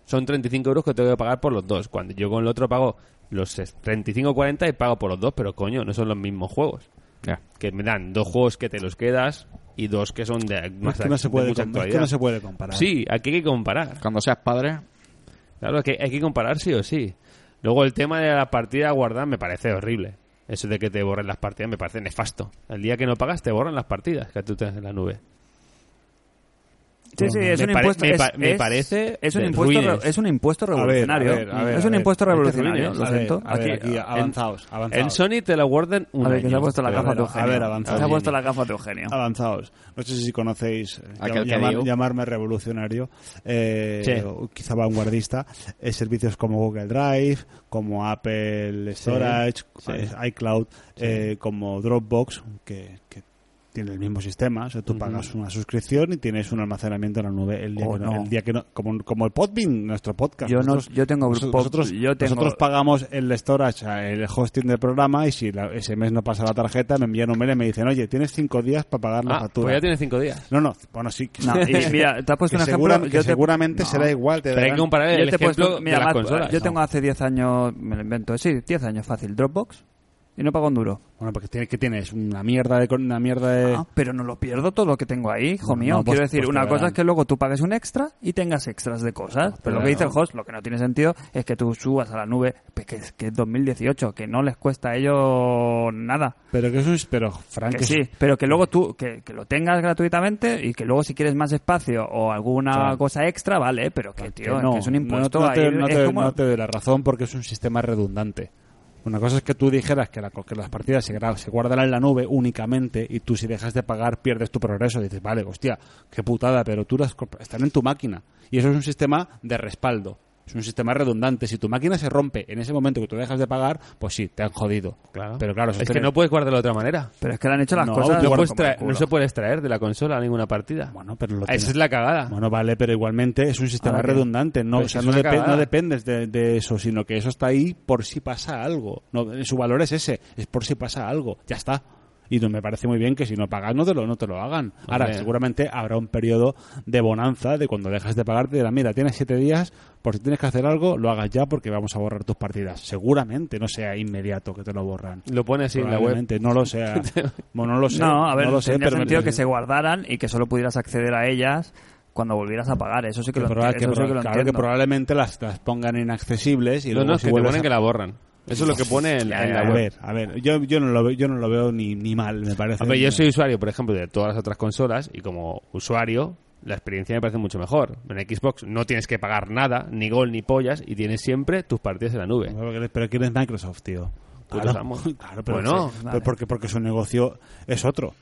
Speaker 4: Son 35 euros que tengo que pagar por los dos. Cuando yo con el otro pago los ses- 35 40 y pago por los dos, pero coño, no son los mismos juegos.
Speaker 5: Ya.
Speaker 4: Que me dan dos juegos que te los quedas y dos que son de,
Speaker 3: No, es
Speaker 4: más
Speaker 3: que no
Speaker 4: de
Speaker 3: se puede,
Speaker 4: mucha
Speaker 3: com- es que
Speaker 4: actualidad.
Speaker 3: no se puede comparar.
Speaker 4: Sí, aquí hay que comparar.
Speaker 5: Cuando seas padre,
Speaker 4: Claro, es que hay que comparar sí o sí. Luego el tema de la partida guardada me parece horrible. Eso de que te borren las partidas me parece nefasto. El día que no pagas te borran las partidas que tú tienes en la nube.
Speaker 2: Sí, sí, es
Speaker 4: Me
Speaker 2: un
Speaker 4: pare-
Speaker 2: impuesto.
Speaker 4: me
Speaker 2: es-
Speaker 4: pa- me
Speaker 2: es-
Speaker 4: parece
Speaker 2: Es un
Speaker 4: de
Speaker 2: impuesto,
Speaker 4: ruines.
Speaker 2: re- es un impuesto
Speaker 3: A ver, a
Speaker 2: revolucionario.
Speaker 3: ver, a ver,
Speaker 2: es un
Speaker 3: a
Speaker 2: impuesto
Speaker 3: ver.
Speaker 2: revolucionario, lo
Speaker 3: A ver,
Speaker 2: siento.
Speaker 3: a ver, aquí,
Speaker 2: en-
Speaker 3: avanzados, avanzados.
Speaker 4: El Sony te la guardan un
Speaker 2: A ver, que se
Speaker 4: año.
Speaker 2: ha puesto la
Speaker 4: Pero
Speaker 2: gafa de
Speaker 3: a
Speaker 2: Eugenio.
Speaker 3: ver, avanzado.
Speaker 2: Se ha puesto la gafa de Eugenio.
Speaker 3: avanzados. No sé si conocéis eh,
Speaker 5: Aquel que
Speaker 3: llamar-
Speaker 5: digo.
Speaker 3: llamarme revolucionario, eh,
Speaker 4: Sí.
Speaker 3: o quizá vanguardista, eh, servicios como Google Drive, como Apple Storage,
Speaker 4: sí.
Speaker 3: eh, iCloud, eh, como Dropbox, que, que tiene el mismo sistema, o sea, tú pagas una suscripción y tienes un almacenamiento en la nube el día,
Speaker 2: Oh,
Speaker 3: que, no-
Speaker 2: no.
Speaker 3: el día que no, como, como el Podbean, nuestro podcast.
Speaker 2: Yo no-
Speaker 3: nosotros,
Speaker 2: yo tengo
Speaker 3: noso-
Speaker 2: Pod-
Speaker 3: Pues nosotros,
Speaker 2: pues yo tengo-
Speaker 3: nosotros pagamos el storage, o sea, el hosting del programa y si la- ese mes no pasa la tarjeta me envían un mail y me dicen, oye, tienes cinco días para pagar la
Speaker 4: Ah,
Speaker 3: factura.
Speaker 4: pues ya tienes cinco días.
Speaker 3: No, no, bueno, sí. que-
Speaker 2: No, y
Speaker 3: (laughs)
Speaker 2: mira, te has puesto
Speaker 3: que
Speaker 2: un
Speaker 3: segura-
Speaker 2: ejemplo.
Speaker 3: que
Speaker 2: yo te-
Speaker 3: seguramente
Speaker 2: No.
Speaker 3: será igual. Te
Speaker 4: Pero hay
Speaker 3: darán-
Speaker 4: que comparar
Speaker 2: Yo
Speaker 4: el
Speaker 2: te he
Speaker 4: ejemplo
Speaker 2: puesto- mira,
Speaker 4: de las
Speaker 2: Marc,
Speaker 4: consolas.
Speaker 2: Yo
Speaker 4: ¿no?
Speaker 2: tengo hace 10 años, me lo invento, sí, 10 años fácil, Dropbox y no pago un duro.
Speaker 3: Bueno, porque tiene, que tienes una mierda de... con- Una mierda de...
Speaker 2: Ah, pero no lo pierdo todo lo que tengo ahí, hijo
Speaker 3: Eh, No,
Speaker 2: mío.
Speaker 3: no, pues-
Speaker 2: Quiero decir,
Speaker 3: pues te
Speaker 2: una cosa
Speaker 3: darán.
Speaker 2: es que luego tú pagues un extra y tengas extras de
Speaker 3: Pues
Speaker 2: cosas. pero lo que dice el host, lo que no tiene sentido es que tú subas a la nube, pues que, es- que es 2018, que no les cuesta a ellos nada.
Speaker 3: Pero que eso es... Pero, Frank,
Speaker 2: Que sí, pero que luego tú, que, que lo tengas gratuitamente y que luego si quieres más espacio o alguna
Speaker 3: Claro. Pues
Speaker 2: cosa extra, vale, pero que, tío,
Speaker 3: que no,
Speaker 2: que es un impuesto.
Speaker 3: No, no te,
Speaker 2: ahí,
Speaker 3: no
Speaker 2: es
Speaker 3: te-
Speaker 2: como-
Speaker 3: no te doy la razón porque es un sistema redundante. Una cosa es que tú dijeras que, la- que las partidas se, gra- se guardarán en la nube únicamente y tú si dejas de pagar pierdes tu progreso. Dices, vale, hostia, qué putada, pero tú las comp- están en tu máquina. Y eso es un sistema de respaldo. Es un sistema redundante. Si tu máquina se rompe en ese momento que tú dejas de pagar, pues sí, te han jodido.
Speaker 4: Claro.
Speaker 3: Pero claro, eso
Speaker 4: es
Speaker 3: te-
Speaker 4: que no puedes guardarlo de otra manera.
Speaker 2: Pero es que le han hecho las
Speaker 3: No, pues
Speaker 2: cosas.
Speaker 3: yo
Speaker 4: No,
Speaker 3: guardo
Speaker 4: puedes
Speaker 3: como el
Speaker 4: traer- no
Speaker 3: culo.
Speaker 4: se puede extraer de la consola ninguna partida.
Speaker 3: Bueno, pero lo tienes-
Speaker 4: Esa es la cagada.
Speaker 3: Bueno, vale, pero igualmente es un sistema
Speaker 2: Ahora que-
Speaker 3: redundante.
Speaker 4: Ah.
Speaker 3: No,
Speaker 4: Pero
Speaker 3: o
Speaker 4: si
Speaker 3: sea,
Speaker 4: es
Speaker 3: no,
Speaker 4: una
Speaker 3: depe-
Speaker 4: cagada.
Speaker 3: no dependes de, de eso, sino que eso está ahí por si pasa algo. No, su valor es ese, es por si pasa algo. Ya está. Y no me parece muy bien que si no pagas no te lo, no te lo hagan. Ahora,
Speaker 4: Hombre.
Speaker 3: seguramente habrá un periodo de bonanza de cuando dejas de pagar, te dirán, mira, tienes siete días, por si tienes que hacer algo, lo hagas ya porque vamos a borrar tus partidas. Seguramente no sea inmediato que te lo borran.
Speaker 4: Lo pone así en la web.
Speaker 3: Probablemente, no lo
Speaker 4: (laughs)
Speaker 3: sea. Bueno, no lo sé.
Speaker 2: No, a ver,
Speaker 3: lo sé,
Speaker 2: tendría
Speaker 3: pero me
Speaker 2: sentido que
Speaker 3: parece-
Speaker 2: se guardaran y que solo pudieras acceder a ellas cuando volvieras a pagar. Eso sí que,
Speaker 3: que
Speaker 2: lo, enti-
Speaker 3: proba- que
Speaker 2: eso sí
Speaker 3: proba-
Speaker 2: que lo
Speaker 3: claro que
Speaker 2: entiendo.
Speaker 3: probablemente las, las pongan inaccesibles y
Speaker 4: No,
Speaker 3: luego
Speaker 4: no, es
Speaker 3: si
Speaker 4: que te
Speaker 3: vuelves
Speaker 4: ponen
Speaker 3: a-
Speaker 4: que la borran. Eso es lo que pone en, en la
Speaker 3: a
Speaker 4: web.
Speaker 3: ver, a ver, yo, yo no lo veo, yo no lo veo ni, ni mal, me parece.
Speaker 4: A ver, yo soy usuario, por ejemplo, de todas las otras consolas y como usuario la experiencia me parece mucho mejor. En Xbox no tienes que pagar nada, ni gol ni pollas y tienes siempre tus partidas en la nube.
Speaker 3: Pero que eres Microsoft, tío.
Speaker 4: Pues
Speaker 3: Claro,
Speaker 4: vamos.
Speaker 3: (laughs) claro, pero,
Speaker 4: Bueno,
Speaker 3: pero
Speaker 2: vale.
Speaker 3: porque, porque su negocio es otro.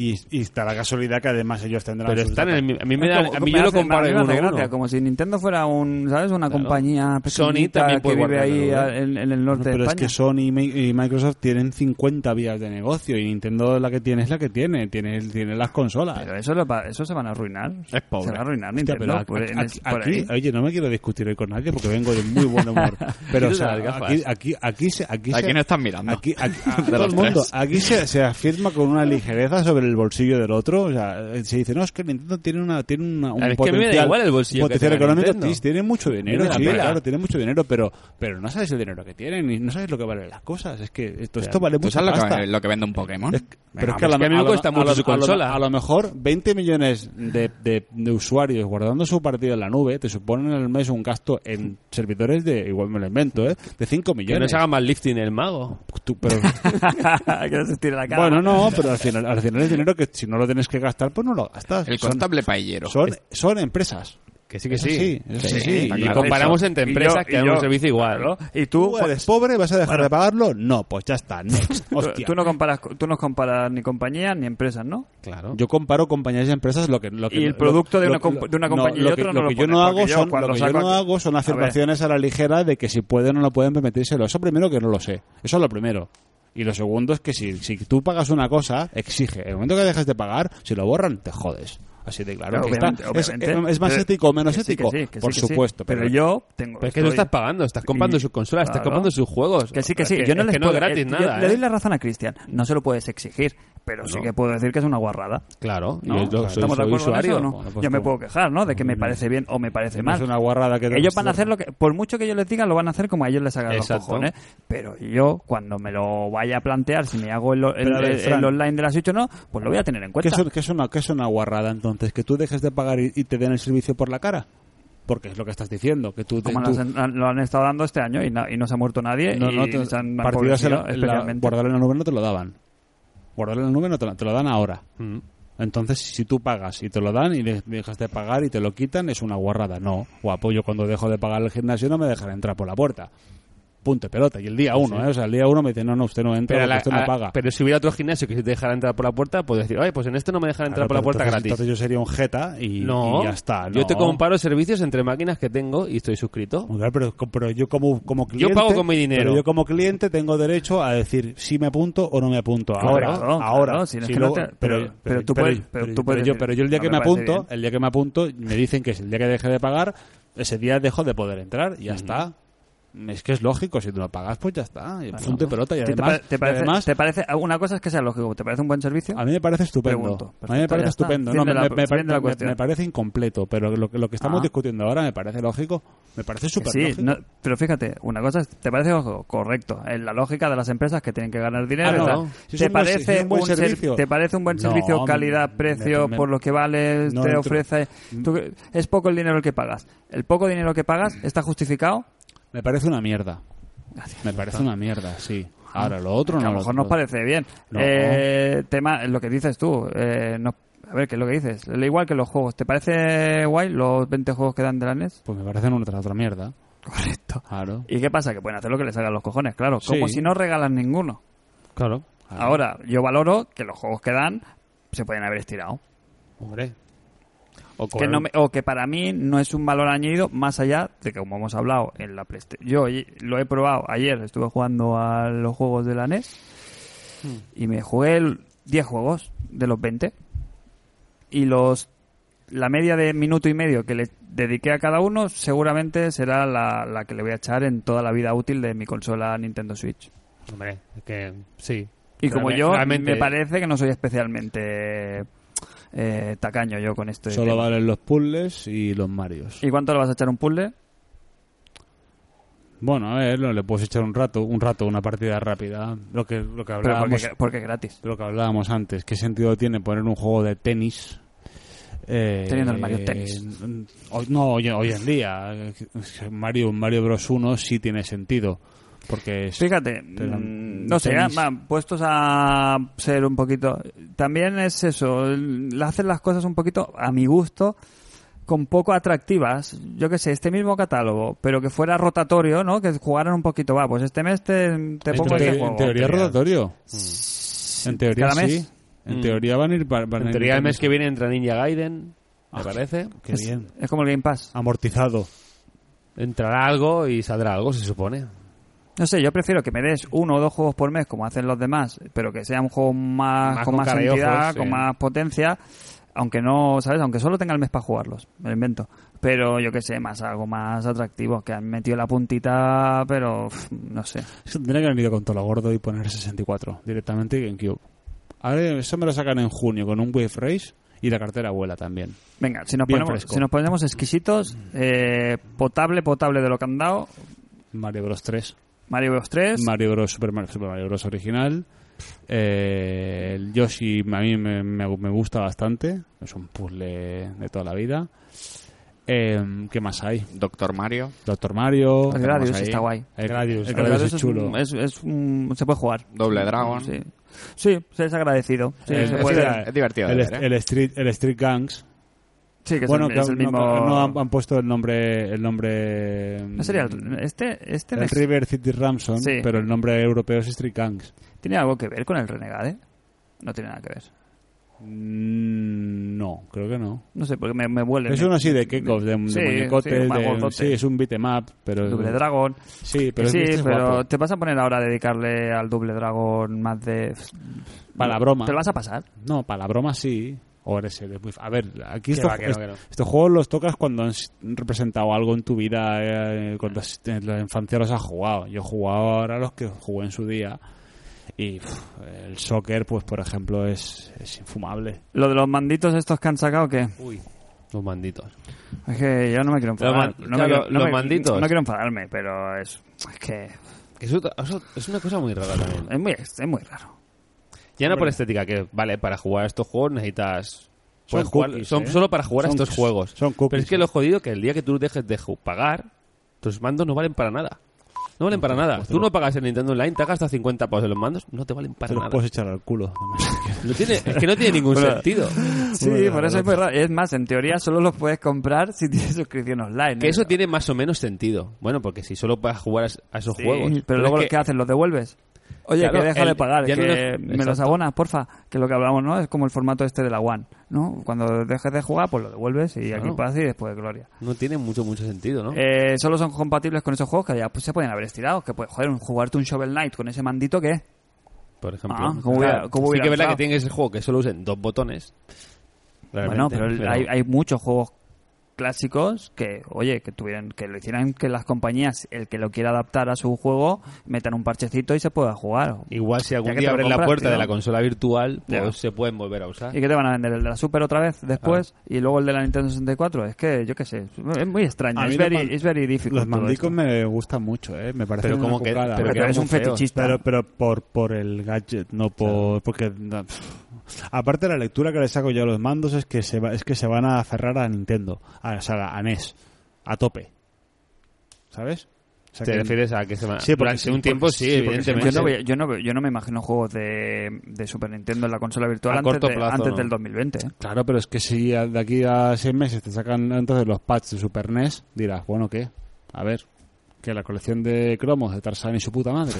Speaker 3: Y, y está la casualidad que además ellos tendrán.
Speaker 4: Pero
Speaker 3: sus
Speaker 4: están en el
Speaker 3: datos.
Speaker 4: mi- a mí me
Speaker 2: Es
Speaker 4: da-
Speaker 2: como-
Speaker 4: a mí yo lo
Speaker 2: hace-
Speaker 4: comparo
Speaker 2: a mí
Speaker 4: en
Speaker 2: me hace
Speaker 4: uno a uno.
Speaker 2: gracia, como si Nintendo fuera un, ¿sabes? Una
Speaker 4: Claro.
Speaker 2: compañía pequeñita
Speaker 4: también
Speaker 2: que
Speaker 4: puede
Speaker 2: vive
Speaker 4: guardarlo,
Speaker 2: ahí
Speaker 4: ¿eh?
Speaker 2: a- en, en el
Speaker 3: No,
Speaker 2: norte de
Speaker 3: pero es
Speaker 2: España.
Speaker 3: que Sony y Mi- y Microsoft tienen 50 vías de negocio y Nintendo la que tiene es la que tiene, tiene, tiene las consolas.
Speaker 2: Pero eso, lo va- eso se van a arruinar.
Speaker 3: Es pobre.
Speaker 2: Se va a arruinar
Speaker 3: Hostia,
Speaker 2: Nintendo.
Speaker 4: Pues
Speaker 3: pero
Speaker 2: por-
Speaker 3: aquí-
Speaker 2: en es-
Speaker 3: aquí-
Speaker 2: por
Speaker 3: aquí-
Speaker 2: ahí.
Speaker 3: oye, no me quiero discutir hoy con nadie porque vengo de muy
Speaker 4: (laughs)
Speaker 3: buen humor. Pero o
Speaker 4: Quítate
Speaker 3: sea,
Speaker 4: las gafas.
Speaker 3: aquí, aquí, aquí se, aquí
Speaker 5: ¿a
Speaker 3: se-
Speaker 5: quién estás mirando?
Speaker 3: aquí,
Speaker 5: (laughs)
Speaker 3: aquí- a- a
Speaker 5: De
Speaker 3: todo el
Speaker 5: los
Speaker 3: mundo.
Speaker 5: tres.
Speaker 3: Aquí se, se afirma con una ligereza sobre el bolsillo del otro. O sea, eh, se dice, no, es que Nintendo tiene, una, tiene una, un
Speaker 4: A ver, es que a mí me da
Speaker 3: potencial,
Speaker 4: igual el bolsillo que
Speaker 3: potencial
Speaker 4: tenga
Speaker 3: económico.
Speaker 4: Nintendo.
Speaker 3: Sí, tiene mucho dinero,
Speaker 4: Me da
Speaker 3: sí,
Speaker 4: pena.
Speaker 3: claro, tiene mucho dinero, pero, pero no sabes el dinero que tienen y no sabes lo que valen las cosas. Es que esto, esto vale
Speaker 5: ¿Tú
Speaker 3: mucha
Speaker 5: sabes lo
Speaker 3: pasta.
Speaker 5: que, lo que vende un Pokémon?
Speaker 3: Es que- pero
Speaker 4: Venga,
Speaker 3: es que a,
Speaker 4: pues
Speaker 3: la-
Speaker 4: que a mí me
Speaker 3: a lo-
Speaker 4: cuesta
Speaker 3: a
Speaker 4: mucho
Speaker 3: lo-
Speaker 4: su
Speaker 3: a lo-
Speaker 4: consola.
Speaker 3: a lo mejor 20 millones de, de- de usuarios guardando su partida en la nube te suponen al mes un gasto en servidores de, igual me lo invento, ¿eh? de 5
Speaker 4: Que no
Speaker 3: millones.
Speaker 4: se haga más lifting el mago.
Speaker 3: Tú-
Speaker 4: (laughs)
Speaker 3: pero-
Speaker 2: (laughs) que se estire la cara.
Speaker 3: bueno, no, pero al final, al final es dinero que si no lo tienes que gastar, pues no lo gastas.
Speaker 5: el
Speaker 3: Son-
Speaker 5: constable paillero.
Speaker 3: son, son empresas.
Speaker 4: Que sí, que
Speaker 3: Eso
Speaker 4: sí.
Speaker 3: sí, eso sí,
Speaker 4: Y
Speaker 3: está
Speaker 5: claro.
Speaker 4: comparamos
Speaker 2: Eso.
Speaker 4: entre
Speaker 2: Y
Speaker 4: empresas
Speaker 2: yo-
Speaker 4: que
Speaker 2: y
Speaker 4: dan un
Speaker 2: yo-
Speaker 4: servicio igual.
Speaker 2: Claro. Y tú,
Speaker 3: ¿Tú
Speaker 2: pues,
Speaker 3: eres pobre? ¿Vas a dejar de pagarlo? No, pues ya está.
Speaker 4: (laughs)
Speaker 3: Next.
Speaker 2: tú-
Speaker 3: Hostia.
Speaker 2: tú no comparas, tú no comparas ni compañías ni empresas, ¿no?
Speaker 4: Claro.
Speaker 3: Yo comparo compañías y empresas lo que lo que
Speaker 2: Y el
Speaker 3: lo-
Speaker 2: producto de
Speaker 3: lo-
Speaker 2: una compa- de una
Speaker 3: no,
Speaker 2: compañía y
Speaker 3: lo
Speaker 2: otra
Speaker 3: que-
Speaker 2: no
Speaker 3: lo
Speaker 2: lo
Speaker 3: que yo
Speaker 2: pone,
Speaker 3: no
Speaker 2: porque
Speaker 3: hago
Speaker 2: yo
Speaker 3: son
Speaker 2: cuando
Speaker 3: lo que yo
Speaker 2: saco
Speaker 3: no
Speaker 2: aquí-
Speaker 3: hago
Speaker 2: A
Speaker 3: son
Speaker 2: ver.
Speaker 3: afirmaciones a, la ligera de que si pueden o no pueden permitirse lo eso primero que no lo sé eso es lo primero y lo segundo es que si, si tú pagas una cosa exige el momento que dejas de pagar si lo borran te jodes así de claro,
Speaker 2: Claro,
Speaker 3: que está-
Speaker 2: obviamente,
Speaker 3: es,
Speaker 2: obviamente.
Speaker 3: es más
Speaker 2: Pero-
Speaker 3: ético o menos
Speaker 2: que sí, que
Speaker 3: ético
Speaker 2: sí, que sí,
Speaker 3: por
Speaker 2: que sí.
Speaker 3: supuesto
Speaker 2: Pero, yo tengo.
Speaker 4: Pero es que no
Speaker 2: estoy-
Speaker 4: estás pagando, estás comprando
Speaker 2: Y-
Speaker 4: sus consolas, estás
Speaker 2: claro.
Speaker 4: comprando sus juegos.
Speaker 2: Que sí, que
Speaker 4: Es
Speaker 2: sí. yo no
Speaker 4: es
Speaker 2: les
Speaker 4: que no
Speaker 2: puedo,
Speaker 4: es gratis
Speaker 2: eh, yo
Speaker 4: nada.
Speaker 2: Le
Speaker 4: ¿eh?
Speaker 2: doy la razón a Cristian. No se lo puedes exigir, pero sí
Speaker 4: no.
Speaker 2: que puedo decir que es una guarrada.
Speaker 4: Claro,
Speaker 2: ¿no?
Speaker 4: yo yo soy,
Speaker 2: ¿Estamos de
Speaker 4: soy
Speaker 2: acuerdo en
Speaker 4: usuario.
Speaker 2: eso o no?
Speaker 4: Bueno, pues
Speaker 2: yo me
Speaker 4: tú-
Speaker 2: puedo quejar, ¿no? De que me parece bien o me parece
Speaker 3: es
Speaker 2: mal.
Speaker 3: una guarrada que
Speaker 2: Ellos van a hacer lo que, por mucho que yo les diga, lo van a hacer como a ellos les hagan los
Speaker 4: Exacto.
Speaker 2: cojones. Pero yo, cuando me lo vaya a plantear, si me hago el, el-
Speaker 3: Pero a ver,
Speaker 2: el- el
Speaker 3: Fran.
Speaker 2: online de las 8 o no, pues lo voy a tener en
Speaker 3: ¿Qué
Speaker 2: cuenta.
Speaker 3: es, un- qué es una, qué es una guarrada entonces? ¿Que tú dejes de pagar y, y te den el servicio por la cara? Porque es lo que estás diciendo, que tú...
Speaker 2: Como
Speaker 3: tú-
Speaker 2: las han- lo han estado dando este año y, no- y no se ha muerto nadie
Speaker 3: no,
Speaker 2: Eh, y
Speaker 3: no te-
Speaker 2: se han
Speaker 3: partidas en la-
Speaker 2: empobrecido
Speaker 3: en la-
Speaker 2: especialmente.
Speaker 3: guardar en la nube no te lo daban. Guardar en la nube no te, lo- te lo dan ahora.
Speaker 4: Mm.
Speaker 3: Entonces, si tú pagas y te lo dan y de- dejas de pagar y te lo quitan, es una guarrada. No, guapo, yo cuando dejo de pagar el gimnasio no me dejan entrar por la puerta. Punto y pelota. Y el día uno, ¿eh? O sea, el día uno me dicen, no, no, usted no entra
Speaker 4: Pero, a
Speaker 3: porque
Speaker 4: la-
Speaker 3: usted no
Speaker 4: a-
Speaker 3: paga.
Speaker 4: pero si hubiera otro gimnasio que si te dejara entrar por la puerta, puedes decir, oye, pues en este no me dejan entrar
Speaker 3: Claro,
Speaker 4: por la puerta
Speaker 3: entonces-
Speaker 4: gratis.
Speaker 3: Entonces yo sería un jeta y,
Speaker 4: no,
Speaker 3: y ya está.
Speaker 4: yo te
Speaker 3: no.
Speaker 4: comparo servicios entre máquinas que tengo y estoy suscrito.
Speaker 3: Muy claro, pero, pero yo como, como cliente...
Speaker 4: pago con mi dinero.
Speaker 3: pero yo como cliente tengo derecho a decir si me apunto o no me apunto. Ahora,
Speaker 2: Claro,
Speaker 3: ahora.
Speaker 2: claro, si es
Speaker 3: Si
Speaker 2: que no
Speaker 3: luego-
Speaker 2: te- pero- pero tú puedes- pero tú puedes
Speaker 3: yo,
Speaker 2: decir,
Speaker 3: pero yo el día
Speaker 2: no
Speaker 3: que
Speaker 2: me
Speaker 3: me,
Speaker 2: parece
Speaker 3: apunto,
Speaker 2: bien.
Speaker 3: el día que me apunto, me dicen que es el día que deje de pagar, ese día dejo de poder entrar y ya está. Es que es lógico, si tú lo pagas, pues ya está. Y punto y pelota. Y
Speaker 2: ¿Te- te
Speaker 3: además,
Speaker 2: pare- te, parece,
Speaker 3: y además,
Speaker 2: te parece- una cosa es que sea lógico, ¿te parece un buen servicio?
Speaker 3: a mí me parece estupendo.
Speaker 2: Pregunto.
Speaker 3: a mí me
Speaker 2: Perfecto, ya
Speaker 3: parece
Speaker 2: está.
Speaker 3: estupendo.
Speaker 2: Fin
Speaker 3: No,
Speaker 2: de
Speaker 3: me,
Speaker 2: la-
Speaker 3: me- me
Speaker 2: fin
Speaker 3: pare-
Speaker 2: de la
Speaker 3: me-
Speaker 2: cuestión.
Speaker 3: me parece incompleto, pero lo, que- lo que estamos
Speaker 2: Ah.
Speaker 3: discutiendo ahora me parece lógico. Me parece súper
Speaker 2: Sí,
Speaker 3: lógico.
Speaker 2: no- pero fíjate, una cosa, es- ¿te parece ojo, correcto? En la lógica de las empresas que tienen que ganar dinero,
Speaker 3: Ah, no.
Speaker 2: tal.
Speaker 3: Si es
Speaker 2: ¿te,
Speaker 3: un buen- si
Speaker 2: parece
Speaker 3: es un buen
Speaker 2: ser-
Speaker 3: servicio.
Speaker 2: ¿te parece un buen
Speaker 3: No,
Speaker 2: servicio
Speaker 3: me-
Speaker 2: calidad-precio
Speaker 3: me- me-
Speaker 2: por lo que vale,
Speaker 3: no
Speaker 2: te
Speaker 3: entro.
Speaker 2: ofrece? Tú- es poco el dinero el que pagas. ¿El poco dinero que pagas
Speaker 3: Mm.
Speaker 2: está justificado?
Speaker 3: Me parece una mierda. Me parece una mierda, sí. Ahora lo otro
Speaker 2: Ah, Que
Speaker 3: no.
Speaker 2: a lo mejor nos parece bien.
Speaker 3: No.
Speaker 2: Eh, tema, lo que dices tú, eh, no- a ver, ¿qué es lo que dices? Lo Igual que los juegos, ¿te parece guay los 20 juegos que dan de la
Speaker 3: (laughs)
Speaker 2: NES?
Speaker 3: Pues me parecen una tras otra mierda.
Speaker 2: Correcto.
Speaker 3: Claro.
Speaker 2: ¿Y qué pasa? Que pueden hacer lo que les hagan los cojones, claro. Como
Speaker 3: Sí.
Speaker 2: si no regalan ninguno.
Speaker 4: Claro.
Speaker 2: Ahora, yo valoro que los juegos que dan se pueden haber estirado.
Speaker 4: Hombre. O
Speaker 2: Que
Speaker 4: cobrar-
Speaker 2: no me- o que para mí no es un valor añadido más allá de que, como hemos hablado, en la PlayStation. Yo y- lo he probado ayer, estuve jugando a los juegos de la NES
Speaker 4: Hmm.
Speaker 2: y me jugué el- 10 juegos de los 20 y los la media de minuto y medio que le dediqué a cada uno seguramente será la, la que le voy a echar en toda la vida útil de mi consola Nintendo Switch.
Speaker 4: Hombre, es que sí.
Speaker 2: Y como
Speaker 4: Realme-
Speaker 2: yo,
Speaker 4: realmente-
Speaker 2: me parece que no soy especialmente eh, tacaño yo con esto.
Speaker 3: Solo valen los puzzles y los Marios.
Speaker 2: ¿Y cuánto le vas a echar un puzzle?
Speaker 3: Bueno, a ver, no, le puedes echar un rato, un rato, una partida rápida. Lo que,
Speaker 2: Pero
Speaker 3: lo que
Speaker 2: porque,
Speaker 3: hablábamos.
Speaker 2: porque es gratis.
Speaker 3: Lo que hablábamos antes. ¿Qué sentido tiene poner un juego de tenis? eh,
Speaker 2: Teniendo el Mario Tennis.
Speaker 3: eh, hoy- no, hoy, hoy en día. eh, Mario, Mario Bros 1 sí tiene sentido. Porque es-
Speaker 2: Fíjate,
Speaker 3: Pero,
Speaker 2: mm, no sé,
Speaker 3: tenis.
Speaker 2: va, puestos a ser un poquito... También es eso, el- hacen las cosas un poquito, a mi gusto, con poco atractivas. Yo qué sé, este mismo catálogo, pero que fuera rotatorio, ¿no? Que jugaran un poquito, va, pues este mes te, te
Speaker 3: En
Speaker 2: pongo
Speaker 3: te-
Speaker 2: este
Speaker 3: en
Speaker 2: juego.
Speaker 3: teoría es rotatorio. En teoría
Speaker 2: Cada mes. Mm.
Speaker 3: sí. En teoría van a ir para.
Speaker 4: En teoría el mes que viene entra Ninja Gaiden,
Speaker 3: Ah.
Speaker 4: me parece.
Speaker 3: Qué
Speaker 2: Es-
Speaker 3: bien.
Speaker 2: es como el Game Pass.
Speaker 3: Amortizado.
Speaker 4: Entrará algo y saldrá algo, se supone.
Speaker 2: No sé, yo prefiero que me des uno o dos juegos por mes, como hacen los demás, pero que sea un juego más,
Speaker 4: Más con
Speaker 2: con, más
Speaker 4: cara y
Speaker 2: entidad,
Speaker 4: ojos, sí.
Speaker 2: con más potencia, aunque no, ¿sabes? Aunque solo tenga el mes para jugarlos, me lo invento. Pero yo que sé, más algo más atractivo, que han metido la puntita, pero uf, no sé.
Speaker 3: Eso tendría que haber ido con todo lo gordo y poner 64 directamente en GameCube. Ahora eso me lo sacan en junio con un Wave Race y la cartera vuela también.
Speaker 2: Venga, si nos,
Speaker 3: Bien
Speaker 2: ponemos,
Speaker 3: fresco.
Speaker 2: si nos ponemos exquisitos, eh, potable, potable de lo que han dado,
Speaker 3: Mario Bros 3.
Speaker 2: Mario Bros 3,
Speaker 3: Mario Bros. Super Mario, Super Mario Bros. original. Eh, el Yoshi a mí me, me- me gusta bastante. Es un puzzle de toda la vida. Eh, ¿Qué más hay?
Speaker 5: Doctor Mario.
Speaker 3: Doctor Mario.
Speaker 2: el
Speaker 5: tenemos
Speaker 2: Gradius
Speaker 5: ahí.
Speaker 2: está guay.
Speaker 3: El Gradius. El
Speaker 2: El
Speaker 3: Gradius
Speaker 2: Gradius
Speaker 3: es chulo.
Speaker 2: un- es- es un- se puede jugar.
Speaker 5: Doble Dragon.
Speaker 2: Sí, sí, se es agradecido. Sí,
Speaker 3: El-
Speaker 2: se
Speaker 3: el-
Speaker 2: puede.
Speaker 5: Es divertido de
Speaker 3: el,
Speaker 5: ver, ¿eh?
Speaker 3: el Street, el Street Gangs.
Speaker 2: Sí, que
Speaker 3: bueno,
Speaker 2: es el, es
Speaker 3: que
Speaker 2: el
Speaker 3: no-
Speaker 2: mismo...
Speaker 3: no han, han puesto el nombre. El nombre mm,
Speaker 2: ¿No sería el- este, este
Speaker 3: el
Speaker 2: mes-
Speaker 3: River City Ramson,
Speaker 2: Sí.
Speaker 3: pero el nombre europeo es Street Gangs.
Speaker 2: tiene algo que ver con el Renegade? No tiene nada que ver.
Speaker 3: Mm, No, creo que no.
Speaker 2: No sé, porque me, me vuelve.
Speaker 3: Es
Speaker 2: me-
Speaker 3: uno así de kickoffs, de, de
Speaker 2: Sí,
Speaker 3: muñecotes,
Speaker 2: sí, un
Speaker 3: de-
Speaker 2: magotote.
Speaker 3: sí, es un beat em up, pero...
Speaker 2: Doble Dragón.
Speaker 3: Sí,
Speaker 2: Que
Speaker 3: pero
Speaker 2: sí,
Speaker 3: este es
Speaker 2: pero
Speaker 3: guapo.
Speaker 2: te vas a poner ahora a dedicarle al doble dragón más de.
Speaker 3: Para la broma.
Speaker 2: ¿Te lo vas a pasar?
Speaker 3: No, para la broma sí. O eres el- A ver, aquí
Speaker 4: Que
Speaker 3: estos,
Speaker 4: va, que no, que no.
Speaker 3: estos juegos los tocas cuando has representado algo en tu vida, eh, cuando has- en la infancia los has jugado. Yo he jugado ahora los que jugué en su día. Y pf, el soccer, pues por ejemplo, es, es infumable.
Speaker 2: Lo de los manditos estos que han sacado, ¿qué?
Speaker 4: Uy, los manditos.
Speaker 2: Es que yo no me quiero enfadar.
Speaker 4: man-
Speaker 2: no me
Speaker 4: claro,
Speaker 2: quiero- no
Speaker 4: los
Speaker 2: me-
Speaker 4: manditos.
Speaker 2: No quiero enfadarme, pero es, es que
Speaker 4: Es, otra- eso- es una cosa muy rara también.
Speaker 2: es muy, es muy raro.
Speaker 4: Ya no por estética, que vale, para jugar a estos juegos necesitas.
Speaker 3: Son
Speaker 4: puedes jugar-
Speaker 3: cookies,
Speaker 4: son
Speaker 3: ¿eh?
Speaker 4: solo para jugar a
Speaker 3: Son-
Speaker 4: estos juegos.
Speaker 3: son cookies,
Speaker 4: Pero es que lo jodido que el día que tú dejes de ju- pagar, tus mandos no valen para nada. No valen para nada. Tú no pagas en Nintendo Online, te gastas 50 pavos en los mandos, no te valen para
Speaker 3: Te los
Speaker 4: nada.
Speaker 3: puedes echar al
Speaker 4: (laughs)
Speaker 3: culo.
Speaker 4: No tiene, es que no tiene
Speaker 2: (laughs)
Speaker 4: ningún sentido.
Speaker 2: Sí, por eso es muy raro. Es más, en teoría solo los puedes comprar si tienes suscripción online.
Speaker 4: Que
Speaker 2: ¿eh?
Speaker 4: eso tiene más o menos sentido. Bueno, porque si solo vas a jugar a es- a esos
Speaker 2: Sí,
Speaker 4: juegos.
Speaker 2: Pero luego,
Speaker 4: es
Speaker 2: ¿qué haces? ¿Los devuelves? Oye,
Speaker 4: Claro,
Speaker 2: que deja de
Speaker 4: el-
Speaker 2: pagar,
Speaker 4: ya
Speaker 2: que
Speaker 4: no los-
Speaker 2: me los
Speaker 4: exacto.
Speaker 2: abonas, porfa. Que lo que hablamos, ¿no? Es como el formato este de la One, ¿no? Cuando dejes de jugar, pues lo devuelves y
Speaker 4: Claro.
Speaker 2: aquí pasa y después de gloria.
Speaker 4: no tiene mucho, mucho sentido, ¿no?
Speaker 2: Eh, solo son compatibles con esos juegos que ya pues, se pueden haber estirado. Que, pues, joder, un- jugarte un Shovel Knight con ese mandito, ¿qué?
Speaker 4: Por ejemplo.
Speaker 2: ah, ¿cómo hubiera- cómo
Speaker 4: sí
Speaker 2: hubiera
Speaker 4: que es verdad
Speaker 2: gustado?
Speaker 4: que tiene ese juego que solo usen dos botones.
Speaker 2: Bueno,
Speaker 4: Realmente,
Speaker 2: pero, el- Hay, hay muchos juegos clásicos que, oye, que tuvieran, que lo hicieran que las compañías, el que lo quiera adaptar a su juego, metan un parchecito y se pueda jugar.
Speaker 4: Igual si
Speaker 2: Ya
Speaker 4: algún
Speaker 2: que te
Speaker 4: día
Speaker 2: lo
Speaker 4: abren la
Speaker 2: compras,
Speaker 4: puerta
Speaker 2: tío.
Speaker 4: de la consola virtual, pues
Speaker 2: Ya.
Speaker 4: se pueden volver a usar.
Speaker 2: ¿Y qué te van a vender? ¿El de la Super otra vez después? ¿Y luego el de la Nintendo 64? Es que, yo qué sé, es muy extraño.
Speaker 3: A mí
Speaker 2: Es
Speaker 3: los
Speaker 2: very,
Speaker 3: man-
Speaker 2: it's very difficult.
Speaker 3: Los
Speaker 2: todo
Speaker 3: mandicos
Speaker 2: esto.
Speaker 3: me gustan mucho, ¿eh? Me parece
Speaker 4: Pero
Speaker 3: una
Speaker 4: como que- pero
Speaker 3: cocada.
Speaker 2: Pero
Speaker 4: quedan
Speaker 2: eres
Speaker 4: muy
Speaker 2: un
Speaker 4: feos.
Speaker 2: fetichista.
Speaker 3: Pero, pero por, por el gadget, no por... Porque... no, pff. aparte la lectura que le saco yo a los mandos es que se, va, es que se van a aferrar a Nintendo, a, o sea, a NES, a tope. ¿Sabes? O sea,
Speaker 4: ¿Te
Speaker 3: que-
Speaker 4: refieres a que se va
Speaker 3: Sí, porque
Speaker 4: durante
Speaker 3: sí,
Speaker 4: un
Speaker 3: porque-
Speaker 4: tiempo? Sí,
Speaker 3: sí, porque
Speaker 4: evidentemente.
Speaker 2: yo no, voy- yo, no, yo no me imagino juegos de, de Super Nintendo en la consola virtual
Speaker 4: A
Speaker 2: antes,
Speaker 4: corto
Speaker 2: de-
Speaker 4: plazo,
Speaker 2: antes
Speaker 4: no.
Speaker 2: del 2020. ¿eh?
Speaker 3: Claro, pero es que si a- de aquí a seis meses te sacan entonces los patches de Super NES, dirás, bueno, ¿qué? A ver, que la colección de cromos de Tarzán y su
Speaker 4: (laughs)
Speaker 3: puta madre.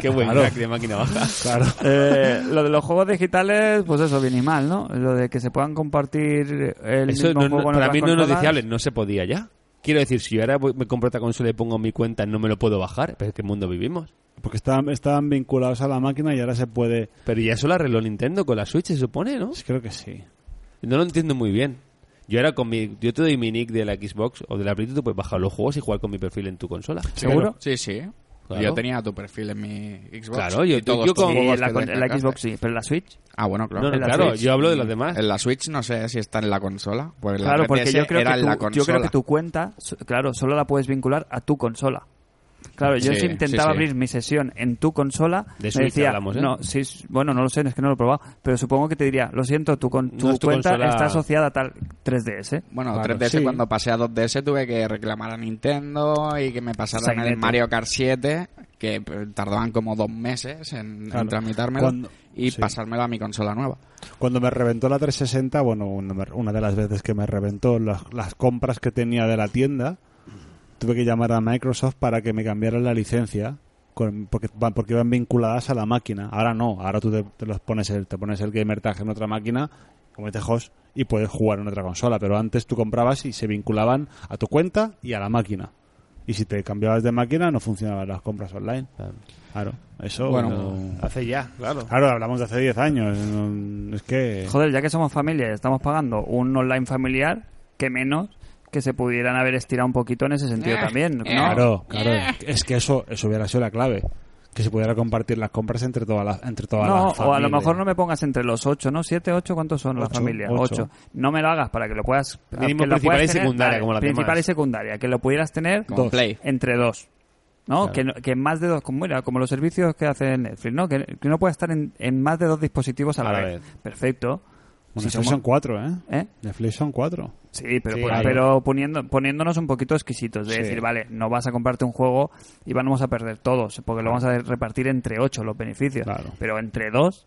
Speaker 4: Qué buen
Speaker 3: Claro.
Speaker 4: crack de máquina baja.
Speaker 3: claro.
Speaker 2: Eh, lo de los juegos digitales, pues eso, bien y mal, ¿no? Lo de que se puedan compartir el
Speaker 4: Eso
Speaker 2: mismo
Speaker 4: no- no-
Speaker 2: juego en
Speaker 4: para
Speaker 2: otras
Speaker 4: mí no es
Speaker 2: consolas.
Speaker 4: noticiable, no se podía ya. Quiero decir, si yo ahora voy- me compro esta consola y pongo mi cuenta, no me lo puedo bajar. Pero es que mundo vivimos.
Speaker 3: Porque estaban, estaban vinculados a la máquina y ahora se puede...
Speaker 4: Pero ya eso lo arregló Nintendo con la Switch, se supone, ¿no?
Speaker 3: Creo que sí.
Speaker 4: No lo entiendo muy bien. Yo ahora con mi, yo te doy mi nick de la Xbox o de la Play, tú puedes bajar los juegos y jugar con mi perfil en tu consola.
Speaker 2: ¿Seguro?
Speaker 5: Sí, sí.
Speaker 4: Claro.
Speaker 5: Yo tenía tu perfil en mi Xbox.
Speaker 4: Claro, yo-
Speaker 5: y todos
Speaker 4: yo
Speaker 5: tus
Speaker 4: como-
Speaker 5: juegos
Speaker 2: Sí, la,
Speaker 5: que
Speaker 2: con-
Speaker 5: te
Speaker 2: la
Speaker 5: sacaste.
Speaker 2: Xbox sí, pero la Switch.
Speaker 5: Ah, bueno, claro.
Speaker 4: No, no,
Speaker 2: En la
Speaker 4: claro,
Speaker 2: Switch.
Speaker 4: yo hablo de los demás.
Speaker 5: En la Switch no sé si están en la consola. Pues la
Speaker 2: Claro, porque
Speaker 5: 3DS
Speaker 2: yo creo,
Speaker 5: era
Speaker 2: que
Speaker 5: en la
Speaker 2: tu, yo
Speaker 5: consola.
Speaker 2: creo que tu cuenta, so- claro, solo la puedes vincular a tu consola. Claro, yo
Speaker 5: Sí,
Speaker 2: si intentaba
Speaker 5: sí, sí.
Speaker 2: abrir mi sesión en tu consola,
Speaker 4: De
Speaker 2: me
Speaker 4: Switch
Speaker 2: decía,
Speaker 4: hablamos, ¿eh?
Speaker 2: no, sí, s- bueno, no lo sé, es que no lo he probado, pero supongo que te diría, lo siento, tu, con- tu
Speaker 4: No es tu
Speaker 2: cuenta
Speaker 4: consola.
Speaker 2: está asociada a tal 3DS.
Speaker 5: Bueno,
Speaker 3: Claro,
Speaker 5: 3DS
Speaker 3: sí.
Speaker 5: cuando pasé a 2DS tuve que reclamar a Nintendo y que me pasaran
Speaker 2: Sainete.
Speaker 5: el Mario Kart 7, que eh, tardaban como dos meses en, en
Speaker 3: Claro.
Speaker 5: tramitármelo
Speaker 3: Cuando-
Speaker 5: y
Speaker 3: sí.
Speaker 5: pasármelo a mi consola nueva.
Speaker 3: Cuando me reventó la 360, bueno, una me- una de las veces que me reventó las, las compras que tenía de la tienda, tuve que llamar a Microsoft para que me cambiaran la licencia. con- porque, van- porque iban vinculadas a la máquina. Ahora no, ahora tú te, te los pones el, te pones el gamer tag en otra máquina, como tejos, y puedes jugar en otra consola. Pero antes tú comprabas y se vinculaban a tu cuenta y a la máquina. Y si te cambiabas de máquina no funcionaban las compras online.
Speaker 4: Ah,
Speaker 3: Claro, eso
Speaker 5: Bueno.
Speaker 3: no-
Speaker 4: Hace ya, claro.
Speaker 3: Claro, hablamos de hace 10 años. no- Es que...
Speaker 2: Joder, ya que somos familia y estamos pagando un online familiar, que menos que se pudieran haber estirado un poquito en ese sentido también, ¿no?
Speaker 3: Claro, claro. Es que eso, eso hubiera sido la clave. Que se pudiera compartir las compras entre todas las entre todas
Speaker 2: No,
Speaker 3: las
Speaker 2: o a lo
Speaker 3: familias.
Speaker 2: mejor no me pongas entre los ocho, ¿no? ¿Siete, ocho? ¿Cuántos son las
Speaker 3: Ocho,
Speaker 2: familias?
Speaker 3: ocho.
Speaker 2: Ocho. No me lo hagas para que lo puedas...
Speaker 4: Mínimo
Speaker 2: que lo
Speaker 4: principal
Speaker 2: puedas
Speaker 4: y secundaria, como las
Speaker 2: Principal
Speaker 4: demás.
Speaker 2: y secundaria, que lo pudieras tener
Speaker 5: Como
Speaker 3: Dos.
Speaker 5: Play.
Speaker 2: entre dos. ¿No? Que, no- que más de dos, como, mira, como los servicios que hace Netflix, ¿no? Que, que no pueda estar en, en más de dos dispositivos a la, vez. Perfecto.
Speaker 3: Bueno,
Speaker 2: Si
Speaker 3: Netflix
Speaker 2: somos-
Speaker 3: son cuatro, ¿eh?
Speaker 2: ¿Eh?
Speaker 3: Netflix son cuatro.
Speaker 2: Sí, pero,
Speaker 4: Sí,
Speaker 2: pon-
Speaker 4: claro.
Speaker 2: pero poniendo, poniéndonos un poquito exquisitos, de
Speaker 3: Sí.
Speaker 2: decir, vale, no vas a comprarte un juego y vamos a perder todos, porque lo vamos a repartir entre ocho los beneficios,
Speaker 3: Claro.
Speaker 2: pero entre dos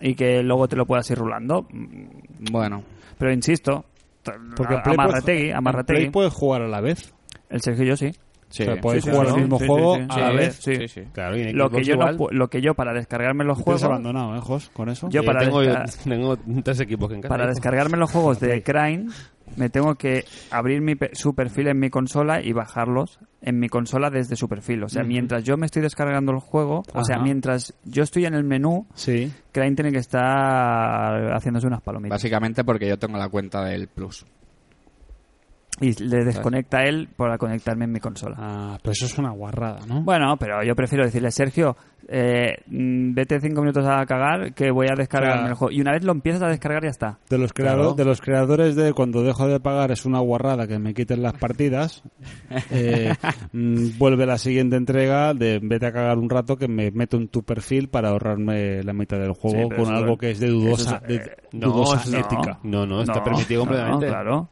Speaker 2: y que luego te lo puedas ir rulando. mm,
Speaker 5: Bueno,
Speaker 2: Pero insisto,
Speaker 3: Porque en
Speaker 2: a-
Speaker 3: Play puedes-
Speaker 2: Amarrategui,
Speaker 3: en
Speaker 2: Amarrategui.
Speaker 3: Play puedes jugar a la vez.
Speaker 2: El Sergio y yo sí.
Speaker 5: Sí.
Speaker 3: O sea, podéis
Speaker 2: Sí, sí,
Speaker 3: jugar
Speaker 2: sí,
Speaker 3: al mismo
Speaker 2: sí,
Speaker 3: juego
Speaker 2: sí, sí.
Speaker 3: a
Speaker 2: Sí,
Speaker 3: la
Speaker 2: sí.
Speaker 3: vez.
Speaker 5: sí, sí.
Speaker 4: Claro, y en
Speaker 2: Lo
Speaker 4: Xbox
Speaker 2: que, yo no
Speaker 4: igual.
Speaker 2: pu- lo que yo para descargarme los
Speaker 3: Lo
Speaker 2: juegos
Speaker 3: tienes abandonado, ¿eh, Jos? Con eso.
Speaker 2: Yo
Speaker 4: Eh,
Speaker 2: para
Speaker 4: tengo,
Speaker 2: desca-
Speaker 4: (laughs) tengo tres equipos en casa.
Speaker 2: para descargarme los juegos de Crane me tengo que abrir mi pe- su perfil en mi consola y bajarlos en mi consola desde su perfil. O sea, mientras yo me estoy descargando el juego, o sea,
Speaker 3: Ajá.
Speaker 2: mientras yo estoy en el menú,
Speaker 3: Sí.
Speaker 2: Crane tiene que estar haciéndose unas palomitas.
Speaker 5: Básicamente porque yo tengo la cuenta del Plus.
Speaker 2: Y le desconecta él para conectarme en mi consola.
Speaker 3: Ah, pero eso es una guarrada, ¿no?
Speaker 2: Bueno, pero yo prefiero decirle, Sergio, eh, mm, vete cinco minutos a cagar que voy a descargarme
Speaker 3: Claro.
Speaker 2: el juego. Y una vez lo empiezas a descargar, ya está.
Speaker 3: De los, creado-
Speaker 4: Claro.
Speaker 3: de los creadores de cuando dejo de pagar es una guarrada que me quiten las
Speaker 2: (laughs)
Speaker 3: partidas, eh, mm, vuelve la siguiente entrega de vete a cagar un rato que me meto en tu perfil para ahorrarme la mitad del
Speaker 2: Sí,
Speaker 3: juego
Speaker 2: pero
Speaker 3: con
Speaker 2: eso-
Speaker 3: algo que es de dudosa,
Speaker 2: eso es-
Speaker 3: de
Speaker 2: eh,
Speaker 4: no,
Speaker 3: dudosa
Speaker 4: eso no.
Speaker 3: ética.
Speaker 4: No, no, está permitido completamente.
Speaker 2: claro.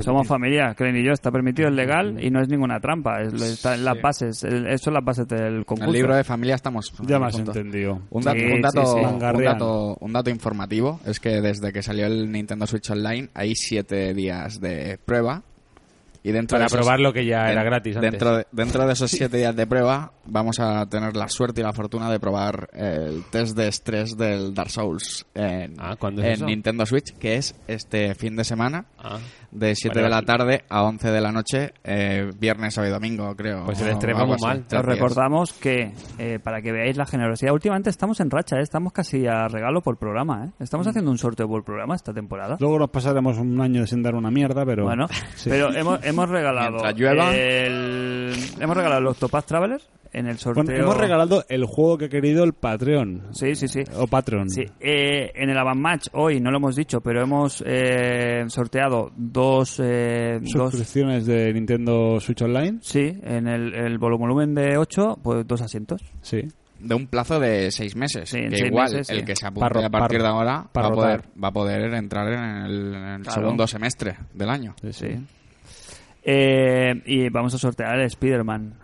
Speaker 2: Somos familia, creen y yo, está permitido, es legal y no es ninguna trampa. Es, lo- está en las bases, el- eso son las bases del
Speaker 5: En
Speaker 2: concurso.
Speaker 5: el libro de familia estamos.
Speaker 3: Ya me has
Speaker 5: juntos.
Speaker 3: entendido.
Speaker 5: Un dato,
Speaker 2: Sí,
Speaker 5: un, dato,
Speaker 2: sí, sí.
Speaker 5: un
Speaker 3: Mangarrean.
Speaker 5: dato- un dato informativo es que desde que salió el Nintendo Switch Online hay siete días de prueba. Y dentro
Speaker 4: Para
Speaker 5: de esos-
Speaker 4: probar lo que ya
Speaker 5: den-
Speaker 4: era gratis antes.
Speaker 5: Dentro de, dentro de esos siete días de prueba vamos a tener la suerte y la fortuna de probar el test de estrés del Dark Souls en,
Speaker 4: Ah, ¿cuándo es
Speaker 5: en
Speaker 4: eso?
Speaker 5: Nintendo Switch, que es este fin de semana.
Speaker 4: Ah,
Speaker 5: De 7
Speaker 4: Vale,
Speaker 5: de la
Speaker 4: vale.
Speaker 5: tarde a 11 de la noche, eh, viernes, sábado y domingo, creo.
Speaker 4: Pues el
Speaker 5: o
Speaker 4: estrés va
Speaker 5: algo
Speaker 4: muy
Speaker 5: así.
Speaker 4: mal.
Speaker 5: Tres
Speaker 2: Os
Speaker 5: días.
Speaker 2: recordamos que, eh, para que veáis la generosidad, últimamente estamos en racha, ¿eh? estamos casi a regalo por programa. ¿eh?
Speaker 4: Mm.
Speaker 2: Estamos haciendo un sorteo por programa esta temporada.
Speaker 3: Luego nos pasaremos un año sin dar una mierda, pero...
Speaker 5: (laughs)
Speaker 2: Bueno,
Speaker 3: Sí.
Speaker 2: pero hemos, hemos regalado
Speaker 5: Mientras llueva.
Speaker 2: el, hemos regalado los Topaz Traveler en el sorteo.
Speaker 3: Bueno, hemos regalado el juego que ha querido el Patreon.
Speaker 2: Sí, sí, sí.
Speaker 3: O Patreon.
Speaker 2: Sí, eh, en el Avantmatch hoy no lo hemos dicho, pero hemos eh, sorteado dos, eh, dos
Speaker 3: Suscripciones de Nintendo Switch Online.
Speaker 2: sí, en el, el volumen de 8, pues dos asientos.
Speaker 3: Sí.
Speaker 5: De un plazo de 6 meses.
Speaker 2: Sí, en
Speaker 5: que
Speaker 2: seis
Speaker 5: igual,
Speaker 2: meses,
Speaker 5: el
Speaker 2: sí.
Speaker 5: que se apunte
Speaker 3: Parro-
Speaker 5: a partir
Speaker 3: parro-
Speaker 5: de ahora va a,
Speaker 3: parrotar.
Speaker 5: poder, va a poder entrar en el, en el
Speaker 2: Claro.
Speaker 5: segundo semestre del año.
Speaker 3: Sí, sí.
Speaker 2: Sí. Eh, y vamos a sortear el Spider-Man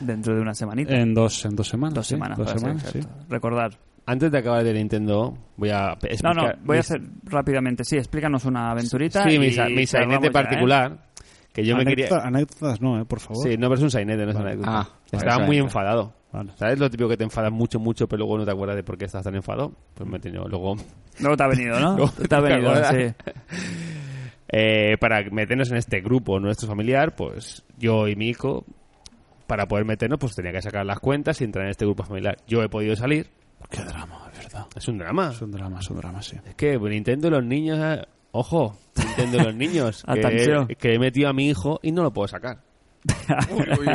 Speaker 2: dentro de una semanita.
Speaker 3: En dos, en dos semanas.
Speaker 2: dos
Speaker 3: Eh, sí.
Speaker 2: semanas.
Speaker 3: Dos
Speaker 2: para ser
Speaker 3: semanas, sí.
Speaker 2: exacto. Recordar.
Speaker 4: antes de acabar de Nintendo, voy a
Speaker 2: No,
Speaker 4: explicar...
Speaker 2: no, voy a
Speaker 4: mis-
Speaker 2: hacer rápidamente. Sí, explícanos una aventurita.
Speaker 4: Sí, mi,
Speaker 2: y
Speaker 4: sa- mi
Speaker 2: cerramos
Speaker 4: sainete
Speaker 2: ya, ¿eh?
Speaker 4: particular, que yo me quería...
Speaker 3: Anécdota- Anécdotas no, eh, por favor.
Speaker 4: Sí, no, pero es un sainete, no es una anécdota.
Speaker 5: Ah,
Speaker 4: Estaba
Speaker 5: vale,
Speaker 4: muy
Speaker 5: sainete.
Speaker 4: enfadado.
Speaker 3: Vale.
Speaker 4: ¿Sabes lo típico que te enfadas mucho, mucho, pero luego no te acuerdas de por qué estás tan enfadado? Pues me he tenido luego...
Speaker 2: Luego te ha venido, ¿no?
Speaker 4: Luego
Speaker 2: te
Speaker 4: te
Speaker 2: ha venido,
Speaker 4: acuerdas.
Speaker 2: sí.
Speaker 4: Eh, para meternos en este grupo nuestro familiar, pues yo y mi hijo, para poder meternos, pues tenía que sacar las cuentas y entrar en este grupo familiar. Yo he podido salir.
Speaker 3: Qué drama, es verdad.
Speaker 4: Es un drama.
Speaker 3: Es un drama, es un drama, sí.
Speaker 4: Es que pues, Nintendo y los niños... eh, Ojo, Nintendo y los niños.
Speaker 2: Atención.
Speaker 4: que, que he metido a mi hijo y no lo puedo sacar.
Speaker 2: (laughs) Tanda-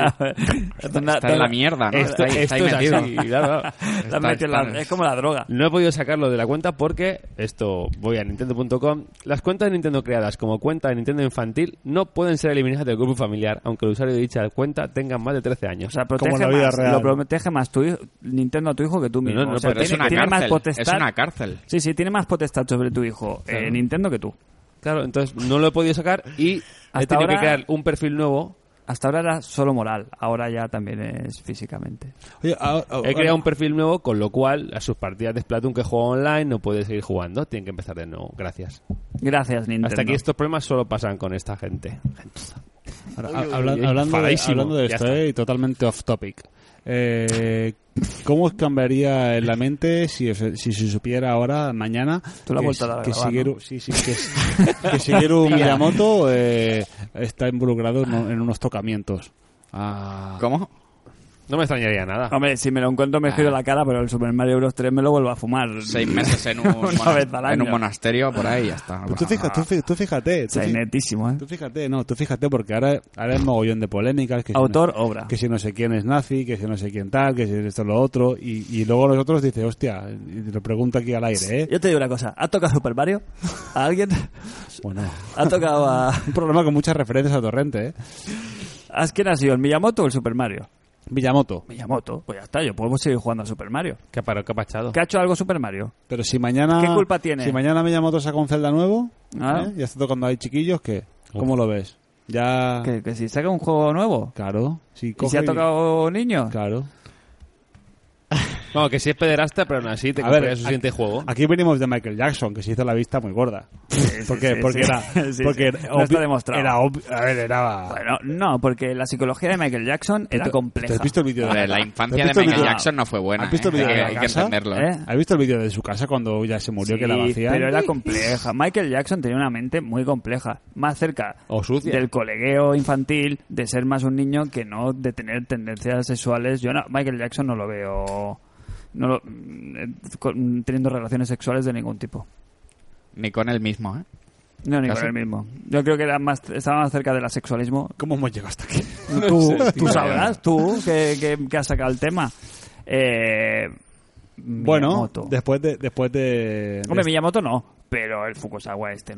Speaker 5: Está en la
Speaker 2: tanda-
Speaker 5: mierda, Ah, ¿no?
Speaker 4: esto
Speaker 5: está ahí, está ahí
Speaker 4: esto es
Speaker 5: metido.
Speaker 4: así, claro, claro.
Speaker 2: la
Speaker 5: Está-
Speaker 2: mete en la-
Speaker 5: está-
Speaker 2: es como la droga.
Speaker 4: No he podido sacarlo de la cuenta porque, esto, voy a nintendo.com, las cuentas de Nintendo creadas como cuenta de Nintendo infantil no pueden ser eliminadas del grupo familiar, aunque el usuario de dicha cuenta tenga más de 13 años.
Speaker 2: O sea,
Speaker 3: Como
Speaker 2: protege
Speaker 3: la vida
Speaker 2: más,
Speaker 3: real.
Speaker 2: lo protege más tu hijo, Nintendo a tu hijo que tú mismo.
Speaker 4: No, no,
Speaker 2: o sea,
Speaker 5: Pero
Speaker 2: tiene,
Speaker 5: es una
Speaker 2: tiene más
Speaker 5: cárcel.
Speaker 2: potestad.
Speaker 5: Es una cárcel.
Speaker 2: Sí, sí, tiene más potestad sobre tu hijo eh,
Speaker 4: Claro.
Speaker 2: Nintendo que tú.
Speaker 4: Claro, entonces no lo he podido sacar y he
Speaker 2: Hasta
Speaker 4: tenido
Speaker 2: ahora-
Speaker 4: que crear un perfil nuevo.
Speaker 2: Hasta ahora era solo moral, ahora ya también es físicamente.
Speaker 3: Oye, a- a-
Speaker 4: He creado un perfil nuevo, con lo cual a sus partidas de Splatoon que juego online no puede seguir jugando. Tienen que empezar de nuevo. Gracias.
Speaker 2: Gracias, Nintendo.
Speaker 4: Hasta aquí estos problemas solo pasan con esta gente.
Speaker 3: ahora, a- habla- hablando, de,
Speaker 4: Enfadadísimo.
Speaker 3: hablando de
Speaker 4: Ya
Speaker 3: esto,
Speaker 4: está.
Speaker 3: eh, y totalmente off topic. Eh, ¿Cómo os cambiaría en la mente si, os- si se supiera ahora, mañana,
Speaker 2: Tú la
Speaker 3: que,
Speaker 2: vuelta a dar a
Speaker 3: que
Speaker 2: grabar,
Speaker 3: Shigeru- sí, sí, que, que
Speaker 4: (laughs)
Speaker 3: Shigeru Miyamoto eh, está involucrado en, en unos tocamientos? Ah,
Speaker 5: ¿Cómo?
Speaker 4: No me extrañaría nada.
Speaker 2: Hombre, si me lo encuentro me giro la cara, pero el Super Mario Bros. 3 me lo vuelvo a fumar.
Speaker 5: Seis meses
Speaker 2: (laughs)
Speaker 5: en un,
Speaker 2: Mm. Una
Speaker 5: monas-
Speaker 2: vez al
Speaker 5: en un
Speaker 2: año.
Speaker 5: monasterio por ahí ya está.
Speaker 3: Pero tú, fija- tú fi- tú fíjate, tú,
Speaker 2: O sea,
Speaker 3: fi-
Speaker 2: es netísimo, ¿eh?
Speaker 3: tú fíjate, no, tú fíjate, porque ahora, ahora es mogollón de polémicas. Que si no-
Speaker 2: Autor, obra.
Speaker 3: que si no sé quién es nazi, que si no sé quién tal, que si esto lo otro, y, y luego los otros dice, hostia, y lo pregunta aquí al aire, ¿eh?
Speaker 2: Yo te digo una cosa, ¿has tocado Super Mario? ¿A alguien?
Speaker 3: Bueno,
Speaker 2: ¿Ha tocado a...
Speaker 3: un programa con muchas referencias a Torrente, ¿eh?
Speaker 2: (laughs) ¿Has quién ha sido, el Miyamoto o el Super Mario?
Speaker 3: Villamoto.
Speaker 2: Miyamoto, pues ya está, yo puedo seguir jugando a Super Mario.
Speaker 4: Que ha parado, que ha pachado.
Speaker 2: ¿Qué ha hecho algo Super Mario?
Speaker 3: Pero si mañana...
Speaker 2: ¿Qué culpa tiene?
Speaker 3: Si mañana Villamoto saca un Zelda nuevo,
Speaker 2: Ah.
Speaker 3: ¿eh? y está tocando ahí chiquillos, ¿qué? ¿Cómo lo ves? Ya...
Speaker 2: Que, que si saca un juego nuevo
Speaker 3: Claro. Si
Speaker 2: y
Speaker 3: coge
Speaker 2: si ha
Speaker 3: y-
Speaker 2: tocado niños.
Speaker 3: Claro.
Speaker 4: Bueno, que sí es pederasta, pero aún así te
Speaker 3: A ver,
Speaker 4: compraría su siguiente juego.
Speaker 3: Aquí venimos de Michael Jackson, que se hizo la vista muy gorda. porque
Speaker 2: (laughs) sí, sí,
Speaker 3: porque
Speaker 2: sí.
Speaker 3: era.
Speaker 2: (laughs) Sí, sí.
Speaker 3: porque
Speaker 2: No está demostrado.
Speaker 3: Era obvio. A ver, era.
Speaker 2: Bueno, no, porque la psicología de Michael Jackson era compleja.
Speaker 3: ¿Te has visto el vídeo
Speaker 5: A
Speaker 3: de
Speaker 5: ver, la
Speaker 3: ¿Te
Speaker 5: infancia
Speaker 3: has
Speaker 5: de
Speaker 3: visto el
Speaker 5: Michael
Speaker 2: vídeo?
Speaker 5: Jackson no fue buena.
Speaker 3: ¿Has visto el
Speaker 5: ¿eh?
Speaker 3: vídeo
Speaker 5: Hay
Speaker 3: de
Speaker 5: que-
Speaker 3: la
Speaker 5: hay que
Speaker 3: casa?
Speaker 5: entenderlo.
Speaker 2: ¿Eh?
Speaker 3: ¿Has visto el vídeo de su casa cuando ya se murió que la
Speaker 2: Sí,
Speaker 3: vacía?
Speaker 2: Pero
Speaker 3: (laughs)
Speaker 2: era compleja. Michael Jackson tenía una mente muy compleja, más cerca
Speaker 3: Oh,
Speaker 4: O sucia.
Speaker 2: del colegueo infantil, de ser más un niño que no de tener tendencias sexuales. Yo no, Michael Jackson no lo veo no lo- eh, con- teniendo relaciones sexuales de ningún tipo.
Speaker 5: Ni con él mismo, ¿eh?
Speaker 2: No,
Speaker 3: ¿Ah,
Speaker 2: ni
Speaker 5: ¿Casi?
Speaker 2: con el mismo. Yo creo que era más, estaba más cerca del asexualismo.
Speaker 3: ¿Cómo hemos llegado hasta aquí? (laughs)
Speaker 2: Tú, tú
Speaker 5: tío.
Speaker 2: sabrás, tú, que, que- que has sacado el tema. Eh,
Speaker 3: Bueno,
Speaker 2: Miyamoto.
Speaker 3: después de. Después de, de-
Speaker 2: Hombre, Miyamoto no, pero el Fukusawa este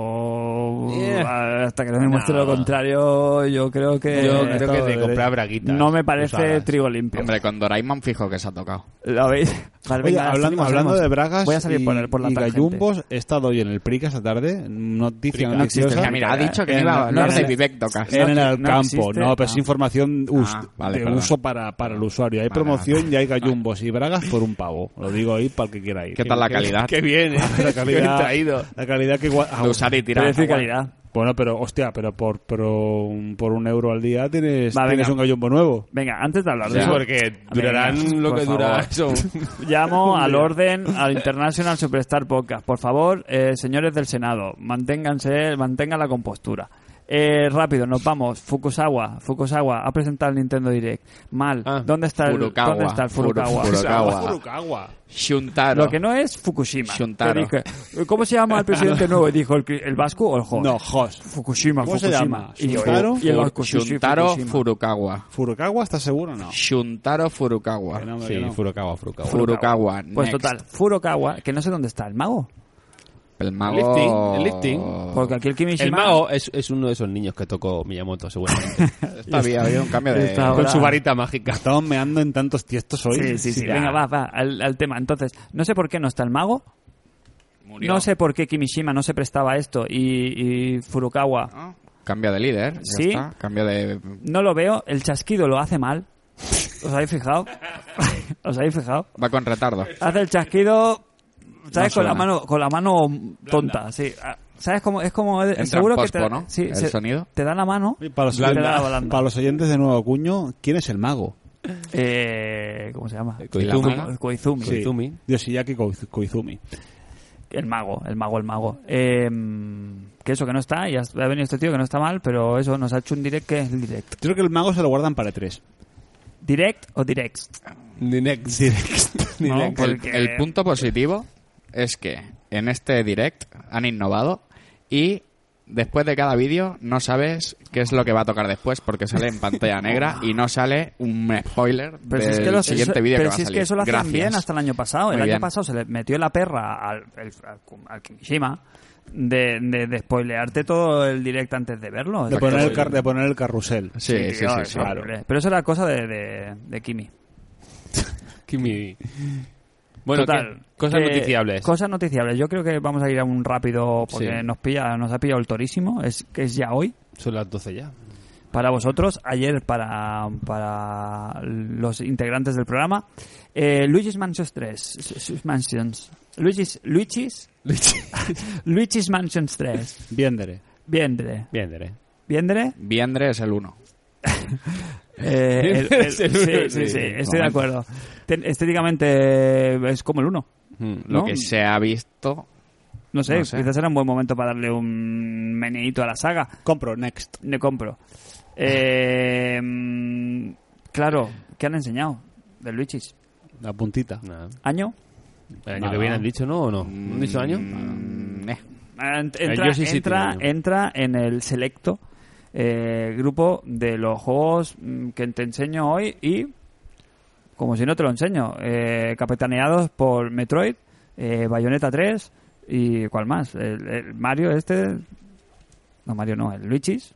Speaker 2: nuevo...
Speaker 4: Yeah.
Speaker 2: Hasta que no me muestre lo contrario, yo creo que...
Speaker 4: Yo
Speaker 3: eh,
Speaker 4: creo
Speaker 3: estado
Speaker 4: que
Speaker 3: de
Speaker 4: te comprar
Speaker 3: derecho.
Speaker 4: braguitas.
Speaker 2: no me parece
Speaker 4: usadas.
Speaker 2: trigo limpio.
Speaker 5: Hombre, con Doraemon fijo que se ha tocado.
Speaker 2: ¿Lo veis? Vale,
Speaker 3: Oye,
Speaker 2: venga,
Speaker 3: hablando,
Speaker 2: seguimos,
Speaker 3: hablando
Speaker 2: seguimos.
Speaker 3: de bragas
Speaker 2: Voy a salir
Speaker 3: y,
Speaker 2: por, el- por la
Speaker 3: y
Speaker 2: tangente.
Speaker 3: gallumbos, he estado hoy en el PRICA esta tarde, noticia
Speaker 2: no existe
Speaker 3: noticiosa.
Speaker 2: el
Speaker 5: Ya, mira, ha
Speaker 2: eh,
Speaker 5: dicho que
Speaker 3: en-
Speaker 5: no iba a hablar
Speaker 3: en
Speaker 5: de
Speaker 3: el-
Speaker 5: Vivectocas.
Speaker 3: en el
Speaker 2: No, no
Speaker 3: campo,
Speaker 2: existe.
Speaker 3: no, pero es
Speaker 2: Ah.
Speaker 3: información us-
Speaker 5: Ah, vale,
Speaker 3: de
Speaker 5: perdón.
Speaker 3: uso para, para el usuario. Hay
Speaker 5: Vale,
Speaker 3: promoción
Speaker 5: vale.
Speaker 3: y hay gallumbos y bragas por un pavo. Lo digo ahí para el que quiera ir.
Speaker 5: ¿Qué tal la calidad?
Speaker 4: Qué bien,
Speaker 2: (laughs)
Speaker 4: ¿eh?
Speaker 3: la
Speaker 4: Qué bien
Speaker 3: calidad?
Speaker 4: traído.
Speaker 3: La calidad que igual- ah,
Speaker 5: De usar y tirar.
Speaker 2: Precio y calidad.
Speaker 3: Bueno, pero hostia, pero por, pero un- por un euro al día tienes,
Speaker 2: Va, venga.
Speaker 3: tienes un gallumbo nuevo.
Speaker 2: Venga, antes de hablar de
Speaker 4: Sí,
Speaker 2: eso...
Speaker 4: porque
Speaker 2: Venga,
Speaker 4: durarán lo
Speaker 2: por
Speaker 4: que dura
Speaker 2: favor.
Speaker 4: eso.
Speaker 2: (laughs) Llamo al orden al International Superstar Podcast. Por favor, eh, señores del Senado, manténganse, mantengan la compostura. Eh, rápido, nos vamos. Fukusawa, Fukusawa ha presentado el Nintendo Direct. Mal.
Speaker 4: Ah,
Speaker 2: ¿Dónde está el
Speaker 5: Furukawa.
Speaker 2: dónde está el
Speaker 5: Furu-
Speaker 2: Furukawa?
Speaker 5: Furukawa.
Speaker 3: Furukawa.
Speaker 5: Shuntaro.
Speaker 2: Lo que no es Fukushima.
Speaker 5: Shuntaro.
Speaker 2: Que dije, ¿Cómo se llama
Speaker 4: (laughs)
Speaker 2: el presidente nuevo? Y dijo el, cri- el vasco o el jo.
Speaker 3: No, Jos.
Speaker 2: Fukushima,
Speaker 3: ¿Cómo se
Speaker 2: Fukushima.
Speaker 3: llama?
Speaker 2: Y yo,
Speaker 3: ¿Shuntaro?
Speaker 2: y el vasco, sí, sí,
Speaker 5: Shuntaro
Speaker 2: Fukushima.
Speaker 5: Furukawa.
Speaker 3: ¿Furukawa está seguro o no?
Speaker 5: Shuntaro
Speaker 3: Que
Speaker 5: Furukawa.
Speaker 3: no, hombre, que
Speaker 4: Sí,
Speaker 3: no.
Speaker 4: Furukawa, Furukawa.
Speaker 5: Furukawa.
Speaker 2: Pues
Speaker 5: next.
Speaker 2: total, Furukawa, que no sé dónde está, el mago.
Speaker 5: El mago.
Speaker 4: Lifting, el lifting.
Speaker 5: Oh.
Speaker 2: Porque aquí el Kimishima.
Speaker 4: El mago es, es uno de esos niños que tocó Miyamoto, seguramente.
Speaker 5: Está bien, ha habido un cambio de.
Speaker 2: Está-
Speaker 4: (laughs) con
Speaker 2: Ahora-
Speaker 4: su varita mágica.
Speaker 3: Estamos meando en tantos tiestos hoy.
Speaker 2: Sí, sí, sí.
Speaker 3: Ya.
Speaker 2: Venga, va, va, al, al tema. Entonces, no sé por qué no está el mago.
Speaker 5: Murió.
Speaker 2: No sé por qué Kimishima no se prestaba a esto y, y Furukawa.
Speaker 5: Ah, Cambio de líder. ya
Speaker 2: Sí.
Speaker 5: está. Cambio de.
Speaker 2: No lo veo, el chasquido lo hace mal. ¿Os habéis fijado? (laughs) ¿Os habéis fijado?
Speaker 5: Va
Speaker 2: (laughs)
Speaker 5: con retardo.
Speaker 2: Hace el chasquido, ¿sabes?
Speaker 5: No
Speaker 2: con, la
Speaker 5: suena.
Speaker 2: mano, con la mano tonta, sí. Ah, ¿Sabes cómo es como. eh,
Speaker 5: en
Speaker 2: seguro que te,
Speaker 5: pospo, ¿no?
Speaker 2: sí,
Speaker 5: El
Speaker 2: se-
Speaker 5: sonido.
Speaker 2: te da la mano.
Speaker 3: Y Para los,
Speaker 2: y te da la
Speaker 3: oyentes,
Speaker 2: balanda.
Speaker 3: para los oyentes de Nuevo Cuño, ¿quién es el mago?
Speaker 2: Eh, ¿Cómo se llama?
Speaker 5: Koizumi.
Speaker 2: Koizumi.
Speaker 3: Sí,
Speaker 4: Koizumi.
Speaker 3: Yoshiyaki Koiz- Koizumi.
Speaker 2: El mago, el mago, el mago. Eh, que eso que no está, y ha ha venido este tío que no está mal, pero eso nos ha hecho un direct que es el direct.
Speaker 3: Yo creo que el mago se lo guardan para tres.
Speaker 2: ¿Direct o directs?
Speaker 4: The next. The
Speaker 2: No,
Speaker 4: next.
Speaker 5: El,
Speaker 2: porque-
Speaker 5: el punto positivo es que en este direct han innovado y después de cada vídeo no sabes qué es lo que va a tocar después porque sale
Speaker 2: (laughs)
Speaker 5: en pantalla negra y no sale un spoiler
Speaker 2: Pero si es que,
Speaker 5: del
Speaker 2: los-
Speaker 5: siguiente
Speaker 2: eso-
Speaker 5: vídeo
Speaker 2: pero
Speaker 5: que va
Speaker 2: si
Speaker 5: a
Speaker 2: es
Speaker 5: salir.
Speaker 2: que eso lo hacen
Speaker 5: Gracias.
Speaker 2: bien hasta el año pasado. el
Speaker 5: Muy
Speaker 2: año
Speaker 5: bien.
Speaker 2: pasado se le metió la perra al, el- al, al Kimishima de, de, de spoilearte todo el direct antes de verlo.
Speaker 3: De
Speaker 2: Es
Speaker 3: poner,
Speaker 2: que-
Speaker 3: el car- de poner el carrusel.
Speaker 5: Sí, sí,
Speaker 2: tío,
Speaker 5: sí, sí,
Speaker 2: es horrible. Pero eso era cosa de, de, de Kimi.
Speaker 4: Kimi. Bueno,
Speaker 2: Total,
Speaker 4: ¿qué? cosas
Speaker 2: que-
Speaker 4: noticiables.
Speaker 2: Cosas noticiables. Yo creo que vamos a ir a un rápido porque
Speaker 4: Sí.
Speaker 2: nos pilla, nos ha pillado el torísimo. Es que es ya hoy.
Speaker 4: Son las 12 ya.
Speaker 2: para vosotros, ayer para, para los integrantes del programa. Eh, Luigi's Mansions 3. sus- sus Mansions. Luigi's, Luigi's, (laughs) Luigi's Mansions 3.
Speaker 3: Bien, Dere.
Speaker 2: Viendre.
Speaker 4: Bien, Dere.
Speaker 2: ¿Viendre?
Speaker 5: Viendre es el uno.
Speaker 2: Eh, el- el-
Speaker 4: Es el uno,
Speaker 2: sí, sí,
Speaker 4: sí.
Speaker 2: sí, estoy de acuerdo. Ten- estéticamente es como el 1.
Speaker 5: Lo
Speaker 4: Hmm,
Speaker 2: ¿No?
Speaker 5: que se ha visto.
Speaker 2: No sé,
Speaker 5: No sé.
Speaker 2: quizás era un buen momento para darle un meneito a la saga.
Speaker 3: Compro, next.
Speaker 2: Le compro. Eh, mm, claro, ¿qué han enseñado de Luigi's?
Speaker 3: La puntita.
Speaker 4: Nada.
Speaker 2: ¿Año?
Speaker 4: El año
Speaker 3: Nada.
Speaker 4: que viene han dicho, ¿no? ¿O no? ¿Han dicho año?
Speaker 5: mm, eh.
Speaker 2: Ent-
Speaker 4: El
Speaker 2: Entra,
Speaker 4: Yoshi sí
Speaker 2: entra,
Speaker 4: tiene año.
Speaker 2: entra en el selecto eh, grupo de los juegos mm, que te enseño hoy y, como si no te lo enseño, eh, capitaneados por Metroid, eh, Bayonetta 3 y ¿cuál más? El, el Mario este... No, Mario no, el Luigi's.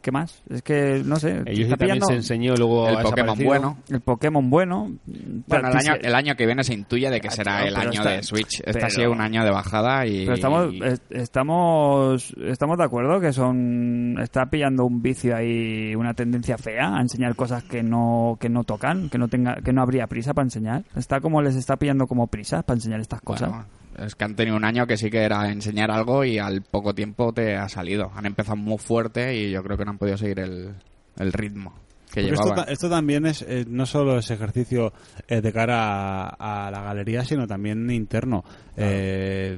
Speaker 2: ¿Qué más? Es que, no sé.
Speaker 4: El Yuji
Speaker 2: está
Speaker 4: también
Speaker 2: pillando
Speaker 4: se enseñó luego
Speaker 5: el
Speaker 4: ha
Speaker 5: Pokémon
Speaker 4: desaparecido.
Speaker 5: bueno.
Speaker 2: El Pokémon bueno.
Speaker 5: Bueno, el
Speaker 2: Practice-
Speaker 5: año, el año que viene se intuye de que será
Speaker 2: Ah, tío,
Speaker 5: el
Speaker 2: pero
Speaker 5: año
Speaker 2: está-
Speaker 5: de Switch. Este
Speaker 2: pero-
Speaker 5: ha sido un año de bajada y...
Speaker 2: Pero estamos, eh, es- estamos, estamos de acuerdo que son está pillando un vicio ahí, una tendencia fea a enseñar cosas que no que no tocan, que no tenga, que no habría prisa para enseñar. Está como les está pillando como prisa para enseñar estas cosas.
Speaker 5: Bueno, es que han tenido un año que sí que era enseñar algo y al poco tiempo te ha salido. Han empezado muy fuerte y yo creo que no han podido seguir el, el ritmo que
Speaker 3: Porque esto,
Speaker 5: llevaban.
Speaker 3: ta- esto también es eh, no solo es ejercicio eh, de cara a, a la galería, sino también interno. Eh,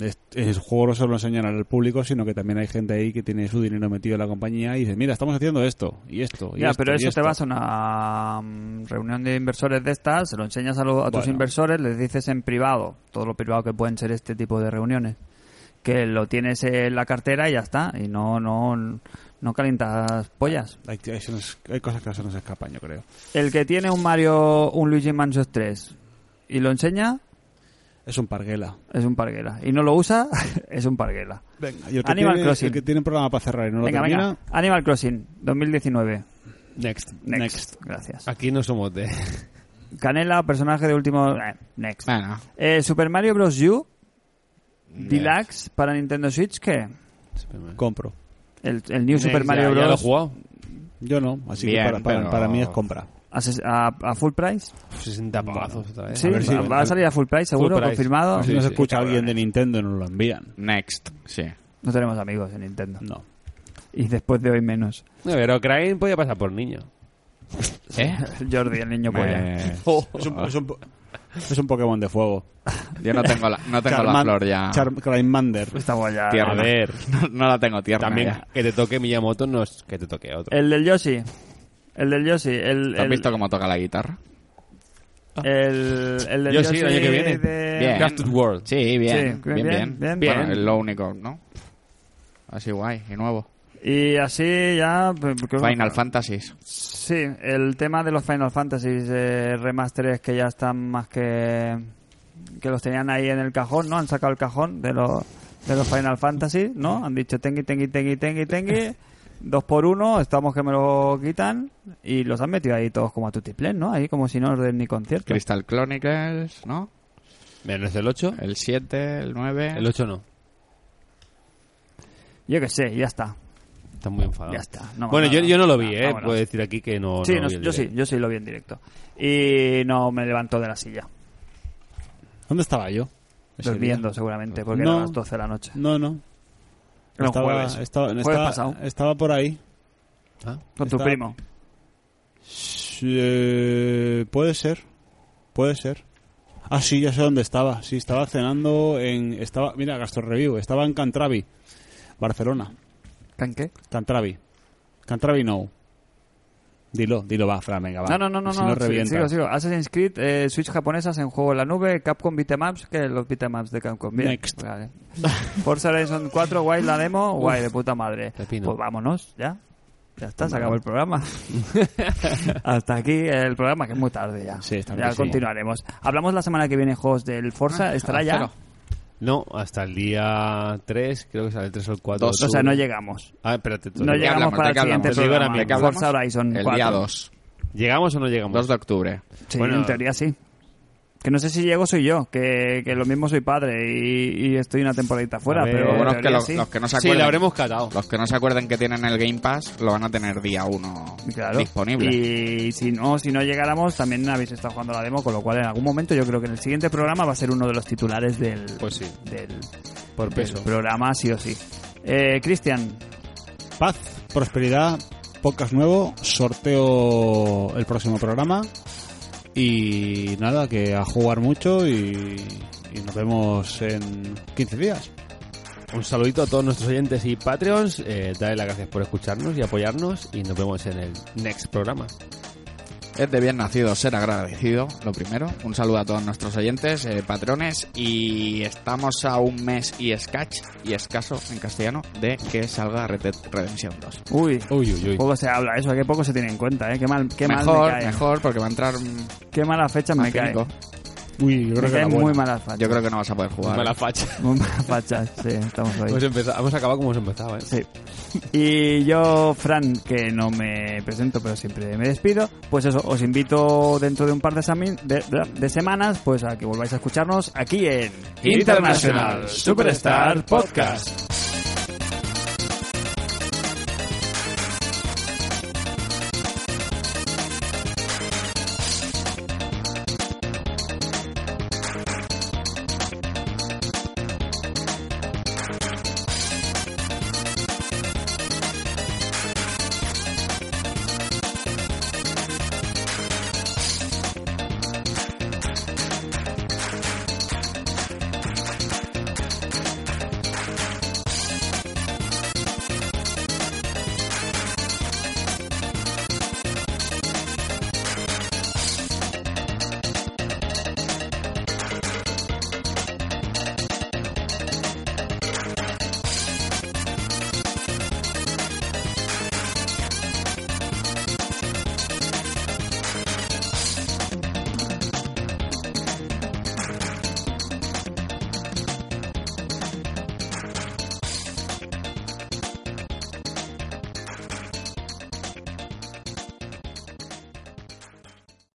Speaker 3: es- el juego no solo lo enseñan al público, sino que también hay gente ahí que tiene su dinero metido en la compañía y dice, mira, estamos haciendo esto y esto. Y
Speaker 2: ya,
Speaker 3: esto,
Speaker 2: pero
Speaker 3: y
Speaker 2: eso te
Speaker 3: esto".
Speaker 2: vas a una mm, reunión de inversores de estas, se lo enseñas a, lo- a tus
Speaker 3: Bueno.
Speaker 2: inversores, les dices en privado, todo lo privado que pueden ser este tipo de reuniones, que lo tienes en la cartera y ya está, y no no no calientas pollas.
Speaker 3: Hay, hay- se nos- hay cosas que se nos escapan, yo creo.
Speaker 2: El que tiene un Mario, un Luigi Mansion 3 y lo enseña,
Speaker 3: Es un parguela.
Speaker 2: es un parguela. Y no lo usa, (laughs) es un parguela.
Speaker 3: Venga, y el que,
Speaker 2: Animal
Speaker 3: tiene,
Speaker 2: Crossing.
Speaker 3: el que tiene un programa para cerrar y no
Speaker 2: venga,
Speaker 3: lo termina,
Speaker 2: venga. Animal Crossing 2019.
Speaker 4: Next.
Speaker 2: Next.
Speaker 3: Next.
Speaker 2: Gracias.
Speaker 4: Aquí no somos de...
Speaker 2: Canela, personaje de último. eh, next.
Speaker 5: Bueno,
Speaker 2: Eh, Super Mario Bros. U Deluxe para Nintendo Switch, ¿qué?
Speaker 4: (laughs) Superman.
Speaker 3: compro.
Speaker 2: El, el New
Speaker 4: Next,
Speaker 2: Super
Speaker 4: ya-
Speaker 2: Mario
Speaker 4: ya lo he
Speaker 2: Bros.
Speaker 4: jugado.
Speaker 3: Yo no, así
Speaker 5: Bien,
Speaker 3: que para, para-
Speaker 5: pero-
Speaker 3: para mí es compra.
Speaker 2: A, ses- a- a full price.
Speaker 4: 60 pavazos otra vez.
Speaker 2: Sí,
Speaker 3: ver si-
Speaker 2: va, va a salir a full price, seguro,
Speaker 4: Full price.
Speaker 2: confirmado.
Speaker 4: Ah,
Speaker 3: Si
Speaker 4: sí,
Speaker 3: nos
Speaker 4: sí,
Speaker 3: escucha alguien de Nintendo, nos lo envían.
Speaker 5: next, sí.
Speaker 2: No tenemos amigos en Nintendo.
Speaker 3: No.
Speaker 2: Y después de hoy menos.
Speaker 4: No, pero Crane podía pasar por niño.
Speaker 5: ¿Eh?
Speaker 2: (laughs) Jordi, el niño polla.
Speaker 5: Me-
Speaker 3: Es, un, es un
Speaker 5: (laughs)
Speaker 3: po- es un Pokémon de fuego.
Speaker 5: Yo no tengo la, no tengo la
Speaker 3: Charman-
Speaker 5: flor ya.
Speaker 3: Char- Charmander.
Speaker 2: Estamos ya.
Speaker 5: Tierra.
Speaker 4: A ver,
Speaker 5: (laughs) No, no la tengo tierna
Speaker 4: también
Speaker 5: ya.
Speaker 4: que te toque Miyamoto no es que te toque otro.
Speaker 2: El del Yoshi. El del Yoshi. El,
Speaker 5: ¿Te has
Speaker 2: el,
Speaker 5: visto cómo toca la guitarra?
Speaker 2: el, el del
Speaker 4: Yoshi, el año que viene.
Speaker 2: de-
Speaker 5: Bien.
Speaker 4: Gaston World.
Speaker 5: Sí, bien.
Speaker 2: Eh, Sí,
Speaker 5: bien, bien,
Speaker 2: bien, bien.
Speaker 5: Bueno,
Speaker 2: Bien.
Speaker 5: es lo único, ¿no? Así guay, y nuevo.
Speaker 2: Y así ya... pues, creo que-
Speaker 5: Final Fantasy.
Speaker 2: Sí, el tema de los Final Fantasy eh, remasteres que ya están más que... Que los tenían ahí en el cajón, ¿no? Han sacado el cajón de los, de los Final Fantasy, ¿no? Han dicho tengui, tengui, tengui, tengui, tengui. Dos por uno, estamos que me lo quitan. Y los han metido ahí todos como a tutiplén, ¿no? Ahí como si no orden ni concierto.
Speaker 5: Crystal Chronicles, ¿no?
Speaker 4: Menos el 8.
Speaker 2: Eh.
Speaker 5: El 7, el 9.
Speaker 4: El 8 no.
Speaker 2: Yo qué sé, ya está.
Speaker 4: Está muy enfadado.
Speaker 2: Ya está, no,
Speaker 4: bueno,
Speaker 2: no,
Speaker 4: yo,
Speaker 2: no.
Speaker 4: yo no lo vi,
Speaker 2: Ah,
Speaker 4: ¿eh?
Speaker 2: vámonos.
Speaker 4: Puedo decir aquí que no.
Speaker 2: Sí,
Speaker 4: no
Speaker 2: no,
Speaker 4: vi el
Speaker 2: yo sí,
Speaker 4: directo.
Speaker 2: yo sí lo vi en directo. Y no me levanto de la silla,
Speaker 3: ¿Dónde estaba yo? ese
Speaker 2: durmiendo
Speaker 3: día?
Speaker 2: seguramente, porque
Speaker 3: No.
Speaker 2: eran las 12 de la noche.
Speaker 3: No, no.
Speaker 2: Era un
Speaker 3: estaba,
Speaker 2: jueves,
Speaker 3: Estaba,
Speaker 2: Jueves
Speaker 3: estaba-
Speaker 2: pasado.
Speaker 3: estaba por ahí.
Speaker 4: Ah,
Speaker 2: con tu
Speaker 3: estaba-
Speaker 2: primo.
Speaker 3: Sí, eh, puede ser. Puede ser. Ah, sí, ya sé dónde estaba. Sí, estaba cenando en. estaba Mira, Gastro Review. Estaba en Cantravi, Barcelona.
Speaker 2: ¿Can qué?
Speaker 3: Cantravi. Cantravi no. Dilo, dilo, va, Fran, venga, va.
Speaker 2: No, no, no, no,
Speaker 3: Si
Speaker 2: no, sí,
Speaker 3: revientas.
Speaker 2: sigo, sigo. Assassin's Creed, eh, Switch japonesas en juego en la nube, Capcom Beatemaps, que los Beatemaps de Capcom. Bien,
Speaker 3: Next.
Speaker 2: vale. Forza Horizon 4, guay la demo, guay de puta madre.
Speaker 4: pepino.
Speaker 2: Pues vámonos, ya. Ya está, se acabó el programa.
Speaker 3: (laughs)
Speaker 2: Hasta aquí el programa, que es muy tarde ya.
Speaker 3: Sí, está
Speaker 2: ya
Speaker 3: bien, sí.
Speaker 2: continuaremos. Hablamos la semana que viene, juegos del Forza, estará ya.
Speaker 5: cero.
Speaker 4: No, hasta el día 3, creo que sale el 3 o el 4.
Speaker 5: Dos,
Speaker 2: O sea, no llegamos.
Speaker 4: Ah, espérate.
Speaker 2: No
Speaker 4: todavía.
Speaker 2: llegamos
Speaker 5: hablamos?
Speaker 2: para el
Speaker 5: ¿De qué
Speaker 2: siguiente
Speaker 5: hablamos?
Speaker 4: Digo ahora
Speaker 2: programa.
Speaker 4: mismo.
Speaker 2: Forza Horizon
Speaker 5: El
Speaker 2: 4.
Speaker 5: día 2.
Speaker 4: ¿Llegamos o no llegamos?
Speaker 5: 2 de octubre.
Speaker 2: Sí,
Speaker 4: Bueno.
Speaker 2: en teoría sí. Que no sé si llego soy yo, que, que lo mismo soy padre y, y estoy una temporadita fuera,
Speaker 4: A ver.
Speaker 2: pero
Speaker 4: Lo
Speaker 5: Lo bueno
Speaker 2: en
Speaker 5: es que
Speaker 2: teoría
Speaker 5: los,
Speaker 2: Eh, sí.
Speaker 5: los que no se
Speaker 4: Sí,
Speaker 5: acuerden.
Speaker 4: lo habremos catado.
Speaker 5: Los que no se acuerden que tienen el Game Pass lo van a tener día 1
Speaker 2: Claro.
Speaker 5: disponible.
Speaker 2: Y si no, si no llegáramos, también habéis estado jugando la demo, con lo cual en algún momento yo creo que en el siguiente programa va a ser uno de los titulares del,
Speaker 4: Pues sí.
Speaker 2: del,
Speaker 4: Por
Speaker 2: del
Speaker 4: peso.
Speaker 2: programa, sí o sí. Eh, Cristian,
Speaker 3: Paz, prosperidad, podcast nuevo, sorteo el próximo programa. Y nada, que a jugar mucho y, y nos vemos en 15 días.
Speaker 4: Un saludito a todos nuestros oyentes y Patreons. Eh, dale las gracias por escucharnos y apoyarnos. Y nos vemos en el next programa.
Speaker 5: Es de bien nacido ser agradecido, lo primero. Un saludo a todos nuestros oyentes, eh, patrones. Y estamos a un mes y escacho, y escaso en castellano, de que salga Red Dead Redemption 2.
Speaker 2: uy,
Speaker 4: Uy, uy, uy.
Speaker 2: poco se habla eso, que poco se tiene en cuenta, ¿eh? Qué mal, qué mal me
Speaker 5: mejor,
Speaker 2: cae.
Speaker 5: mejor, porque va a entrar mm,
Speaker 2: Qué malas fechas
Speaker 5: más
Speaker 2: me cae.
Speaker 5: cínico.
Speaker 3: Uy, yo
Speaker 2: Me
Speaker 3: creo que era
Speaker 2: caen
Speaker 3: buena.
Speaker 2: muy malas fachas.
Speaker 5: Yo creo que no vas a poder jugar.
Speaker 4: Mala facha.
Speaker 2: Muy malas fachas, sí, estamos ahí.
Speaker 4: Hemos, empezado, hemos acabado como hemos empezado, ¿eh?
Speaker 2: Sí. (laughs) Y yo, Fran, que no me presento, pero siempre me despido, pues eso, os invito dentro de un par de, sami- de, de- de semanas pues a que volváis a escucharnos aquí en
Speaker 4: International Superstar Podcast.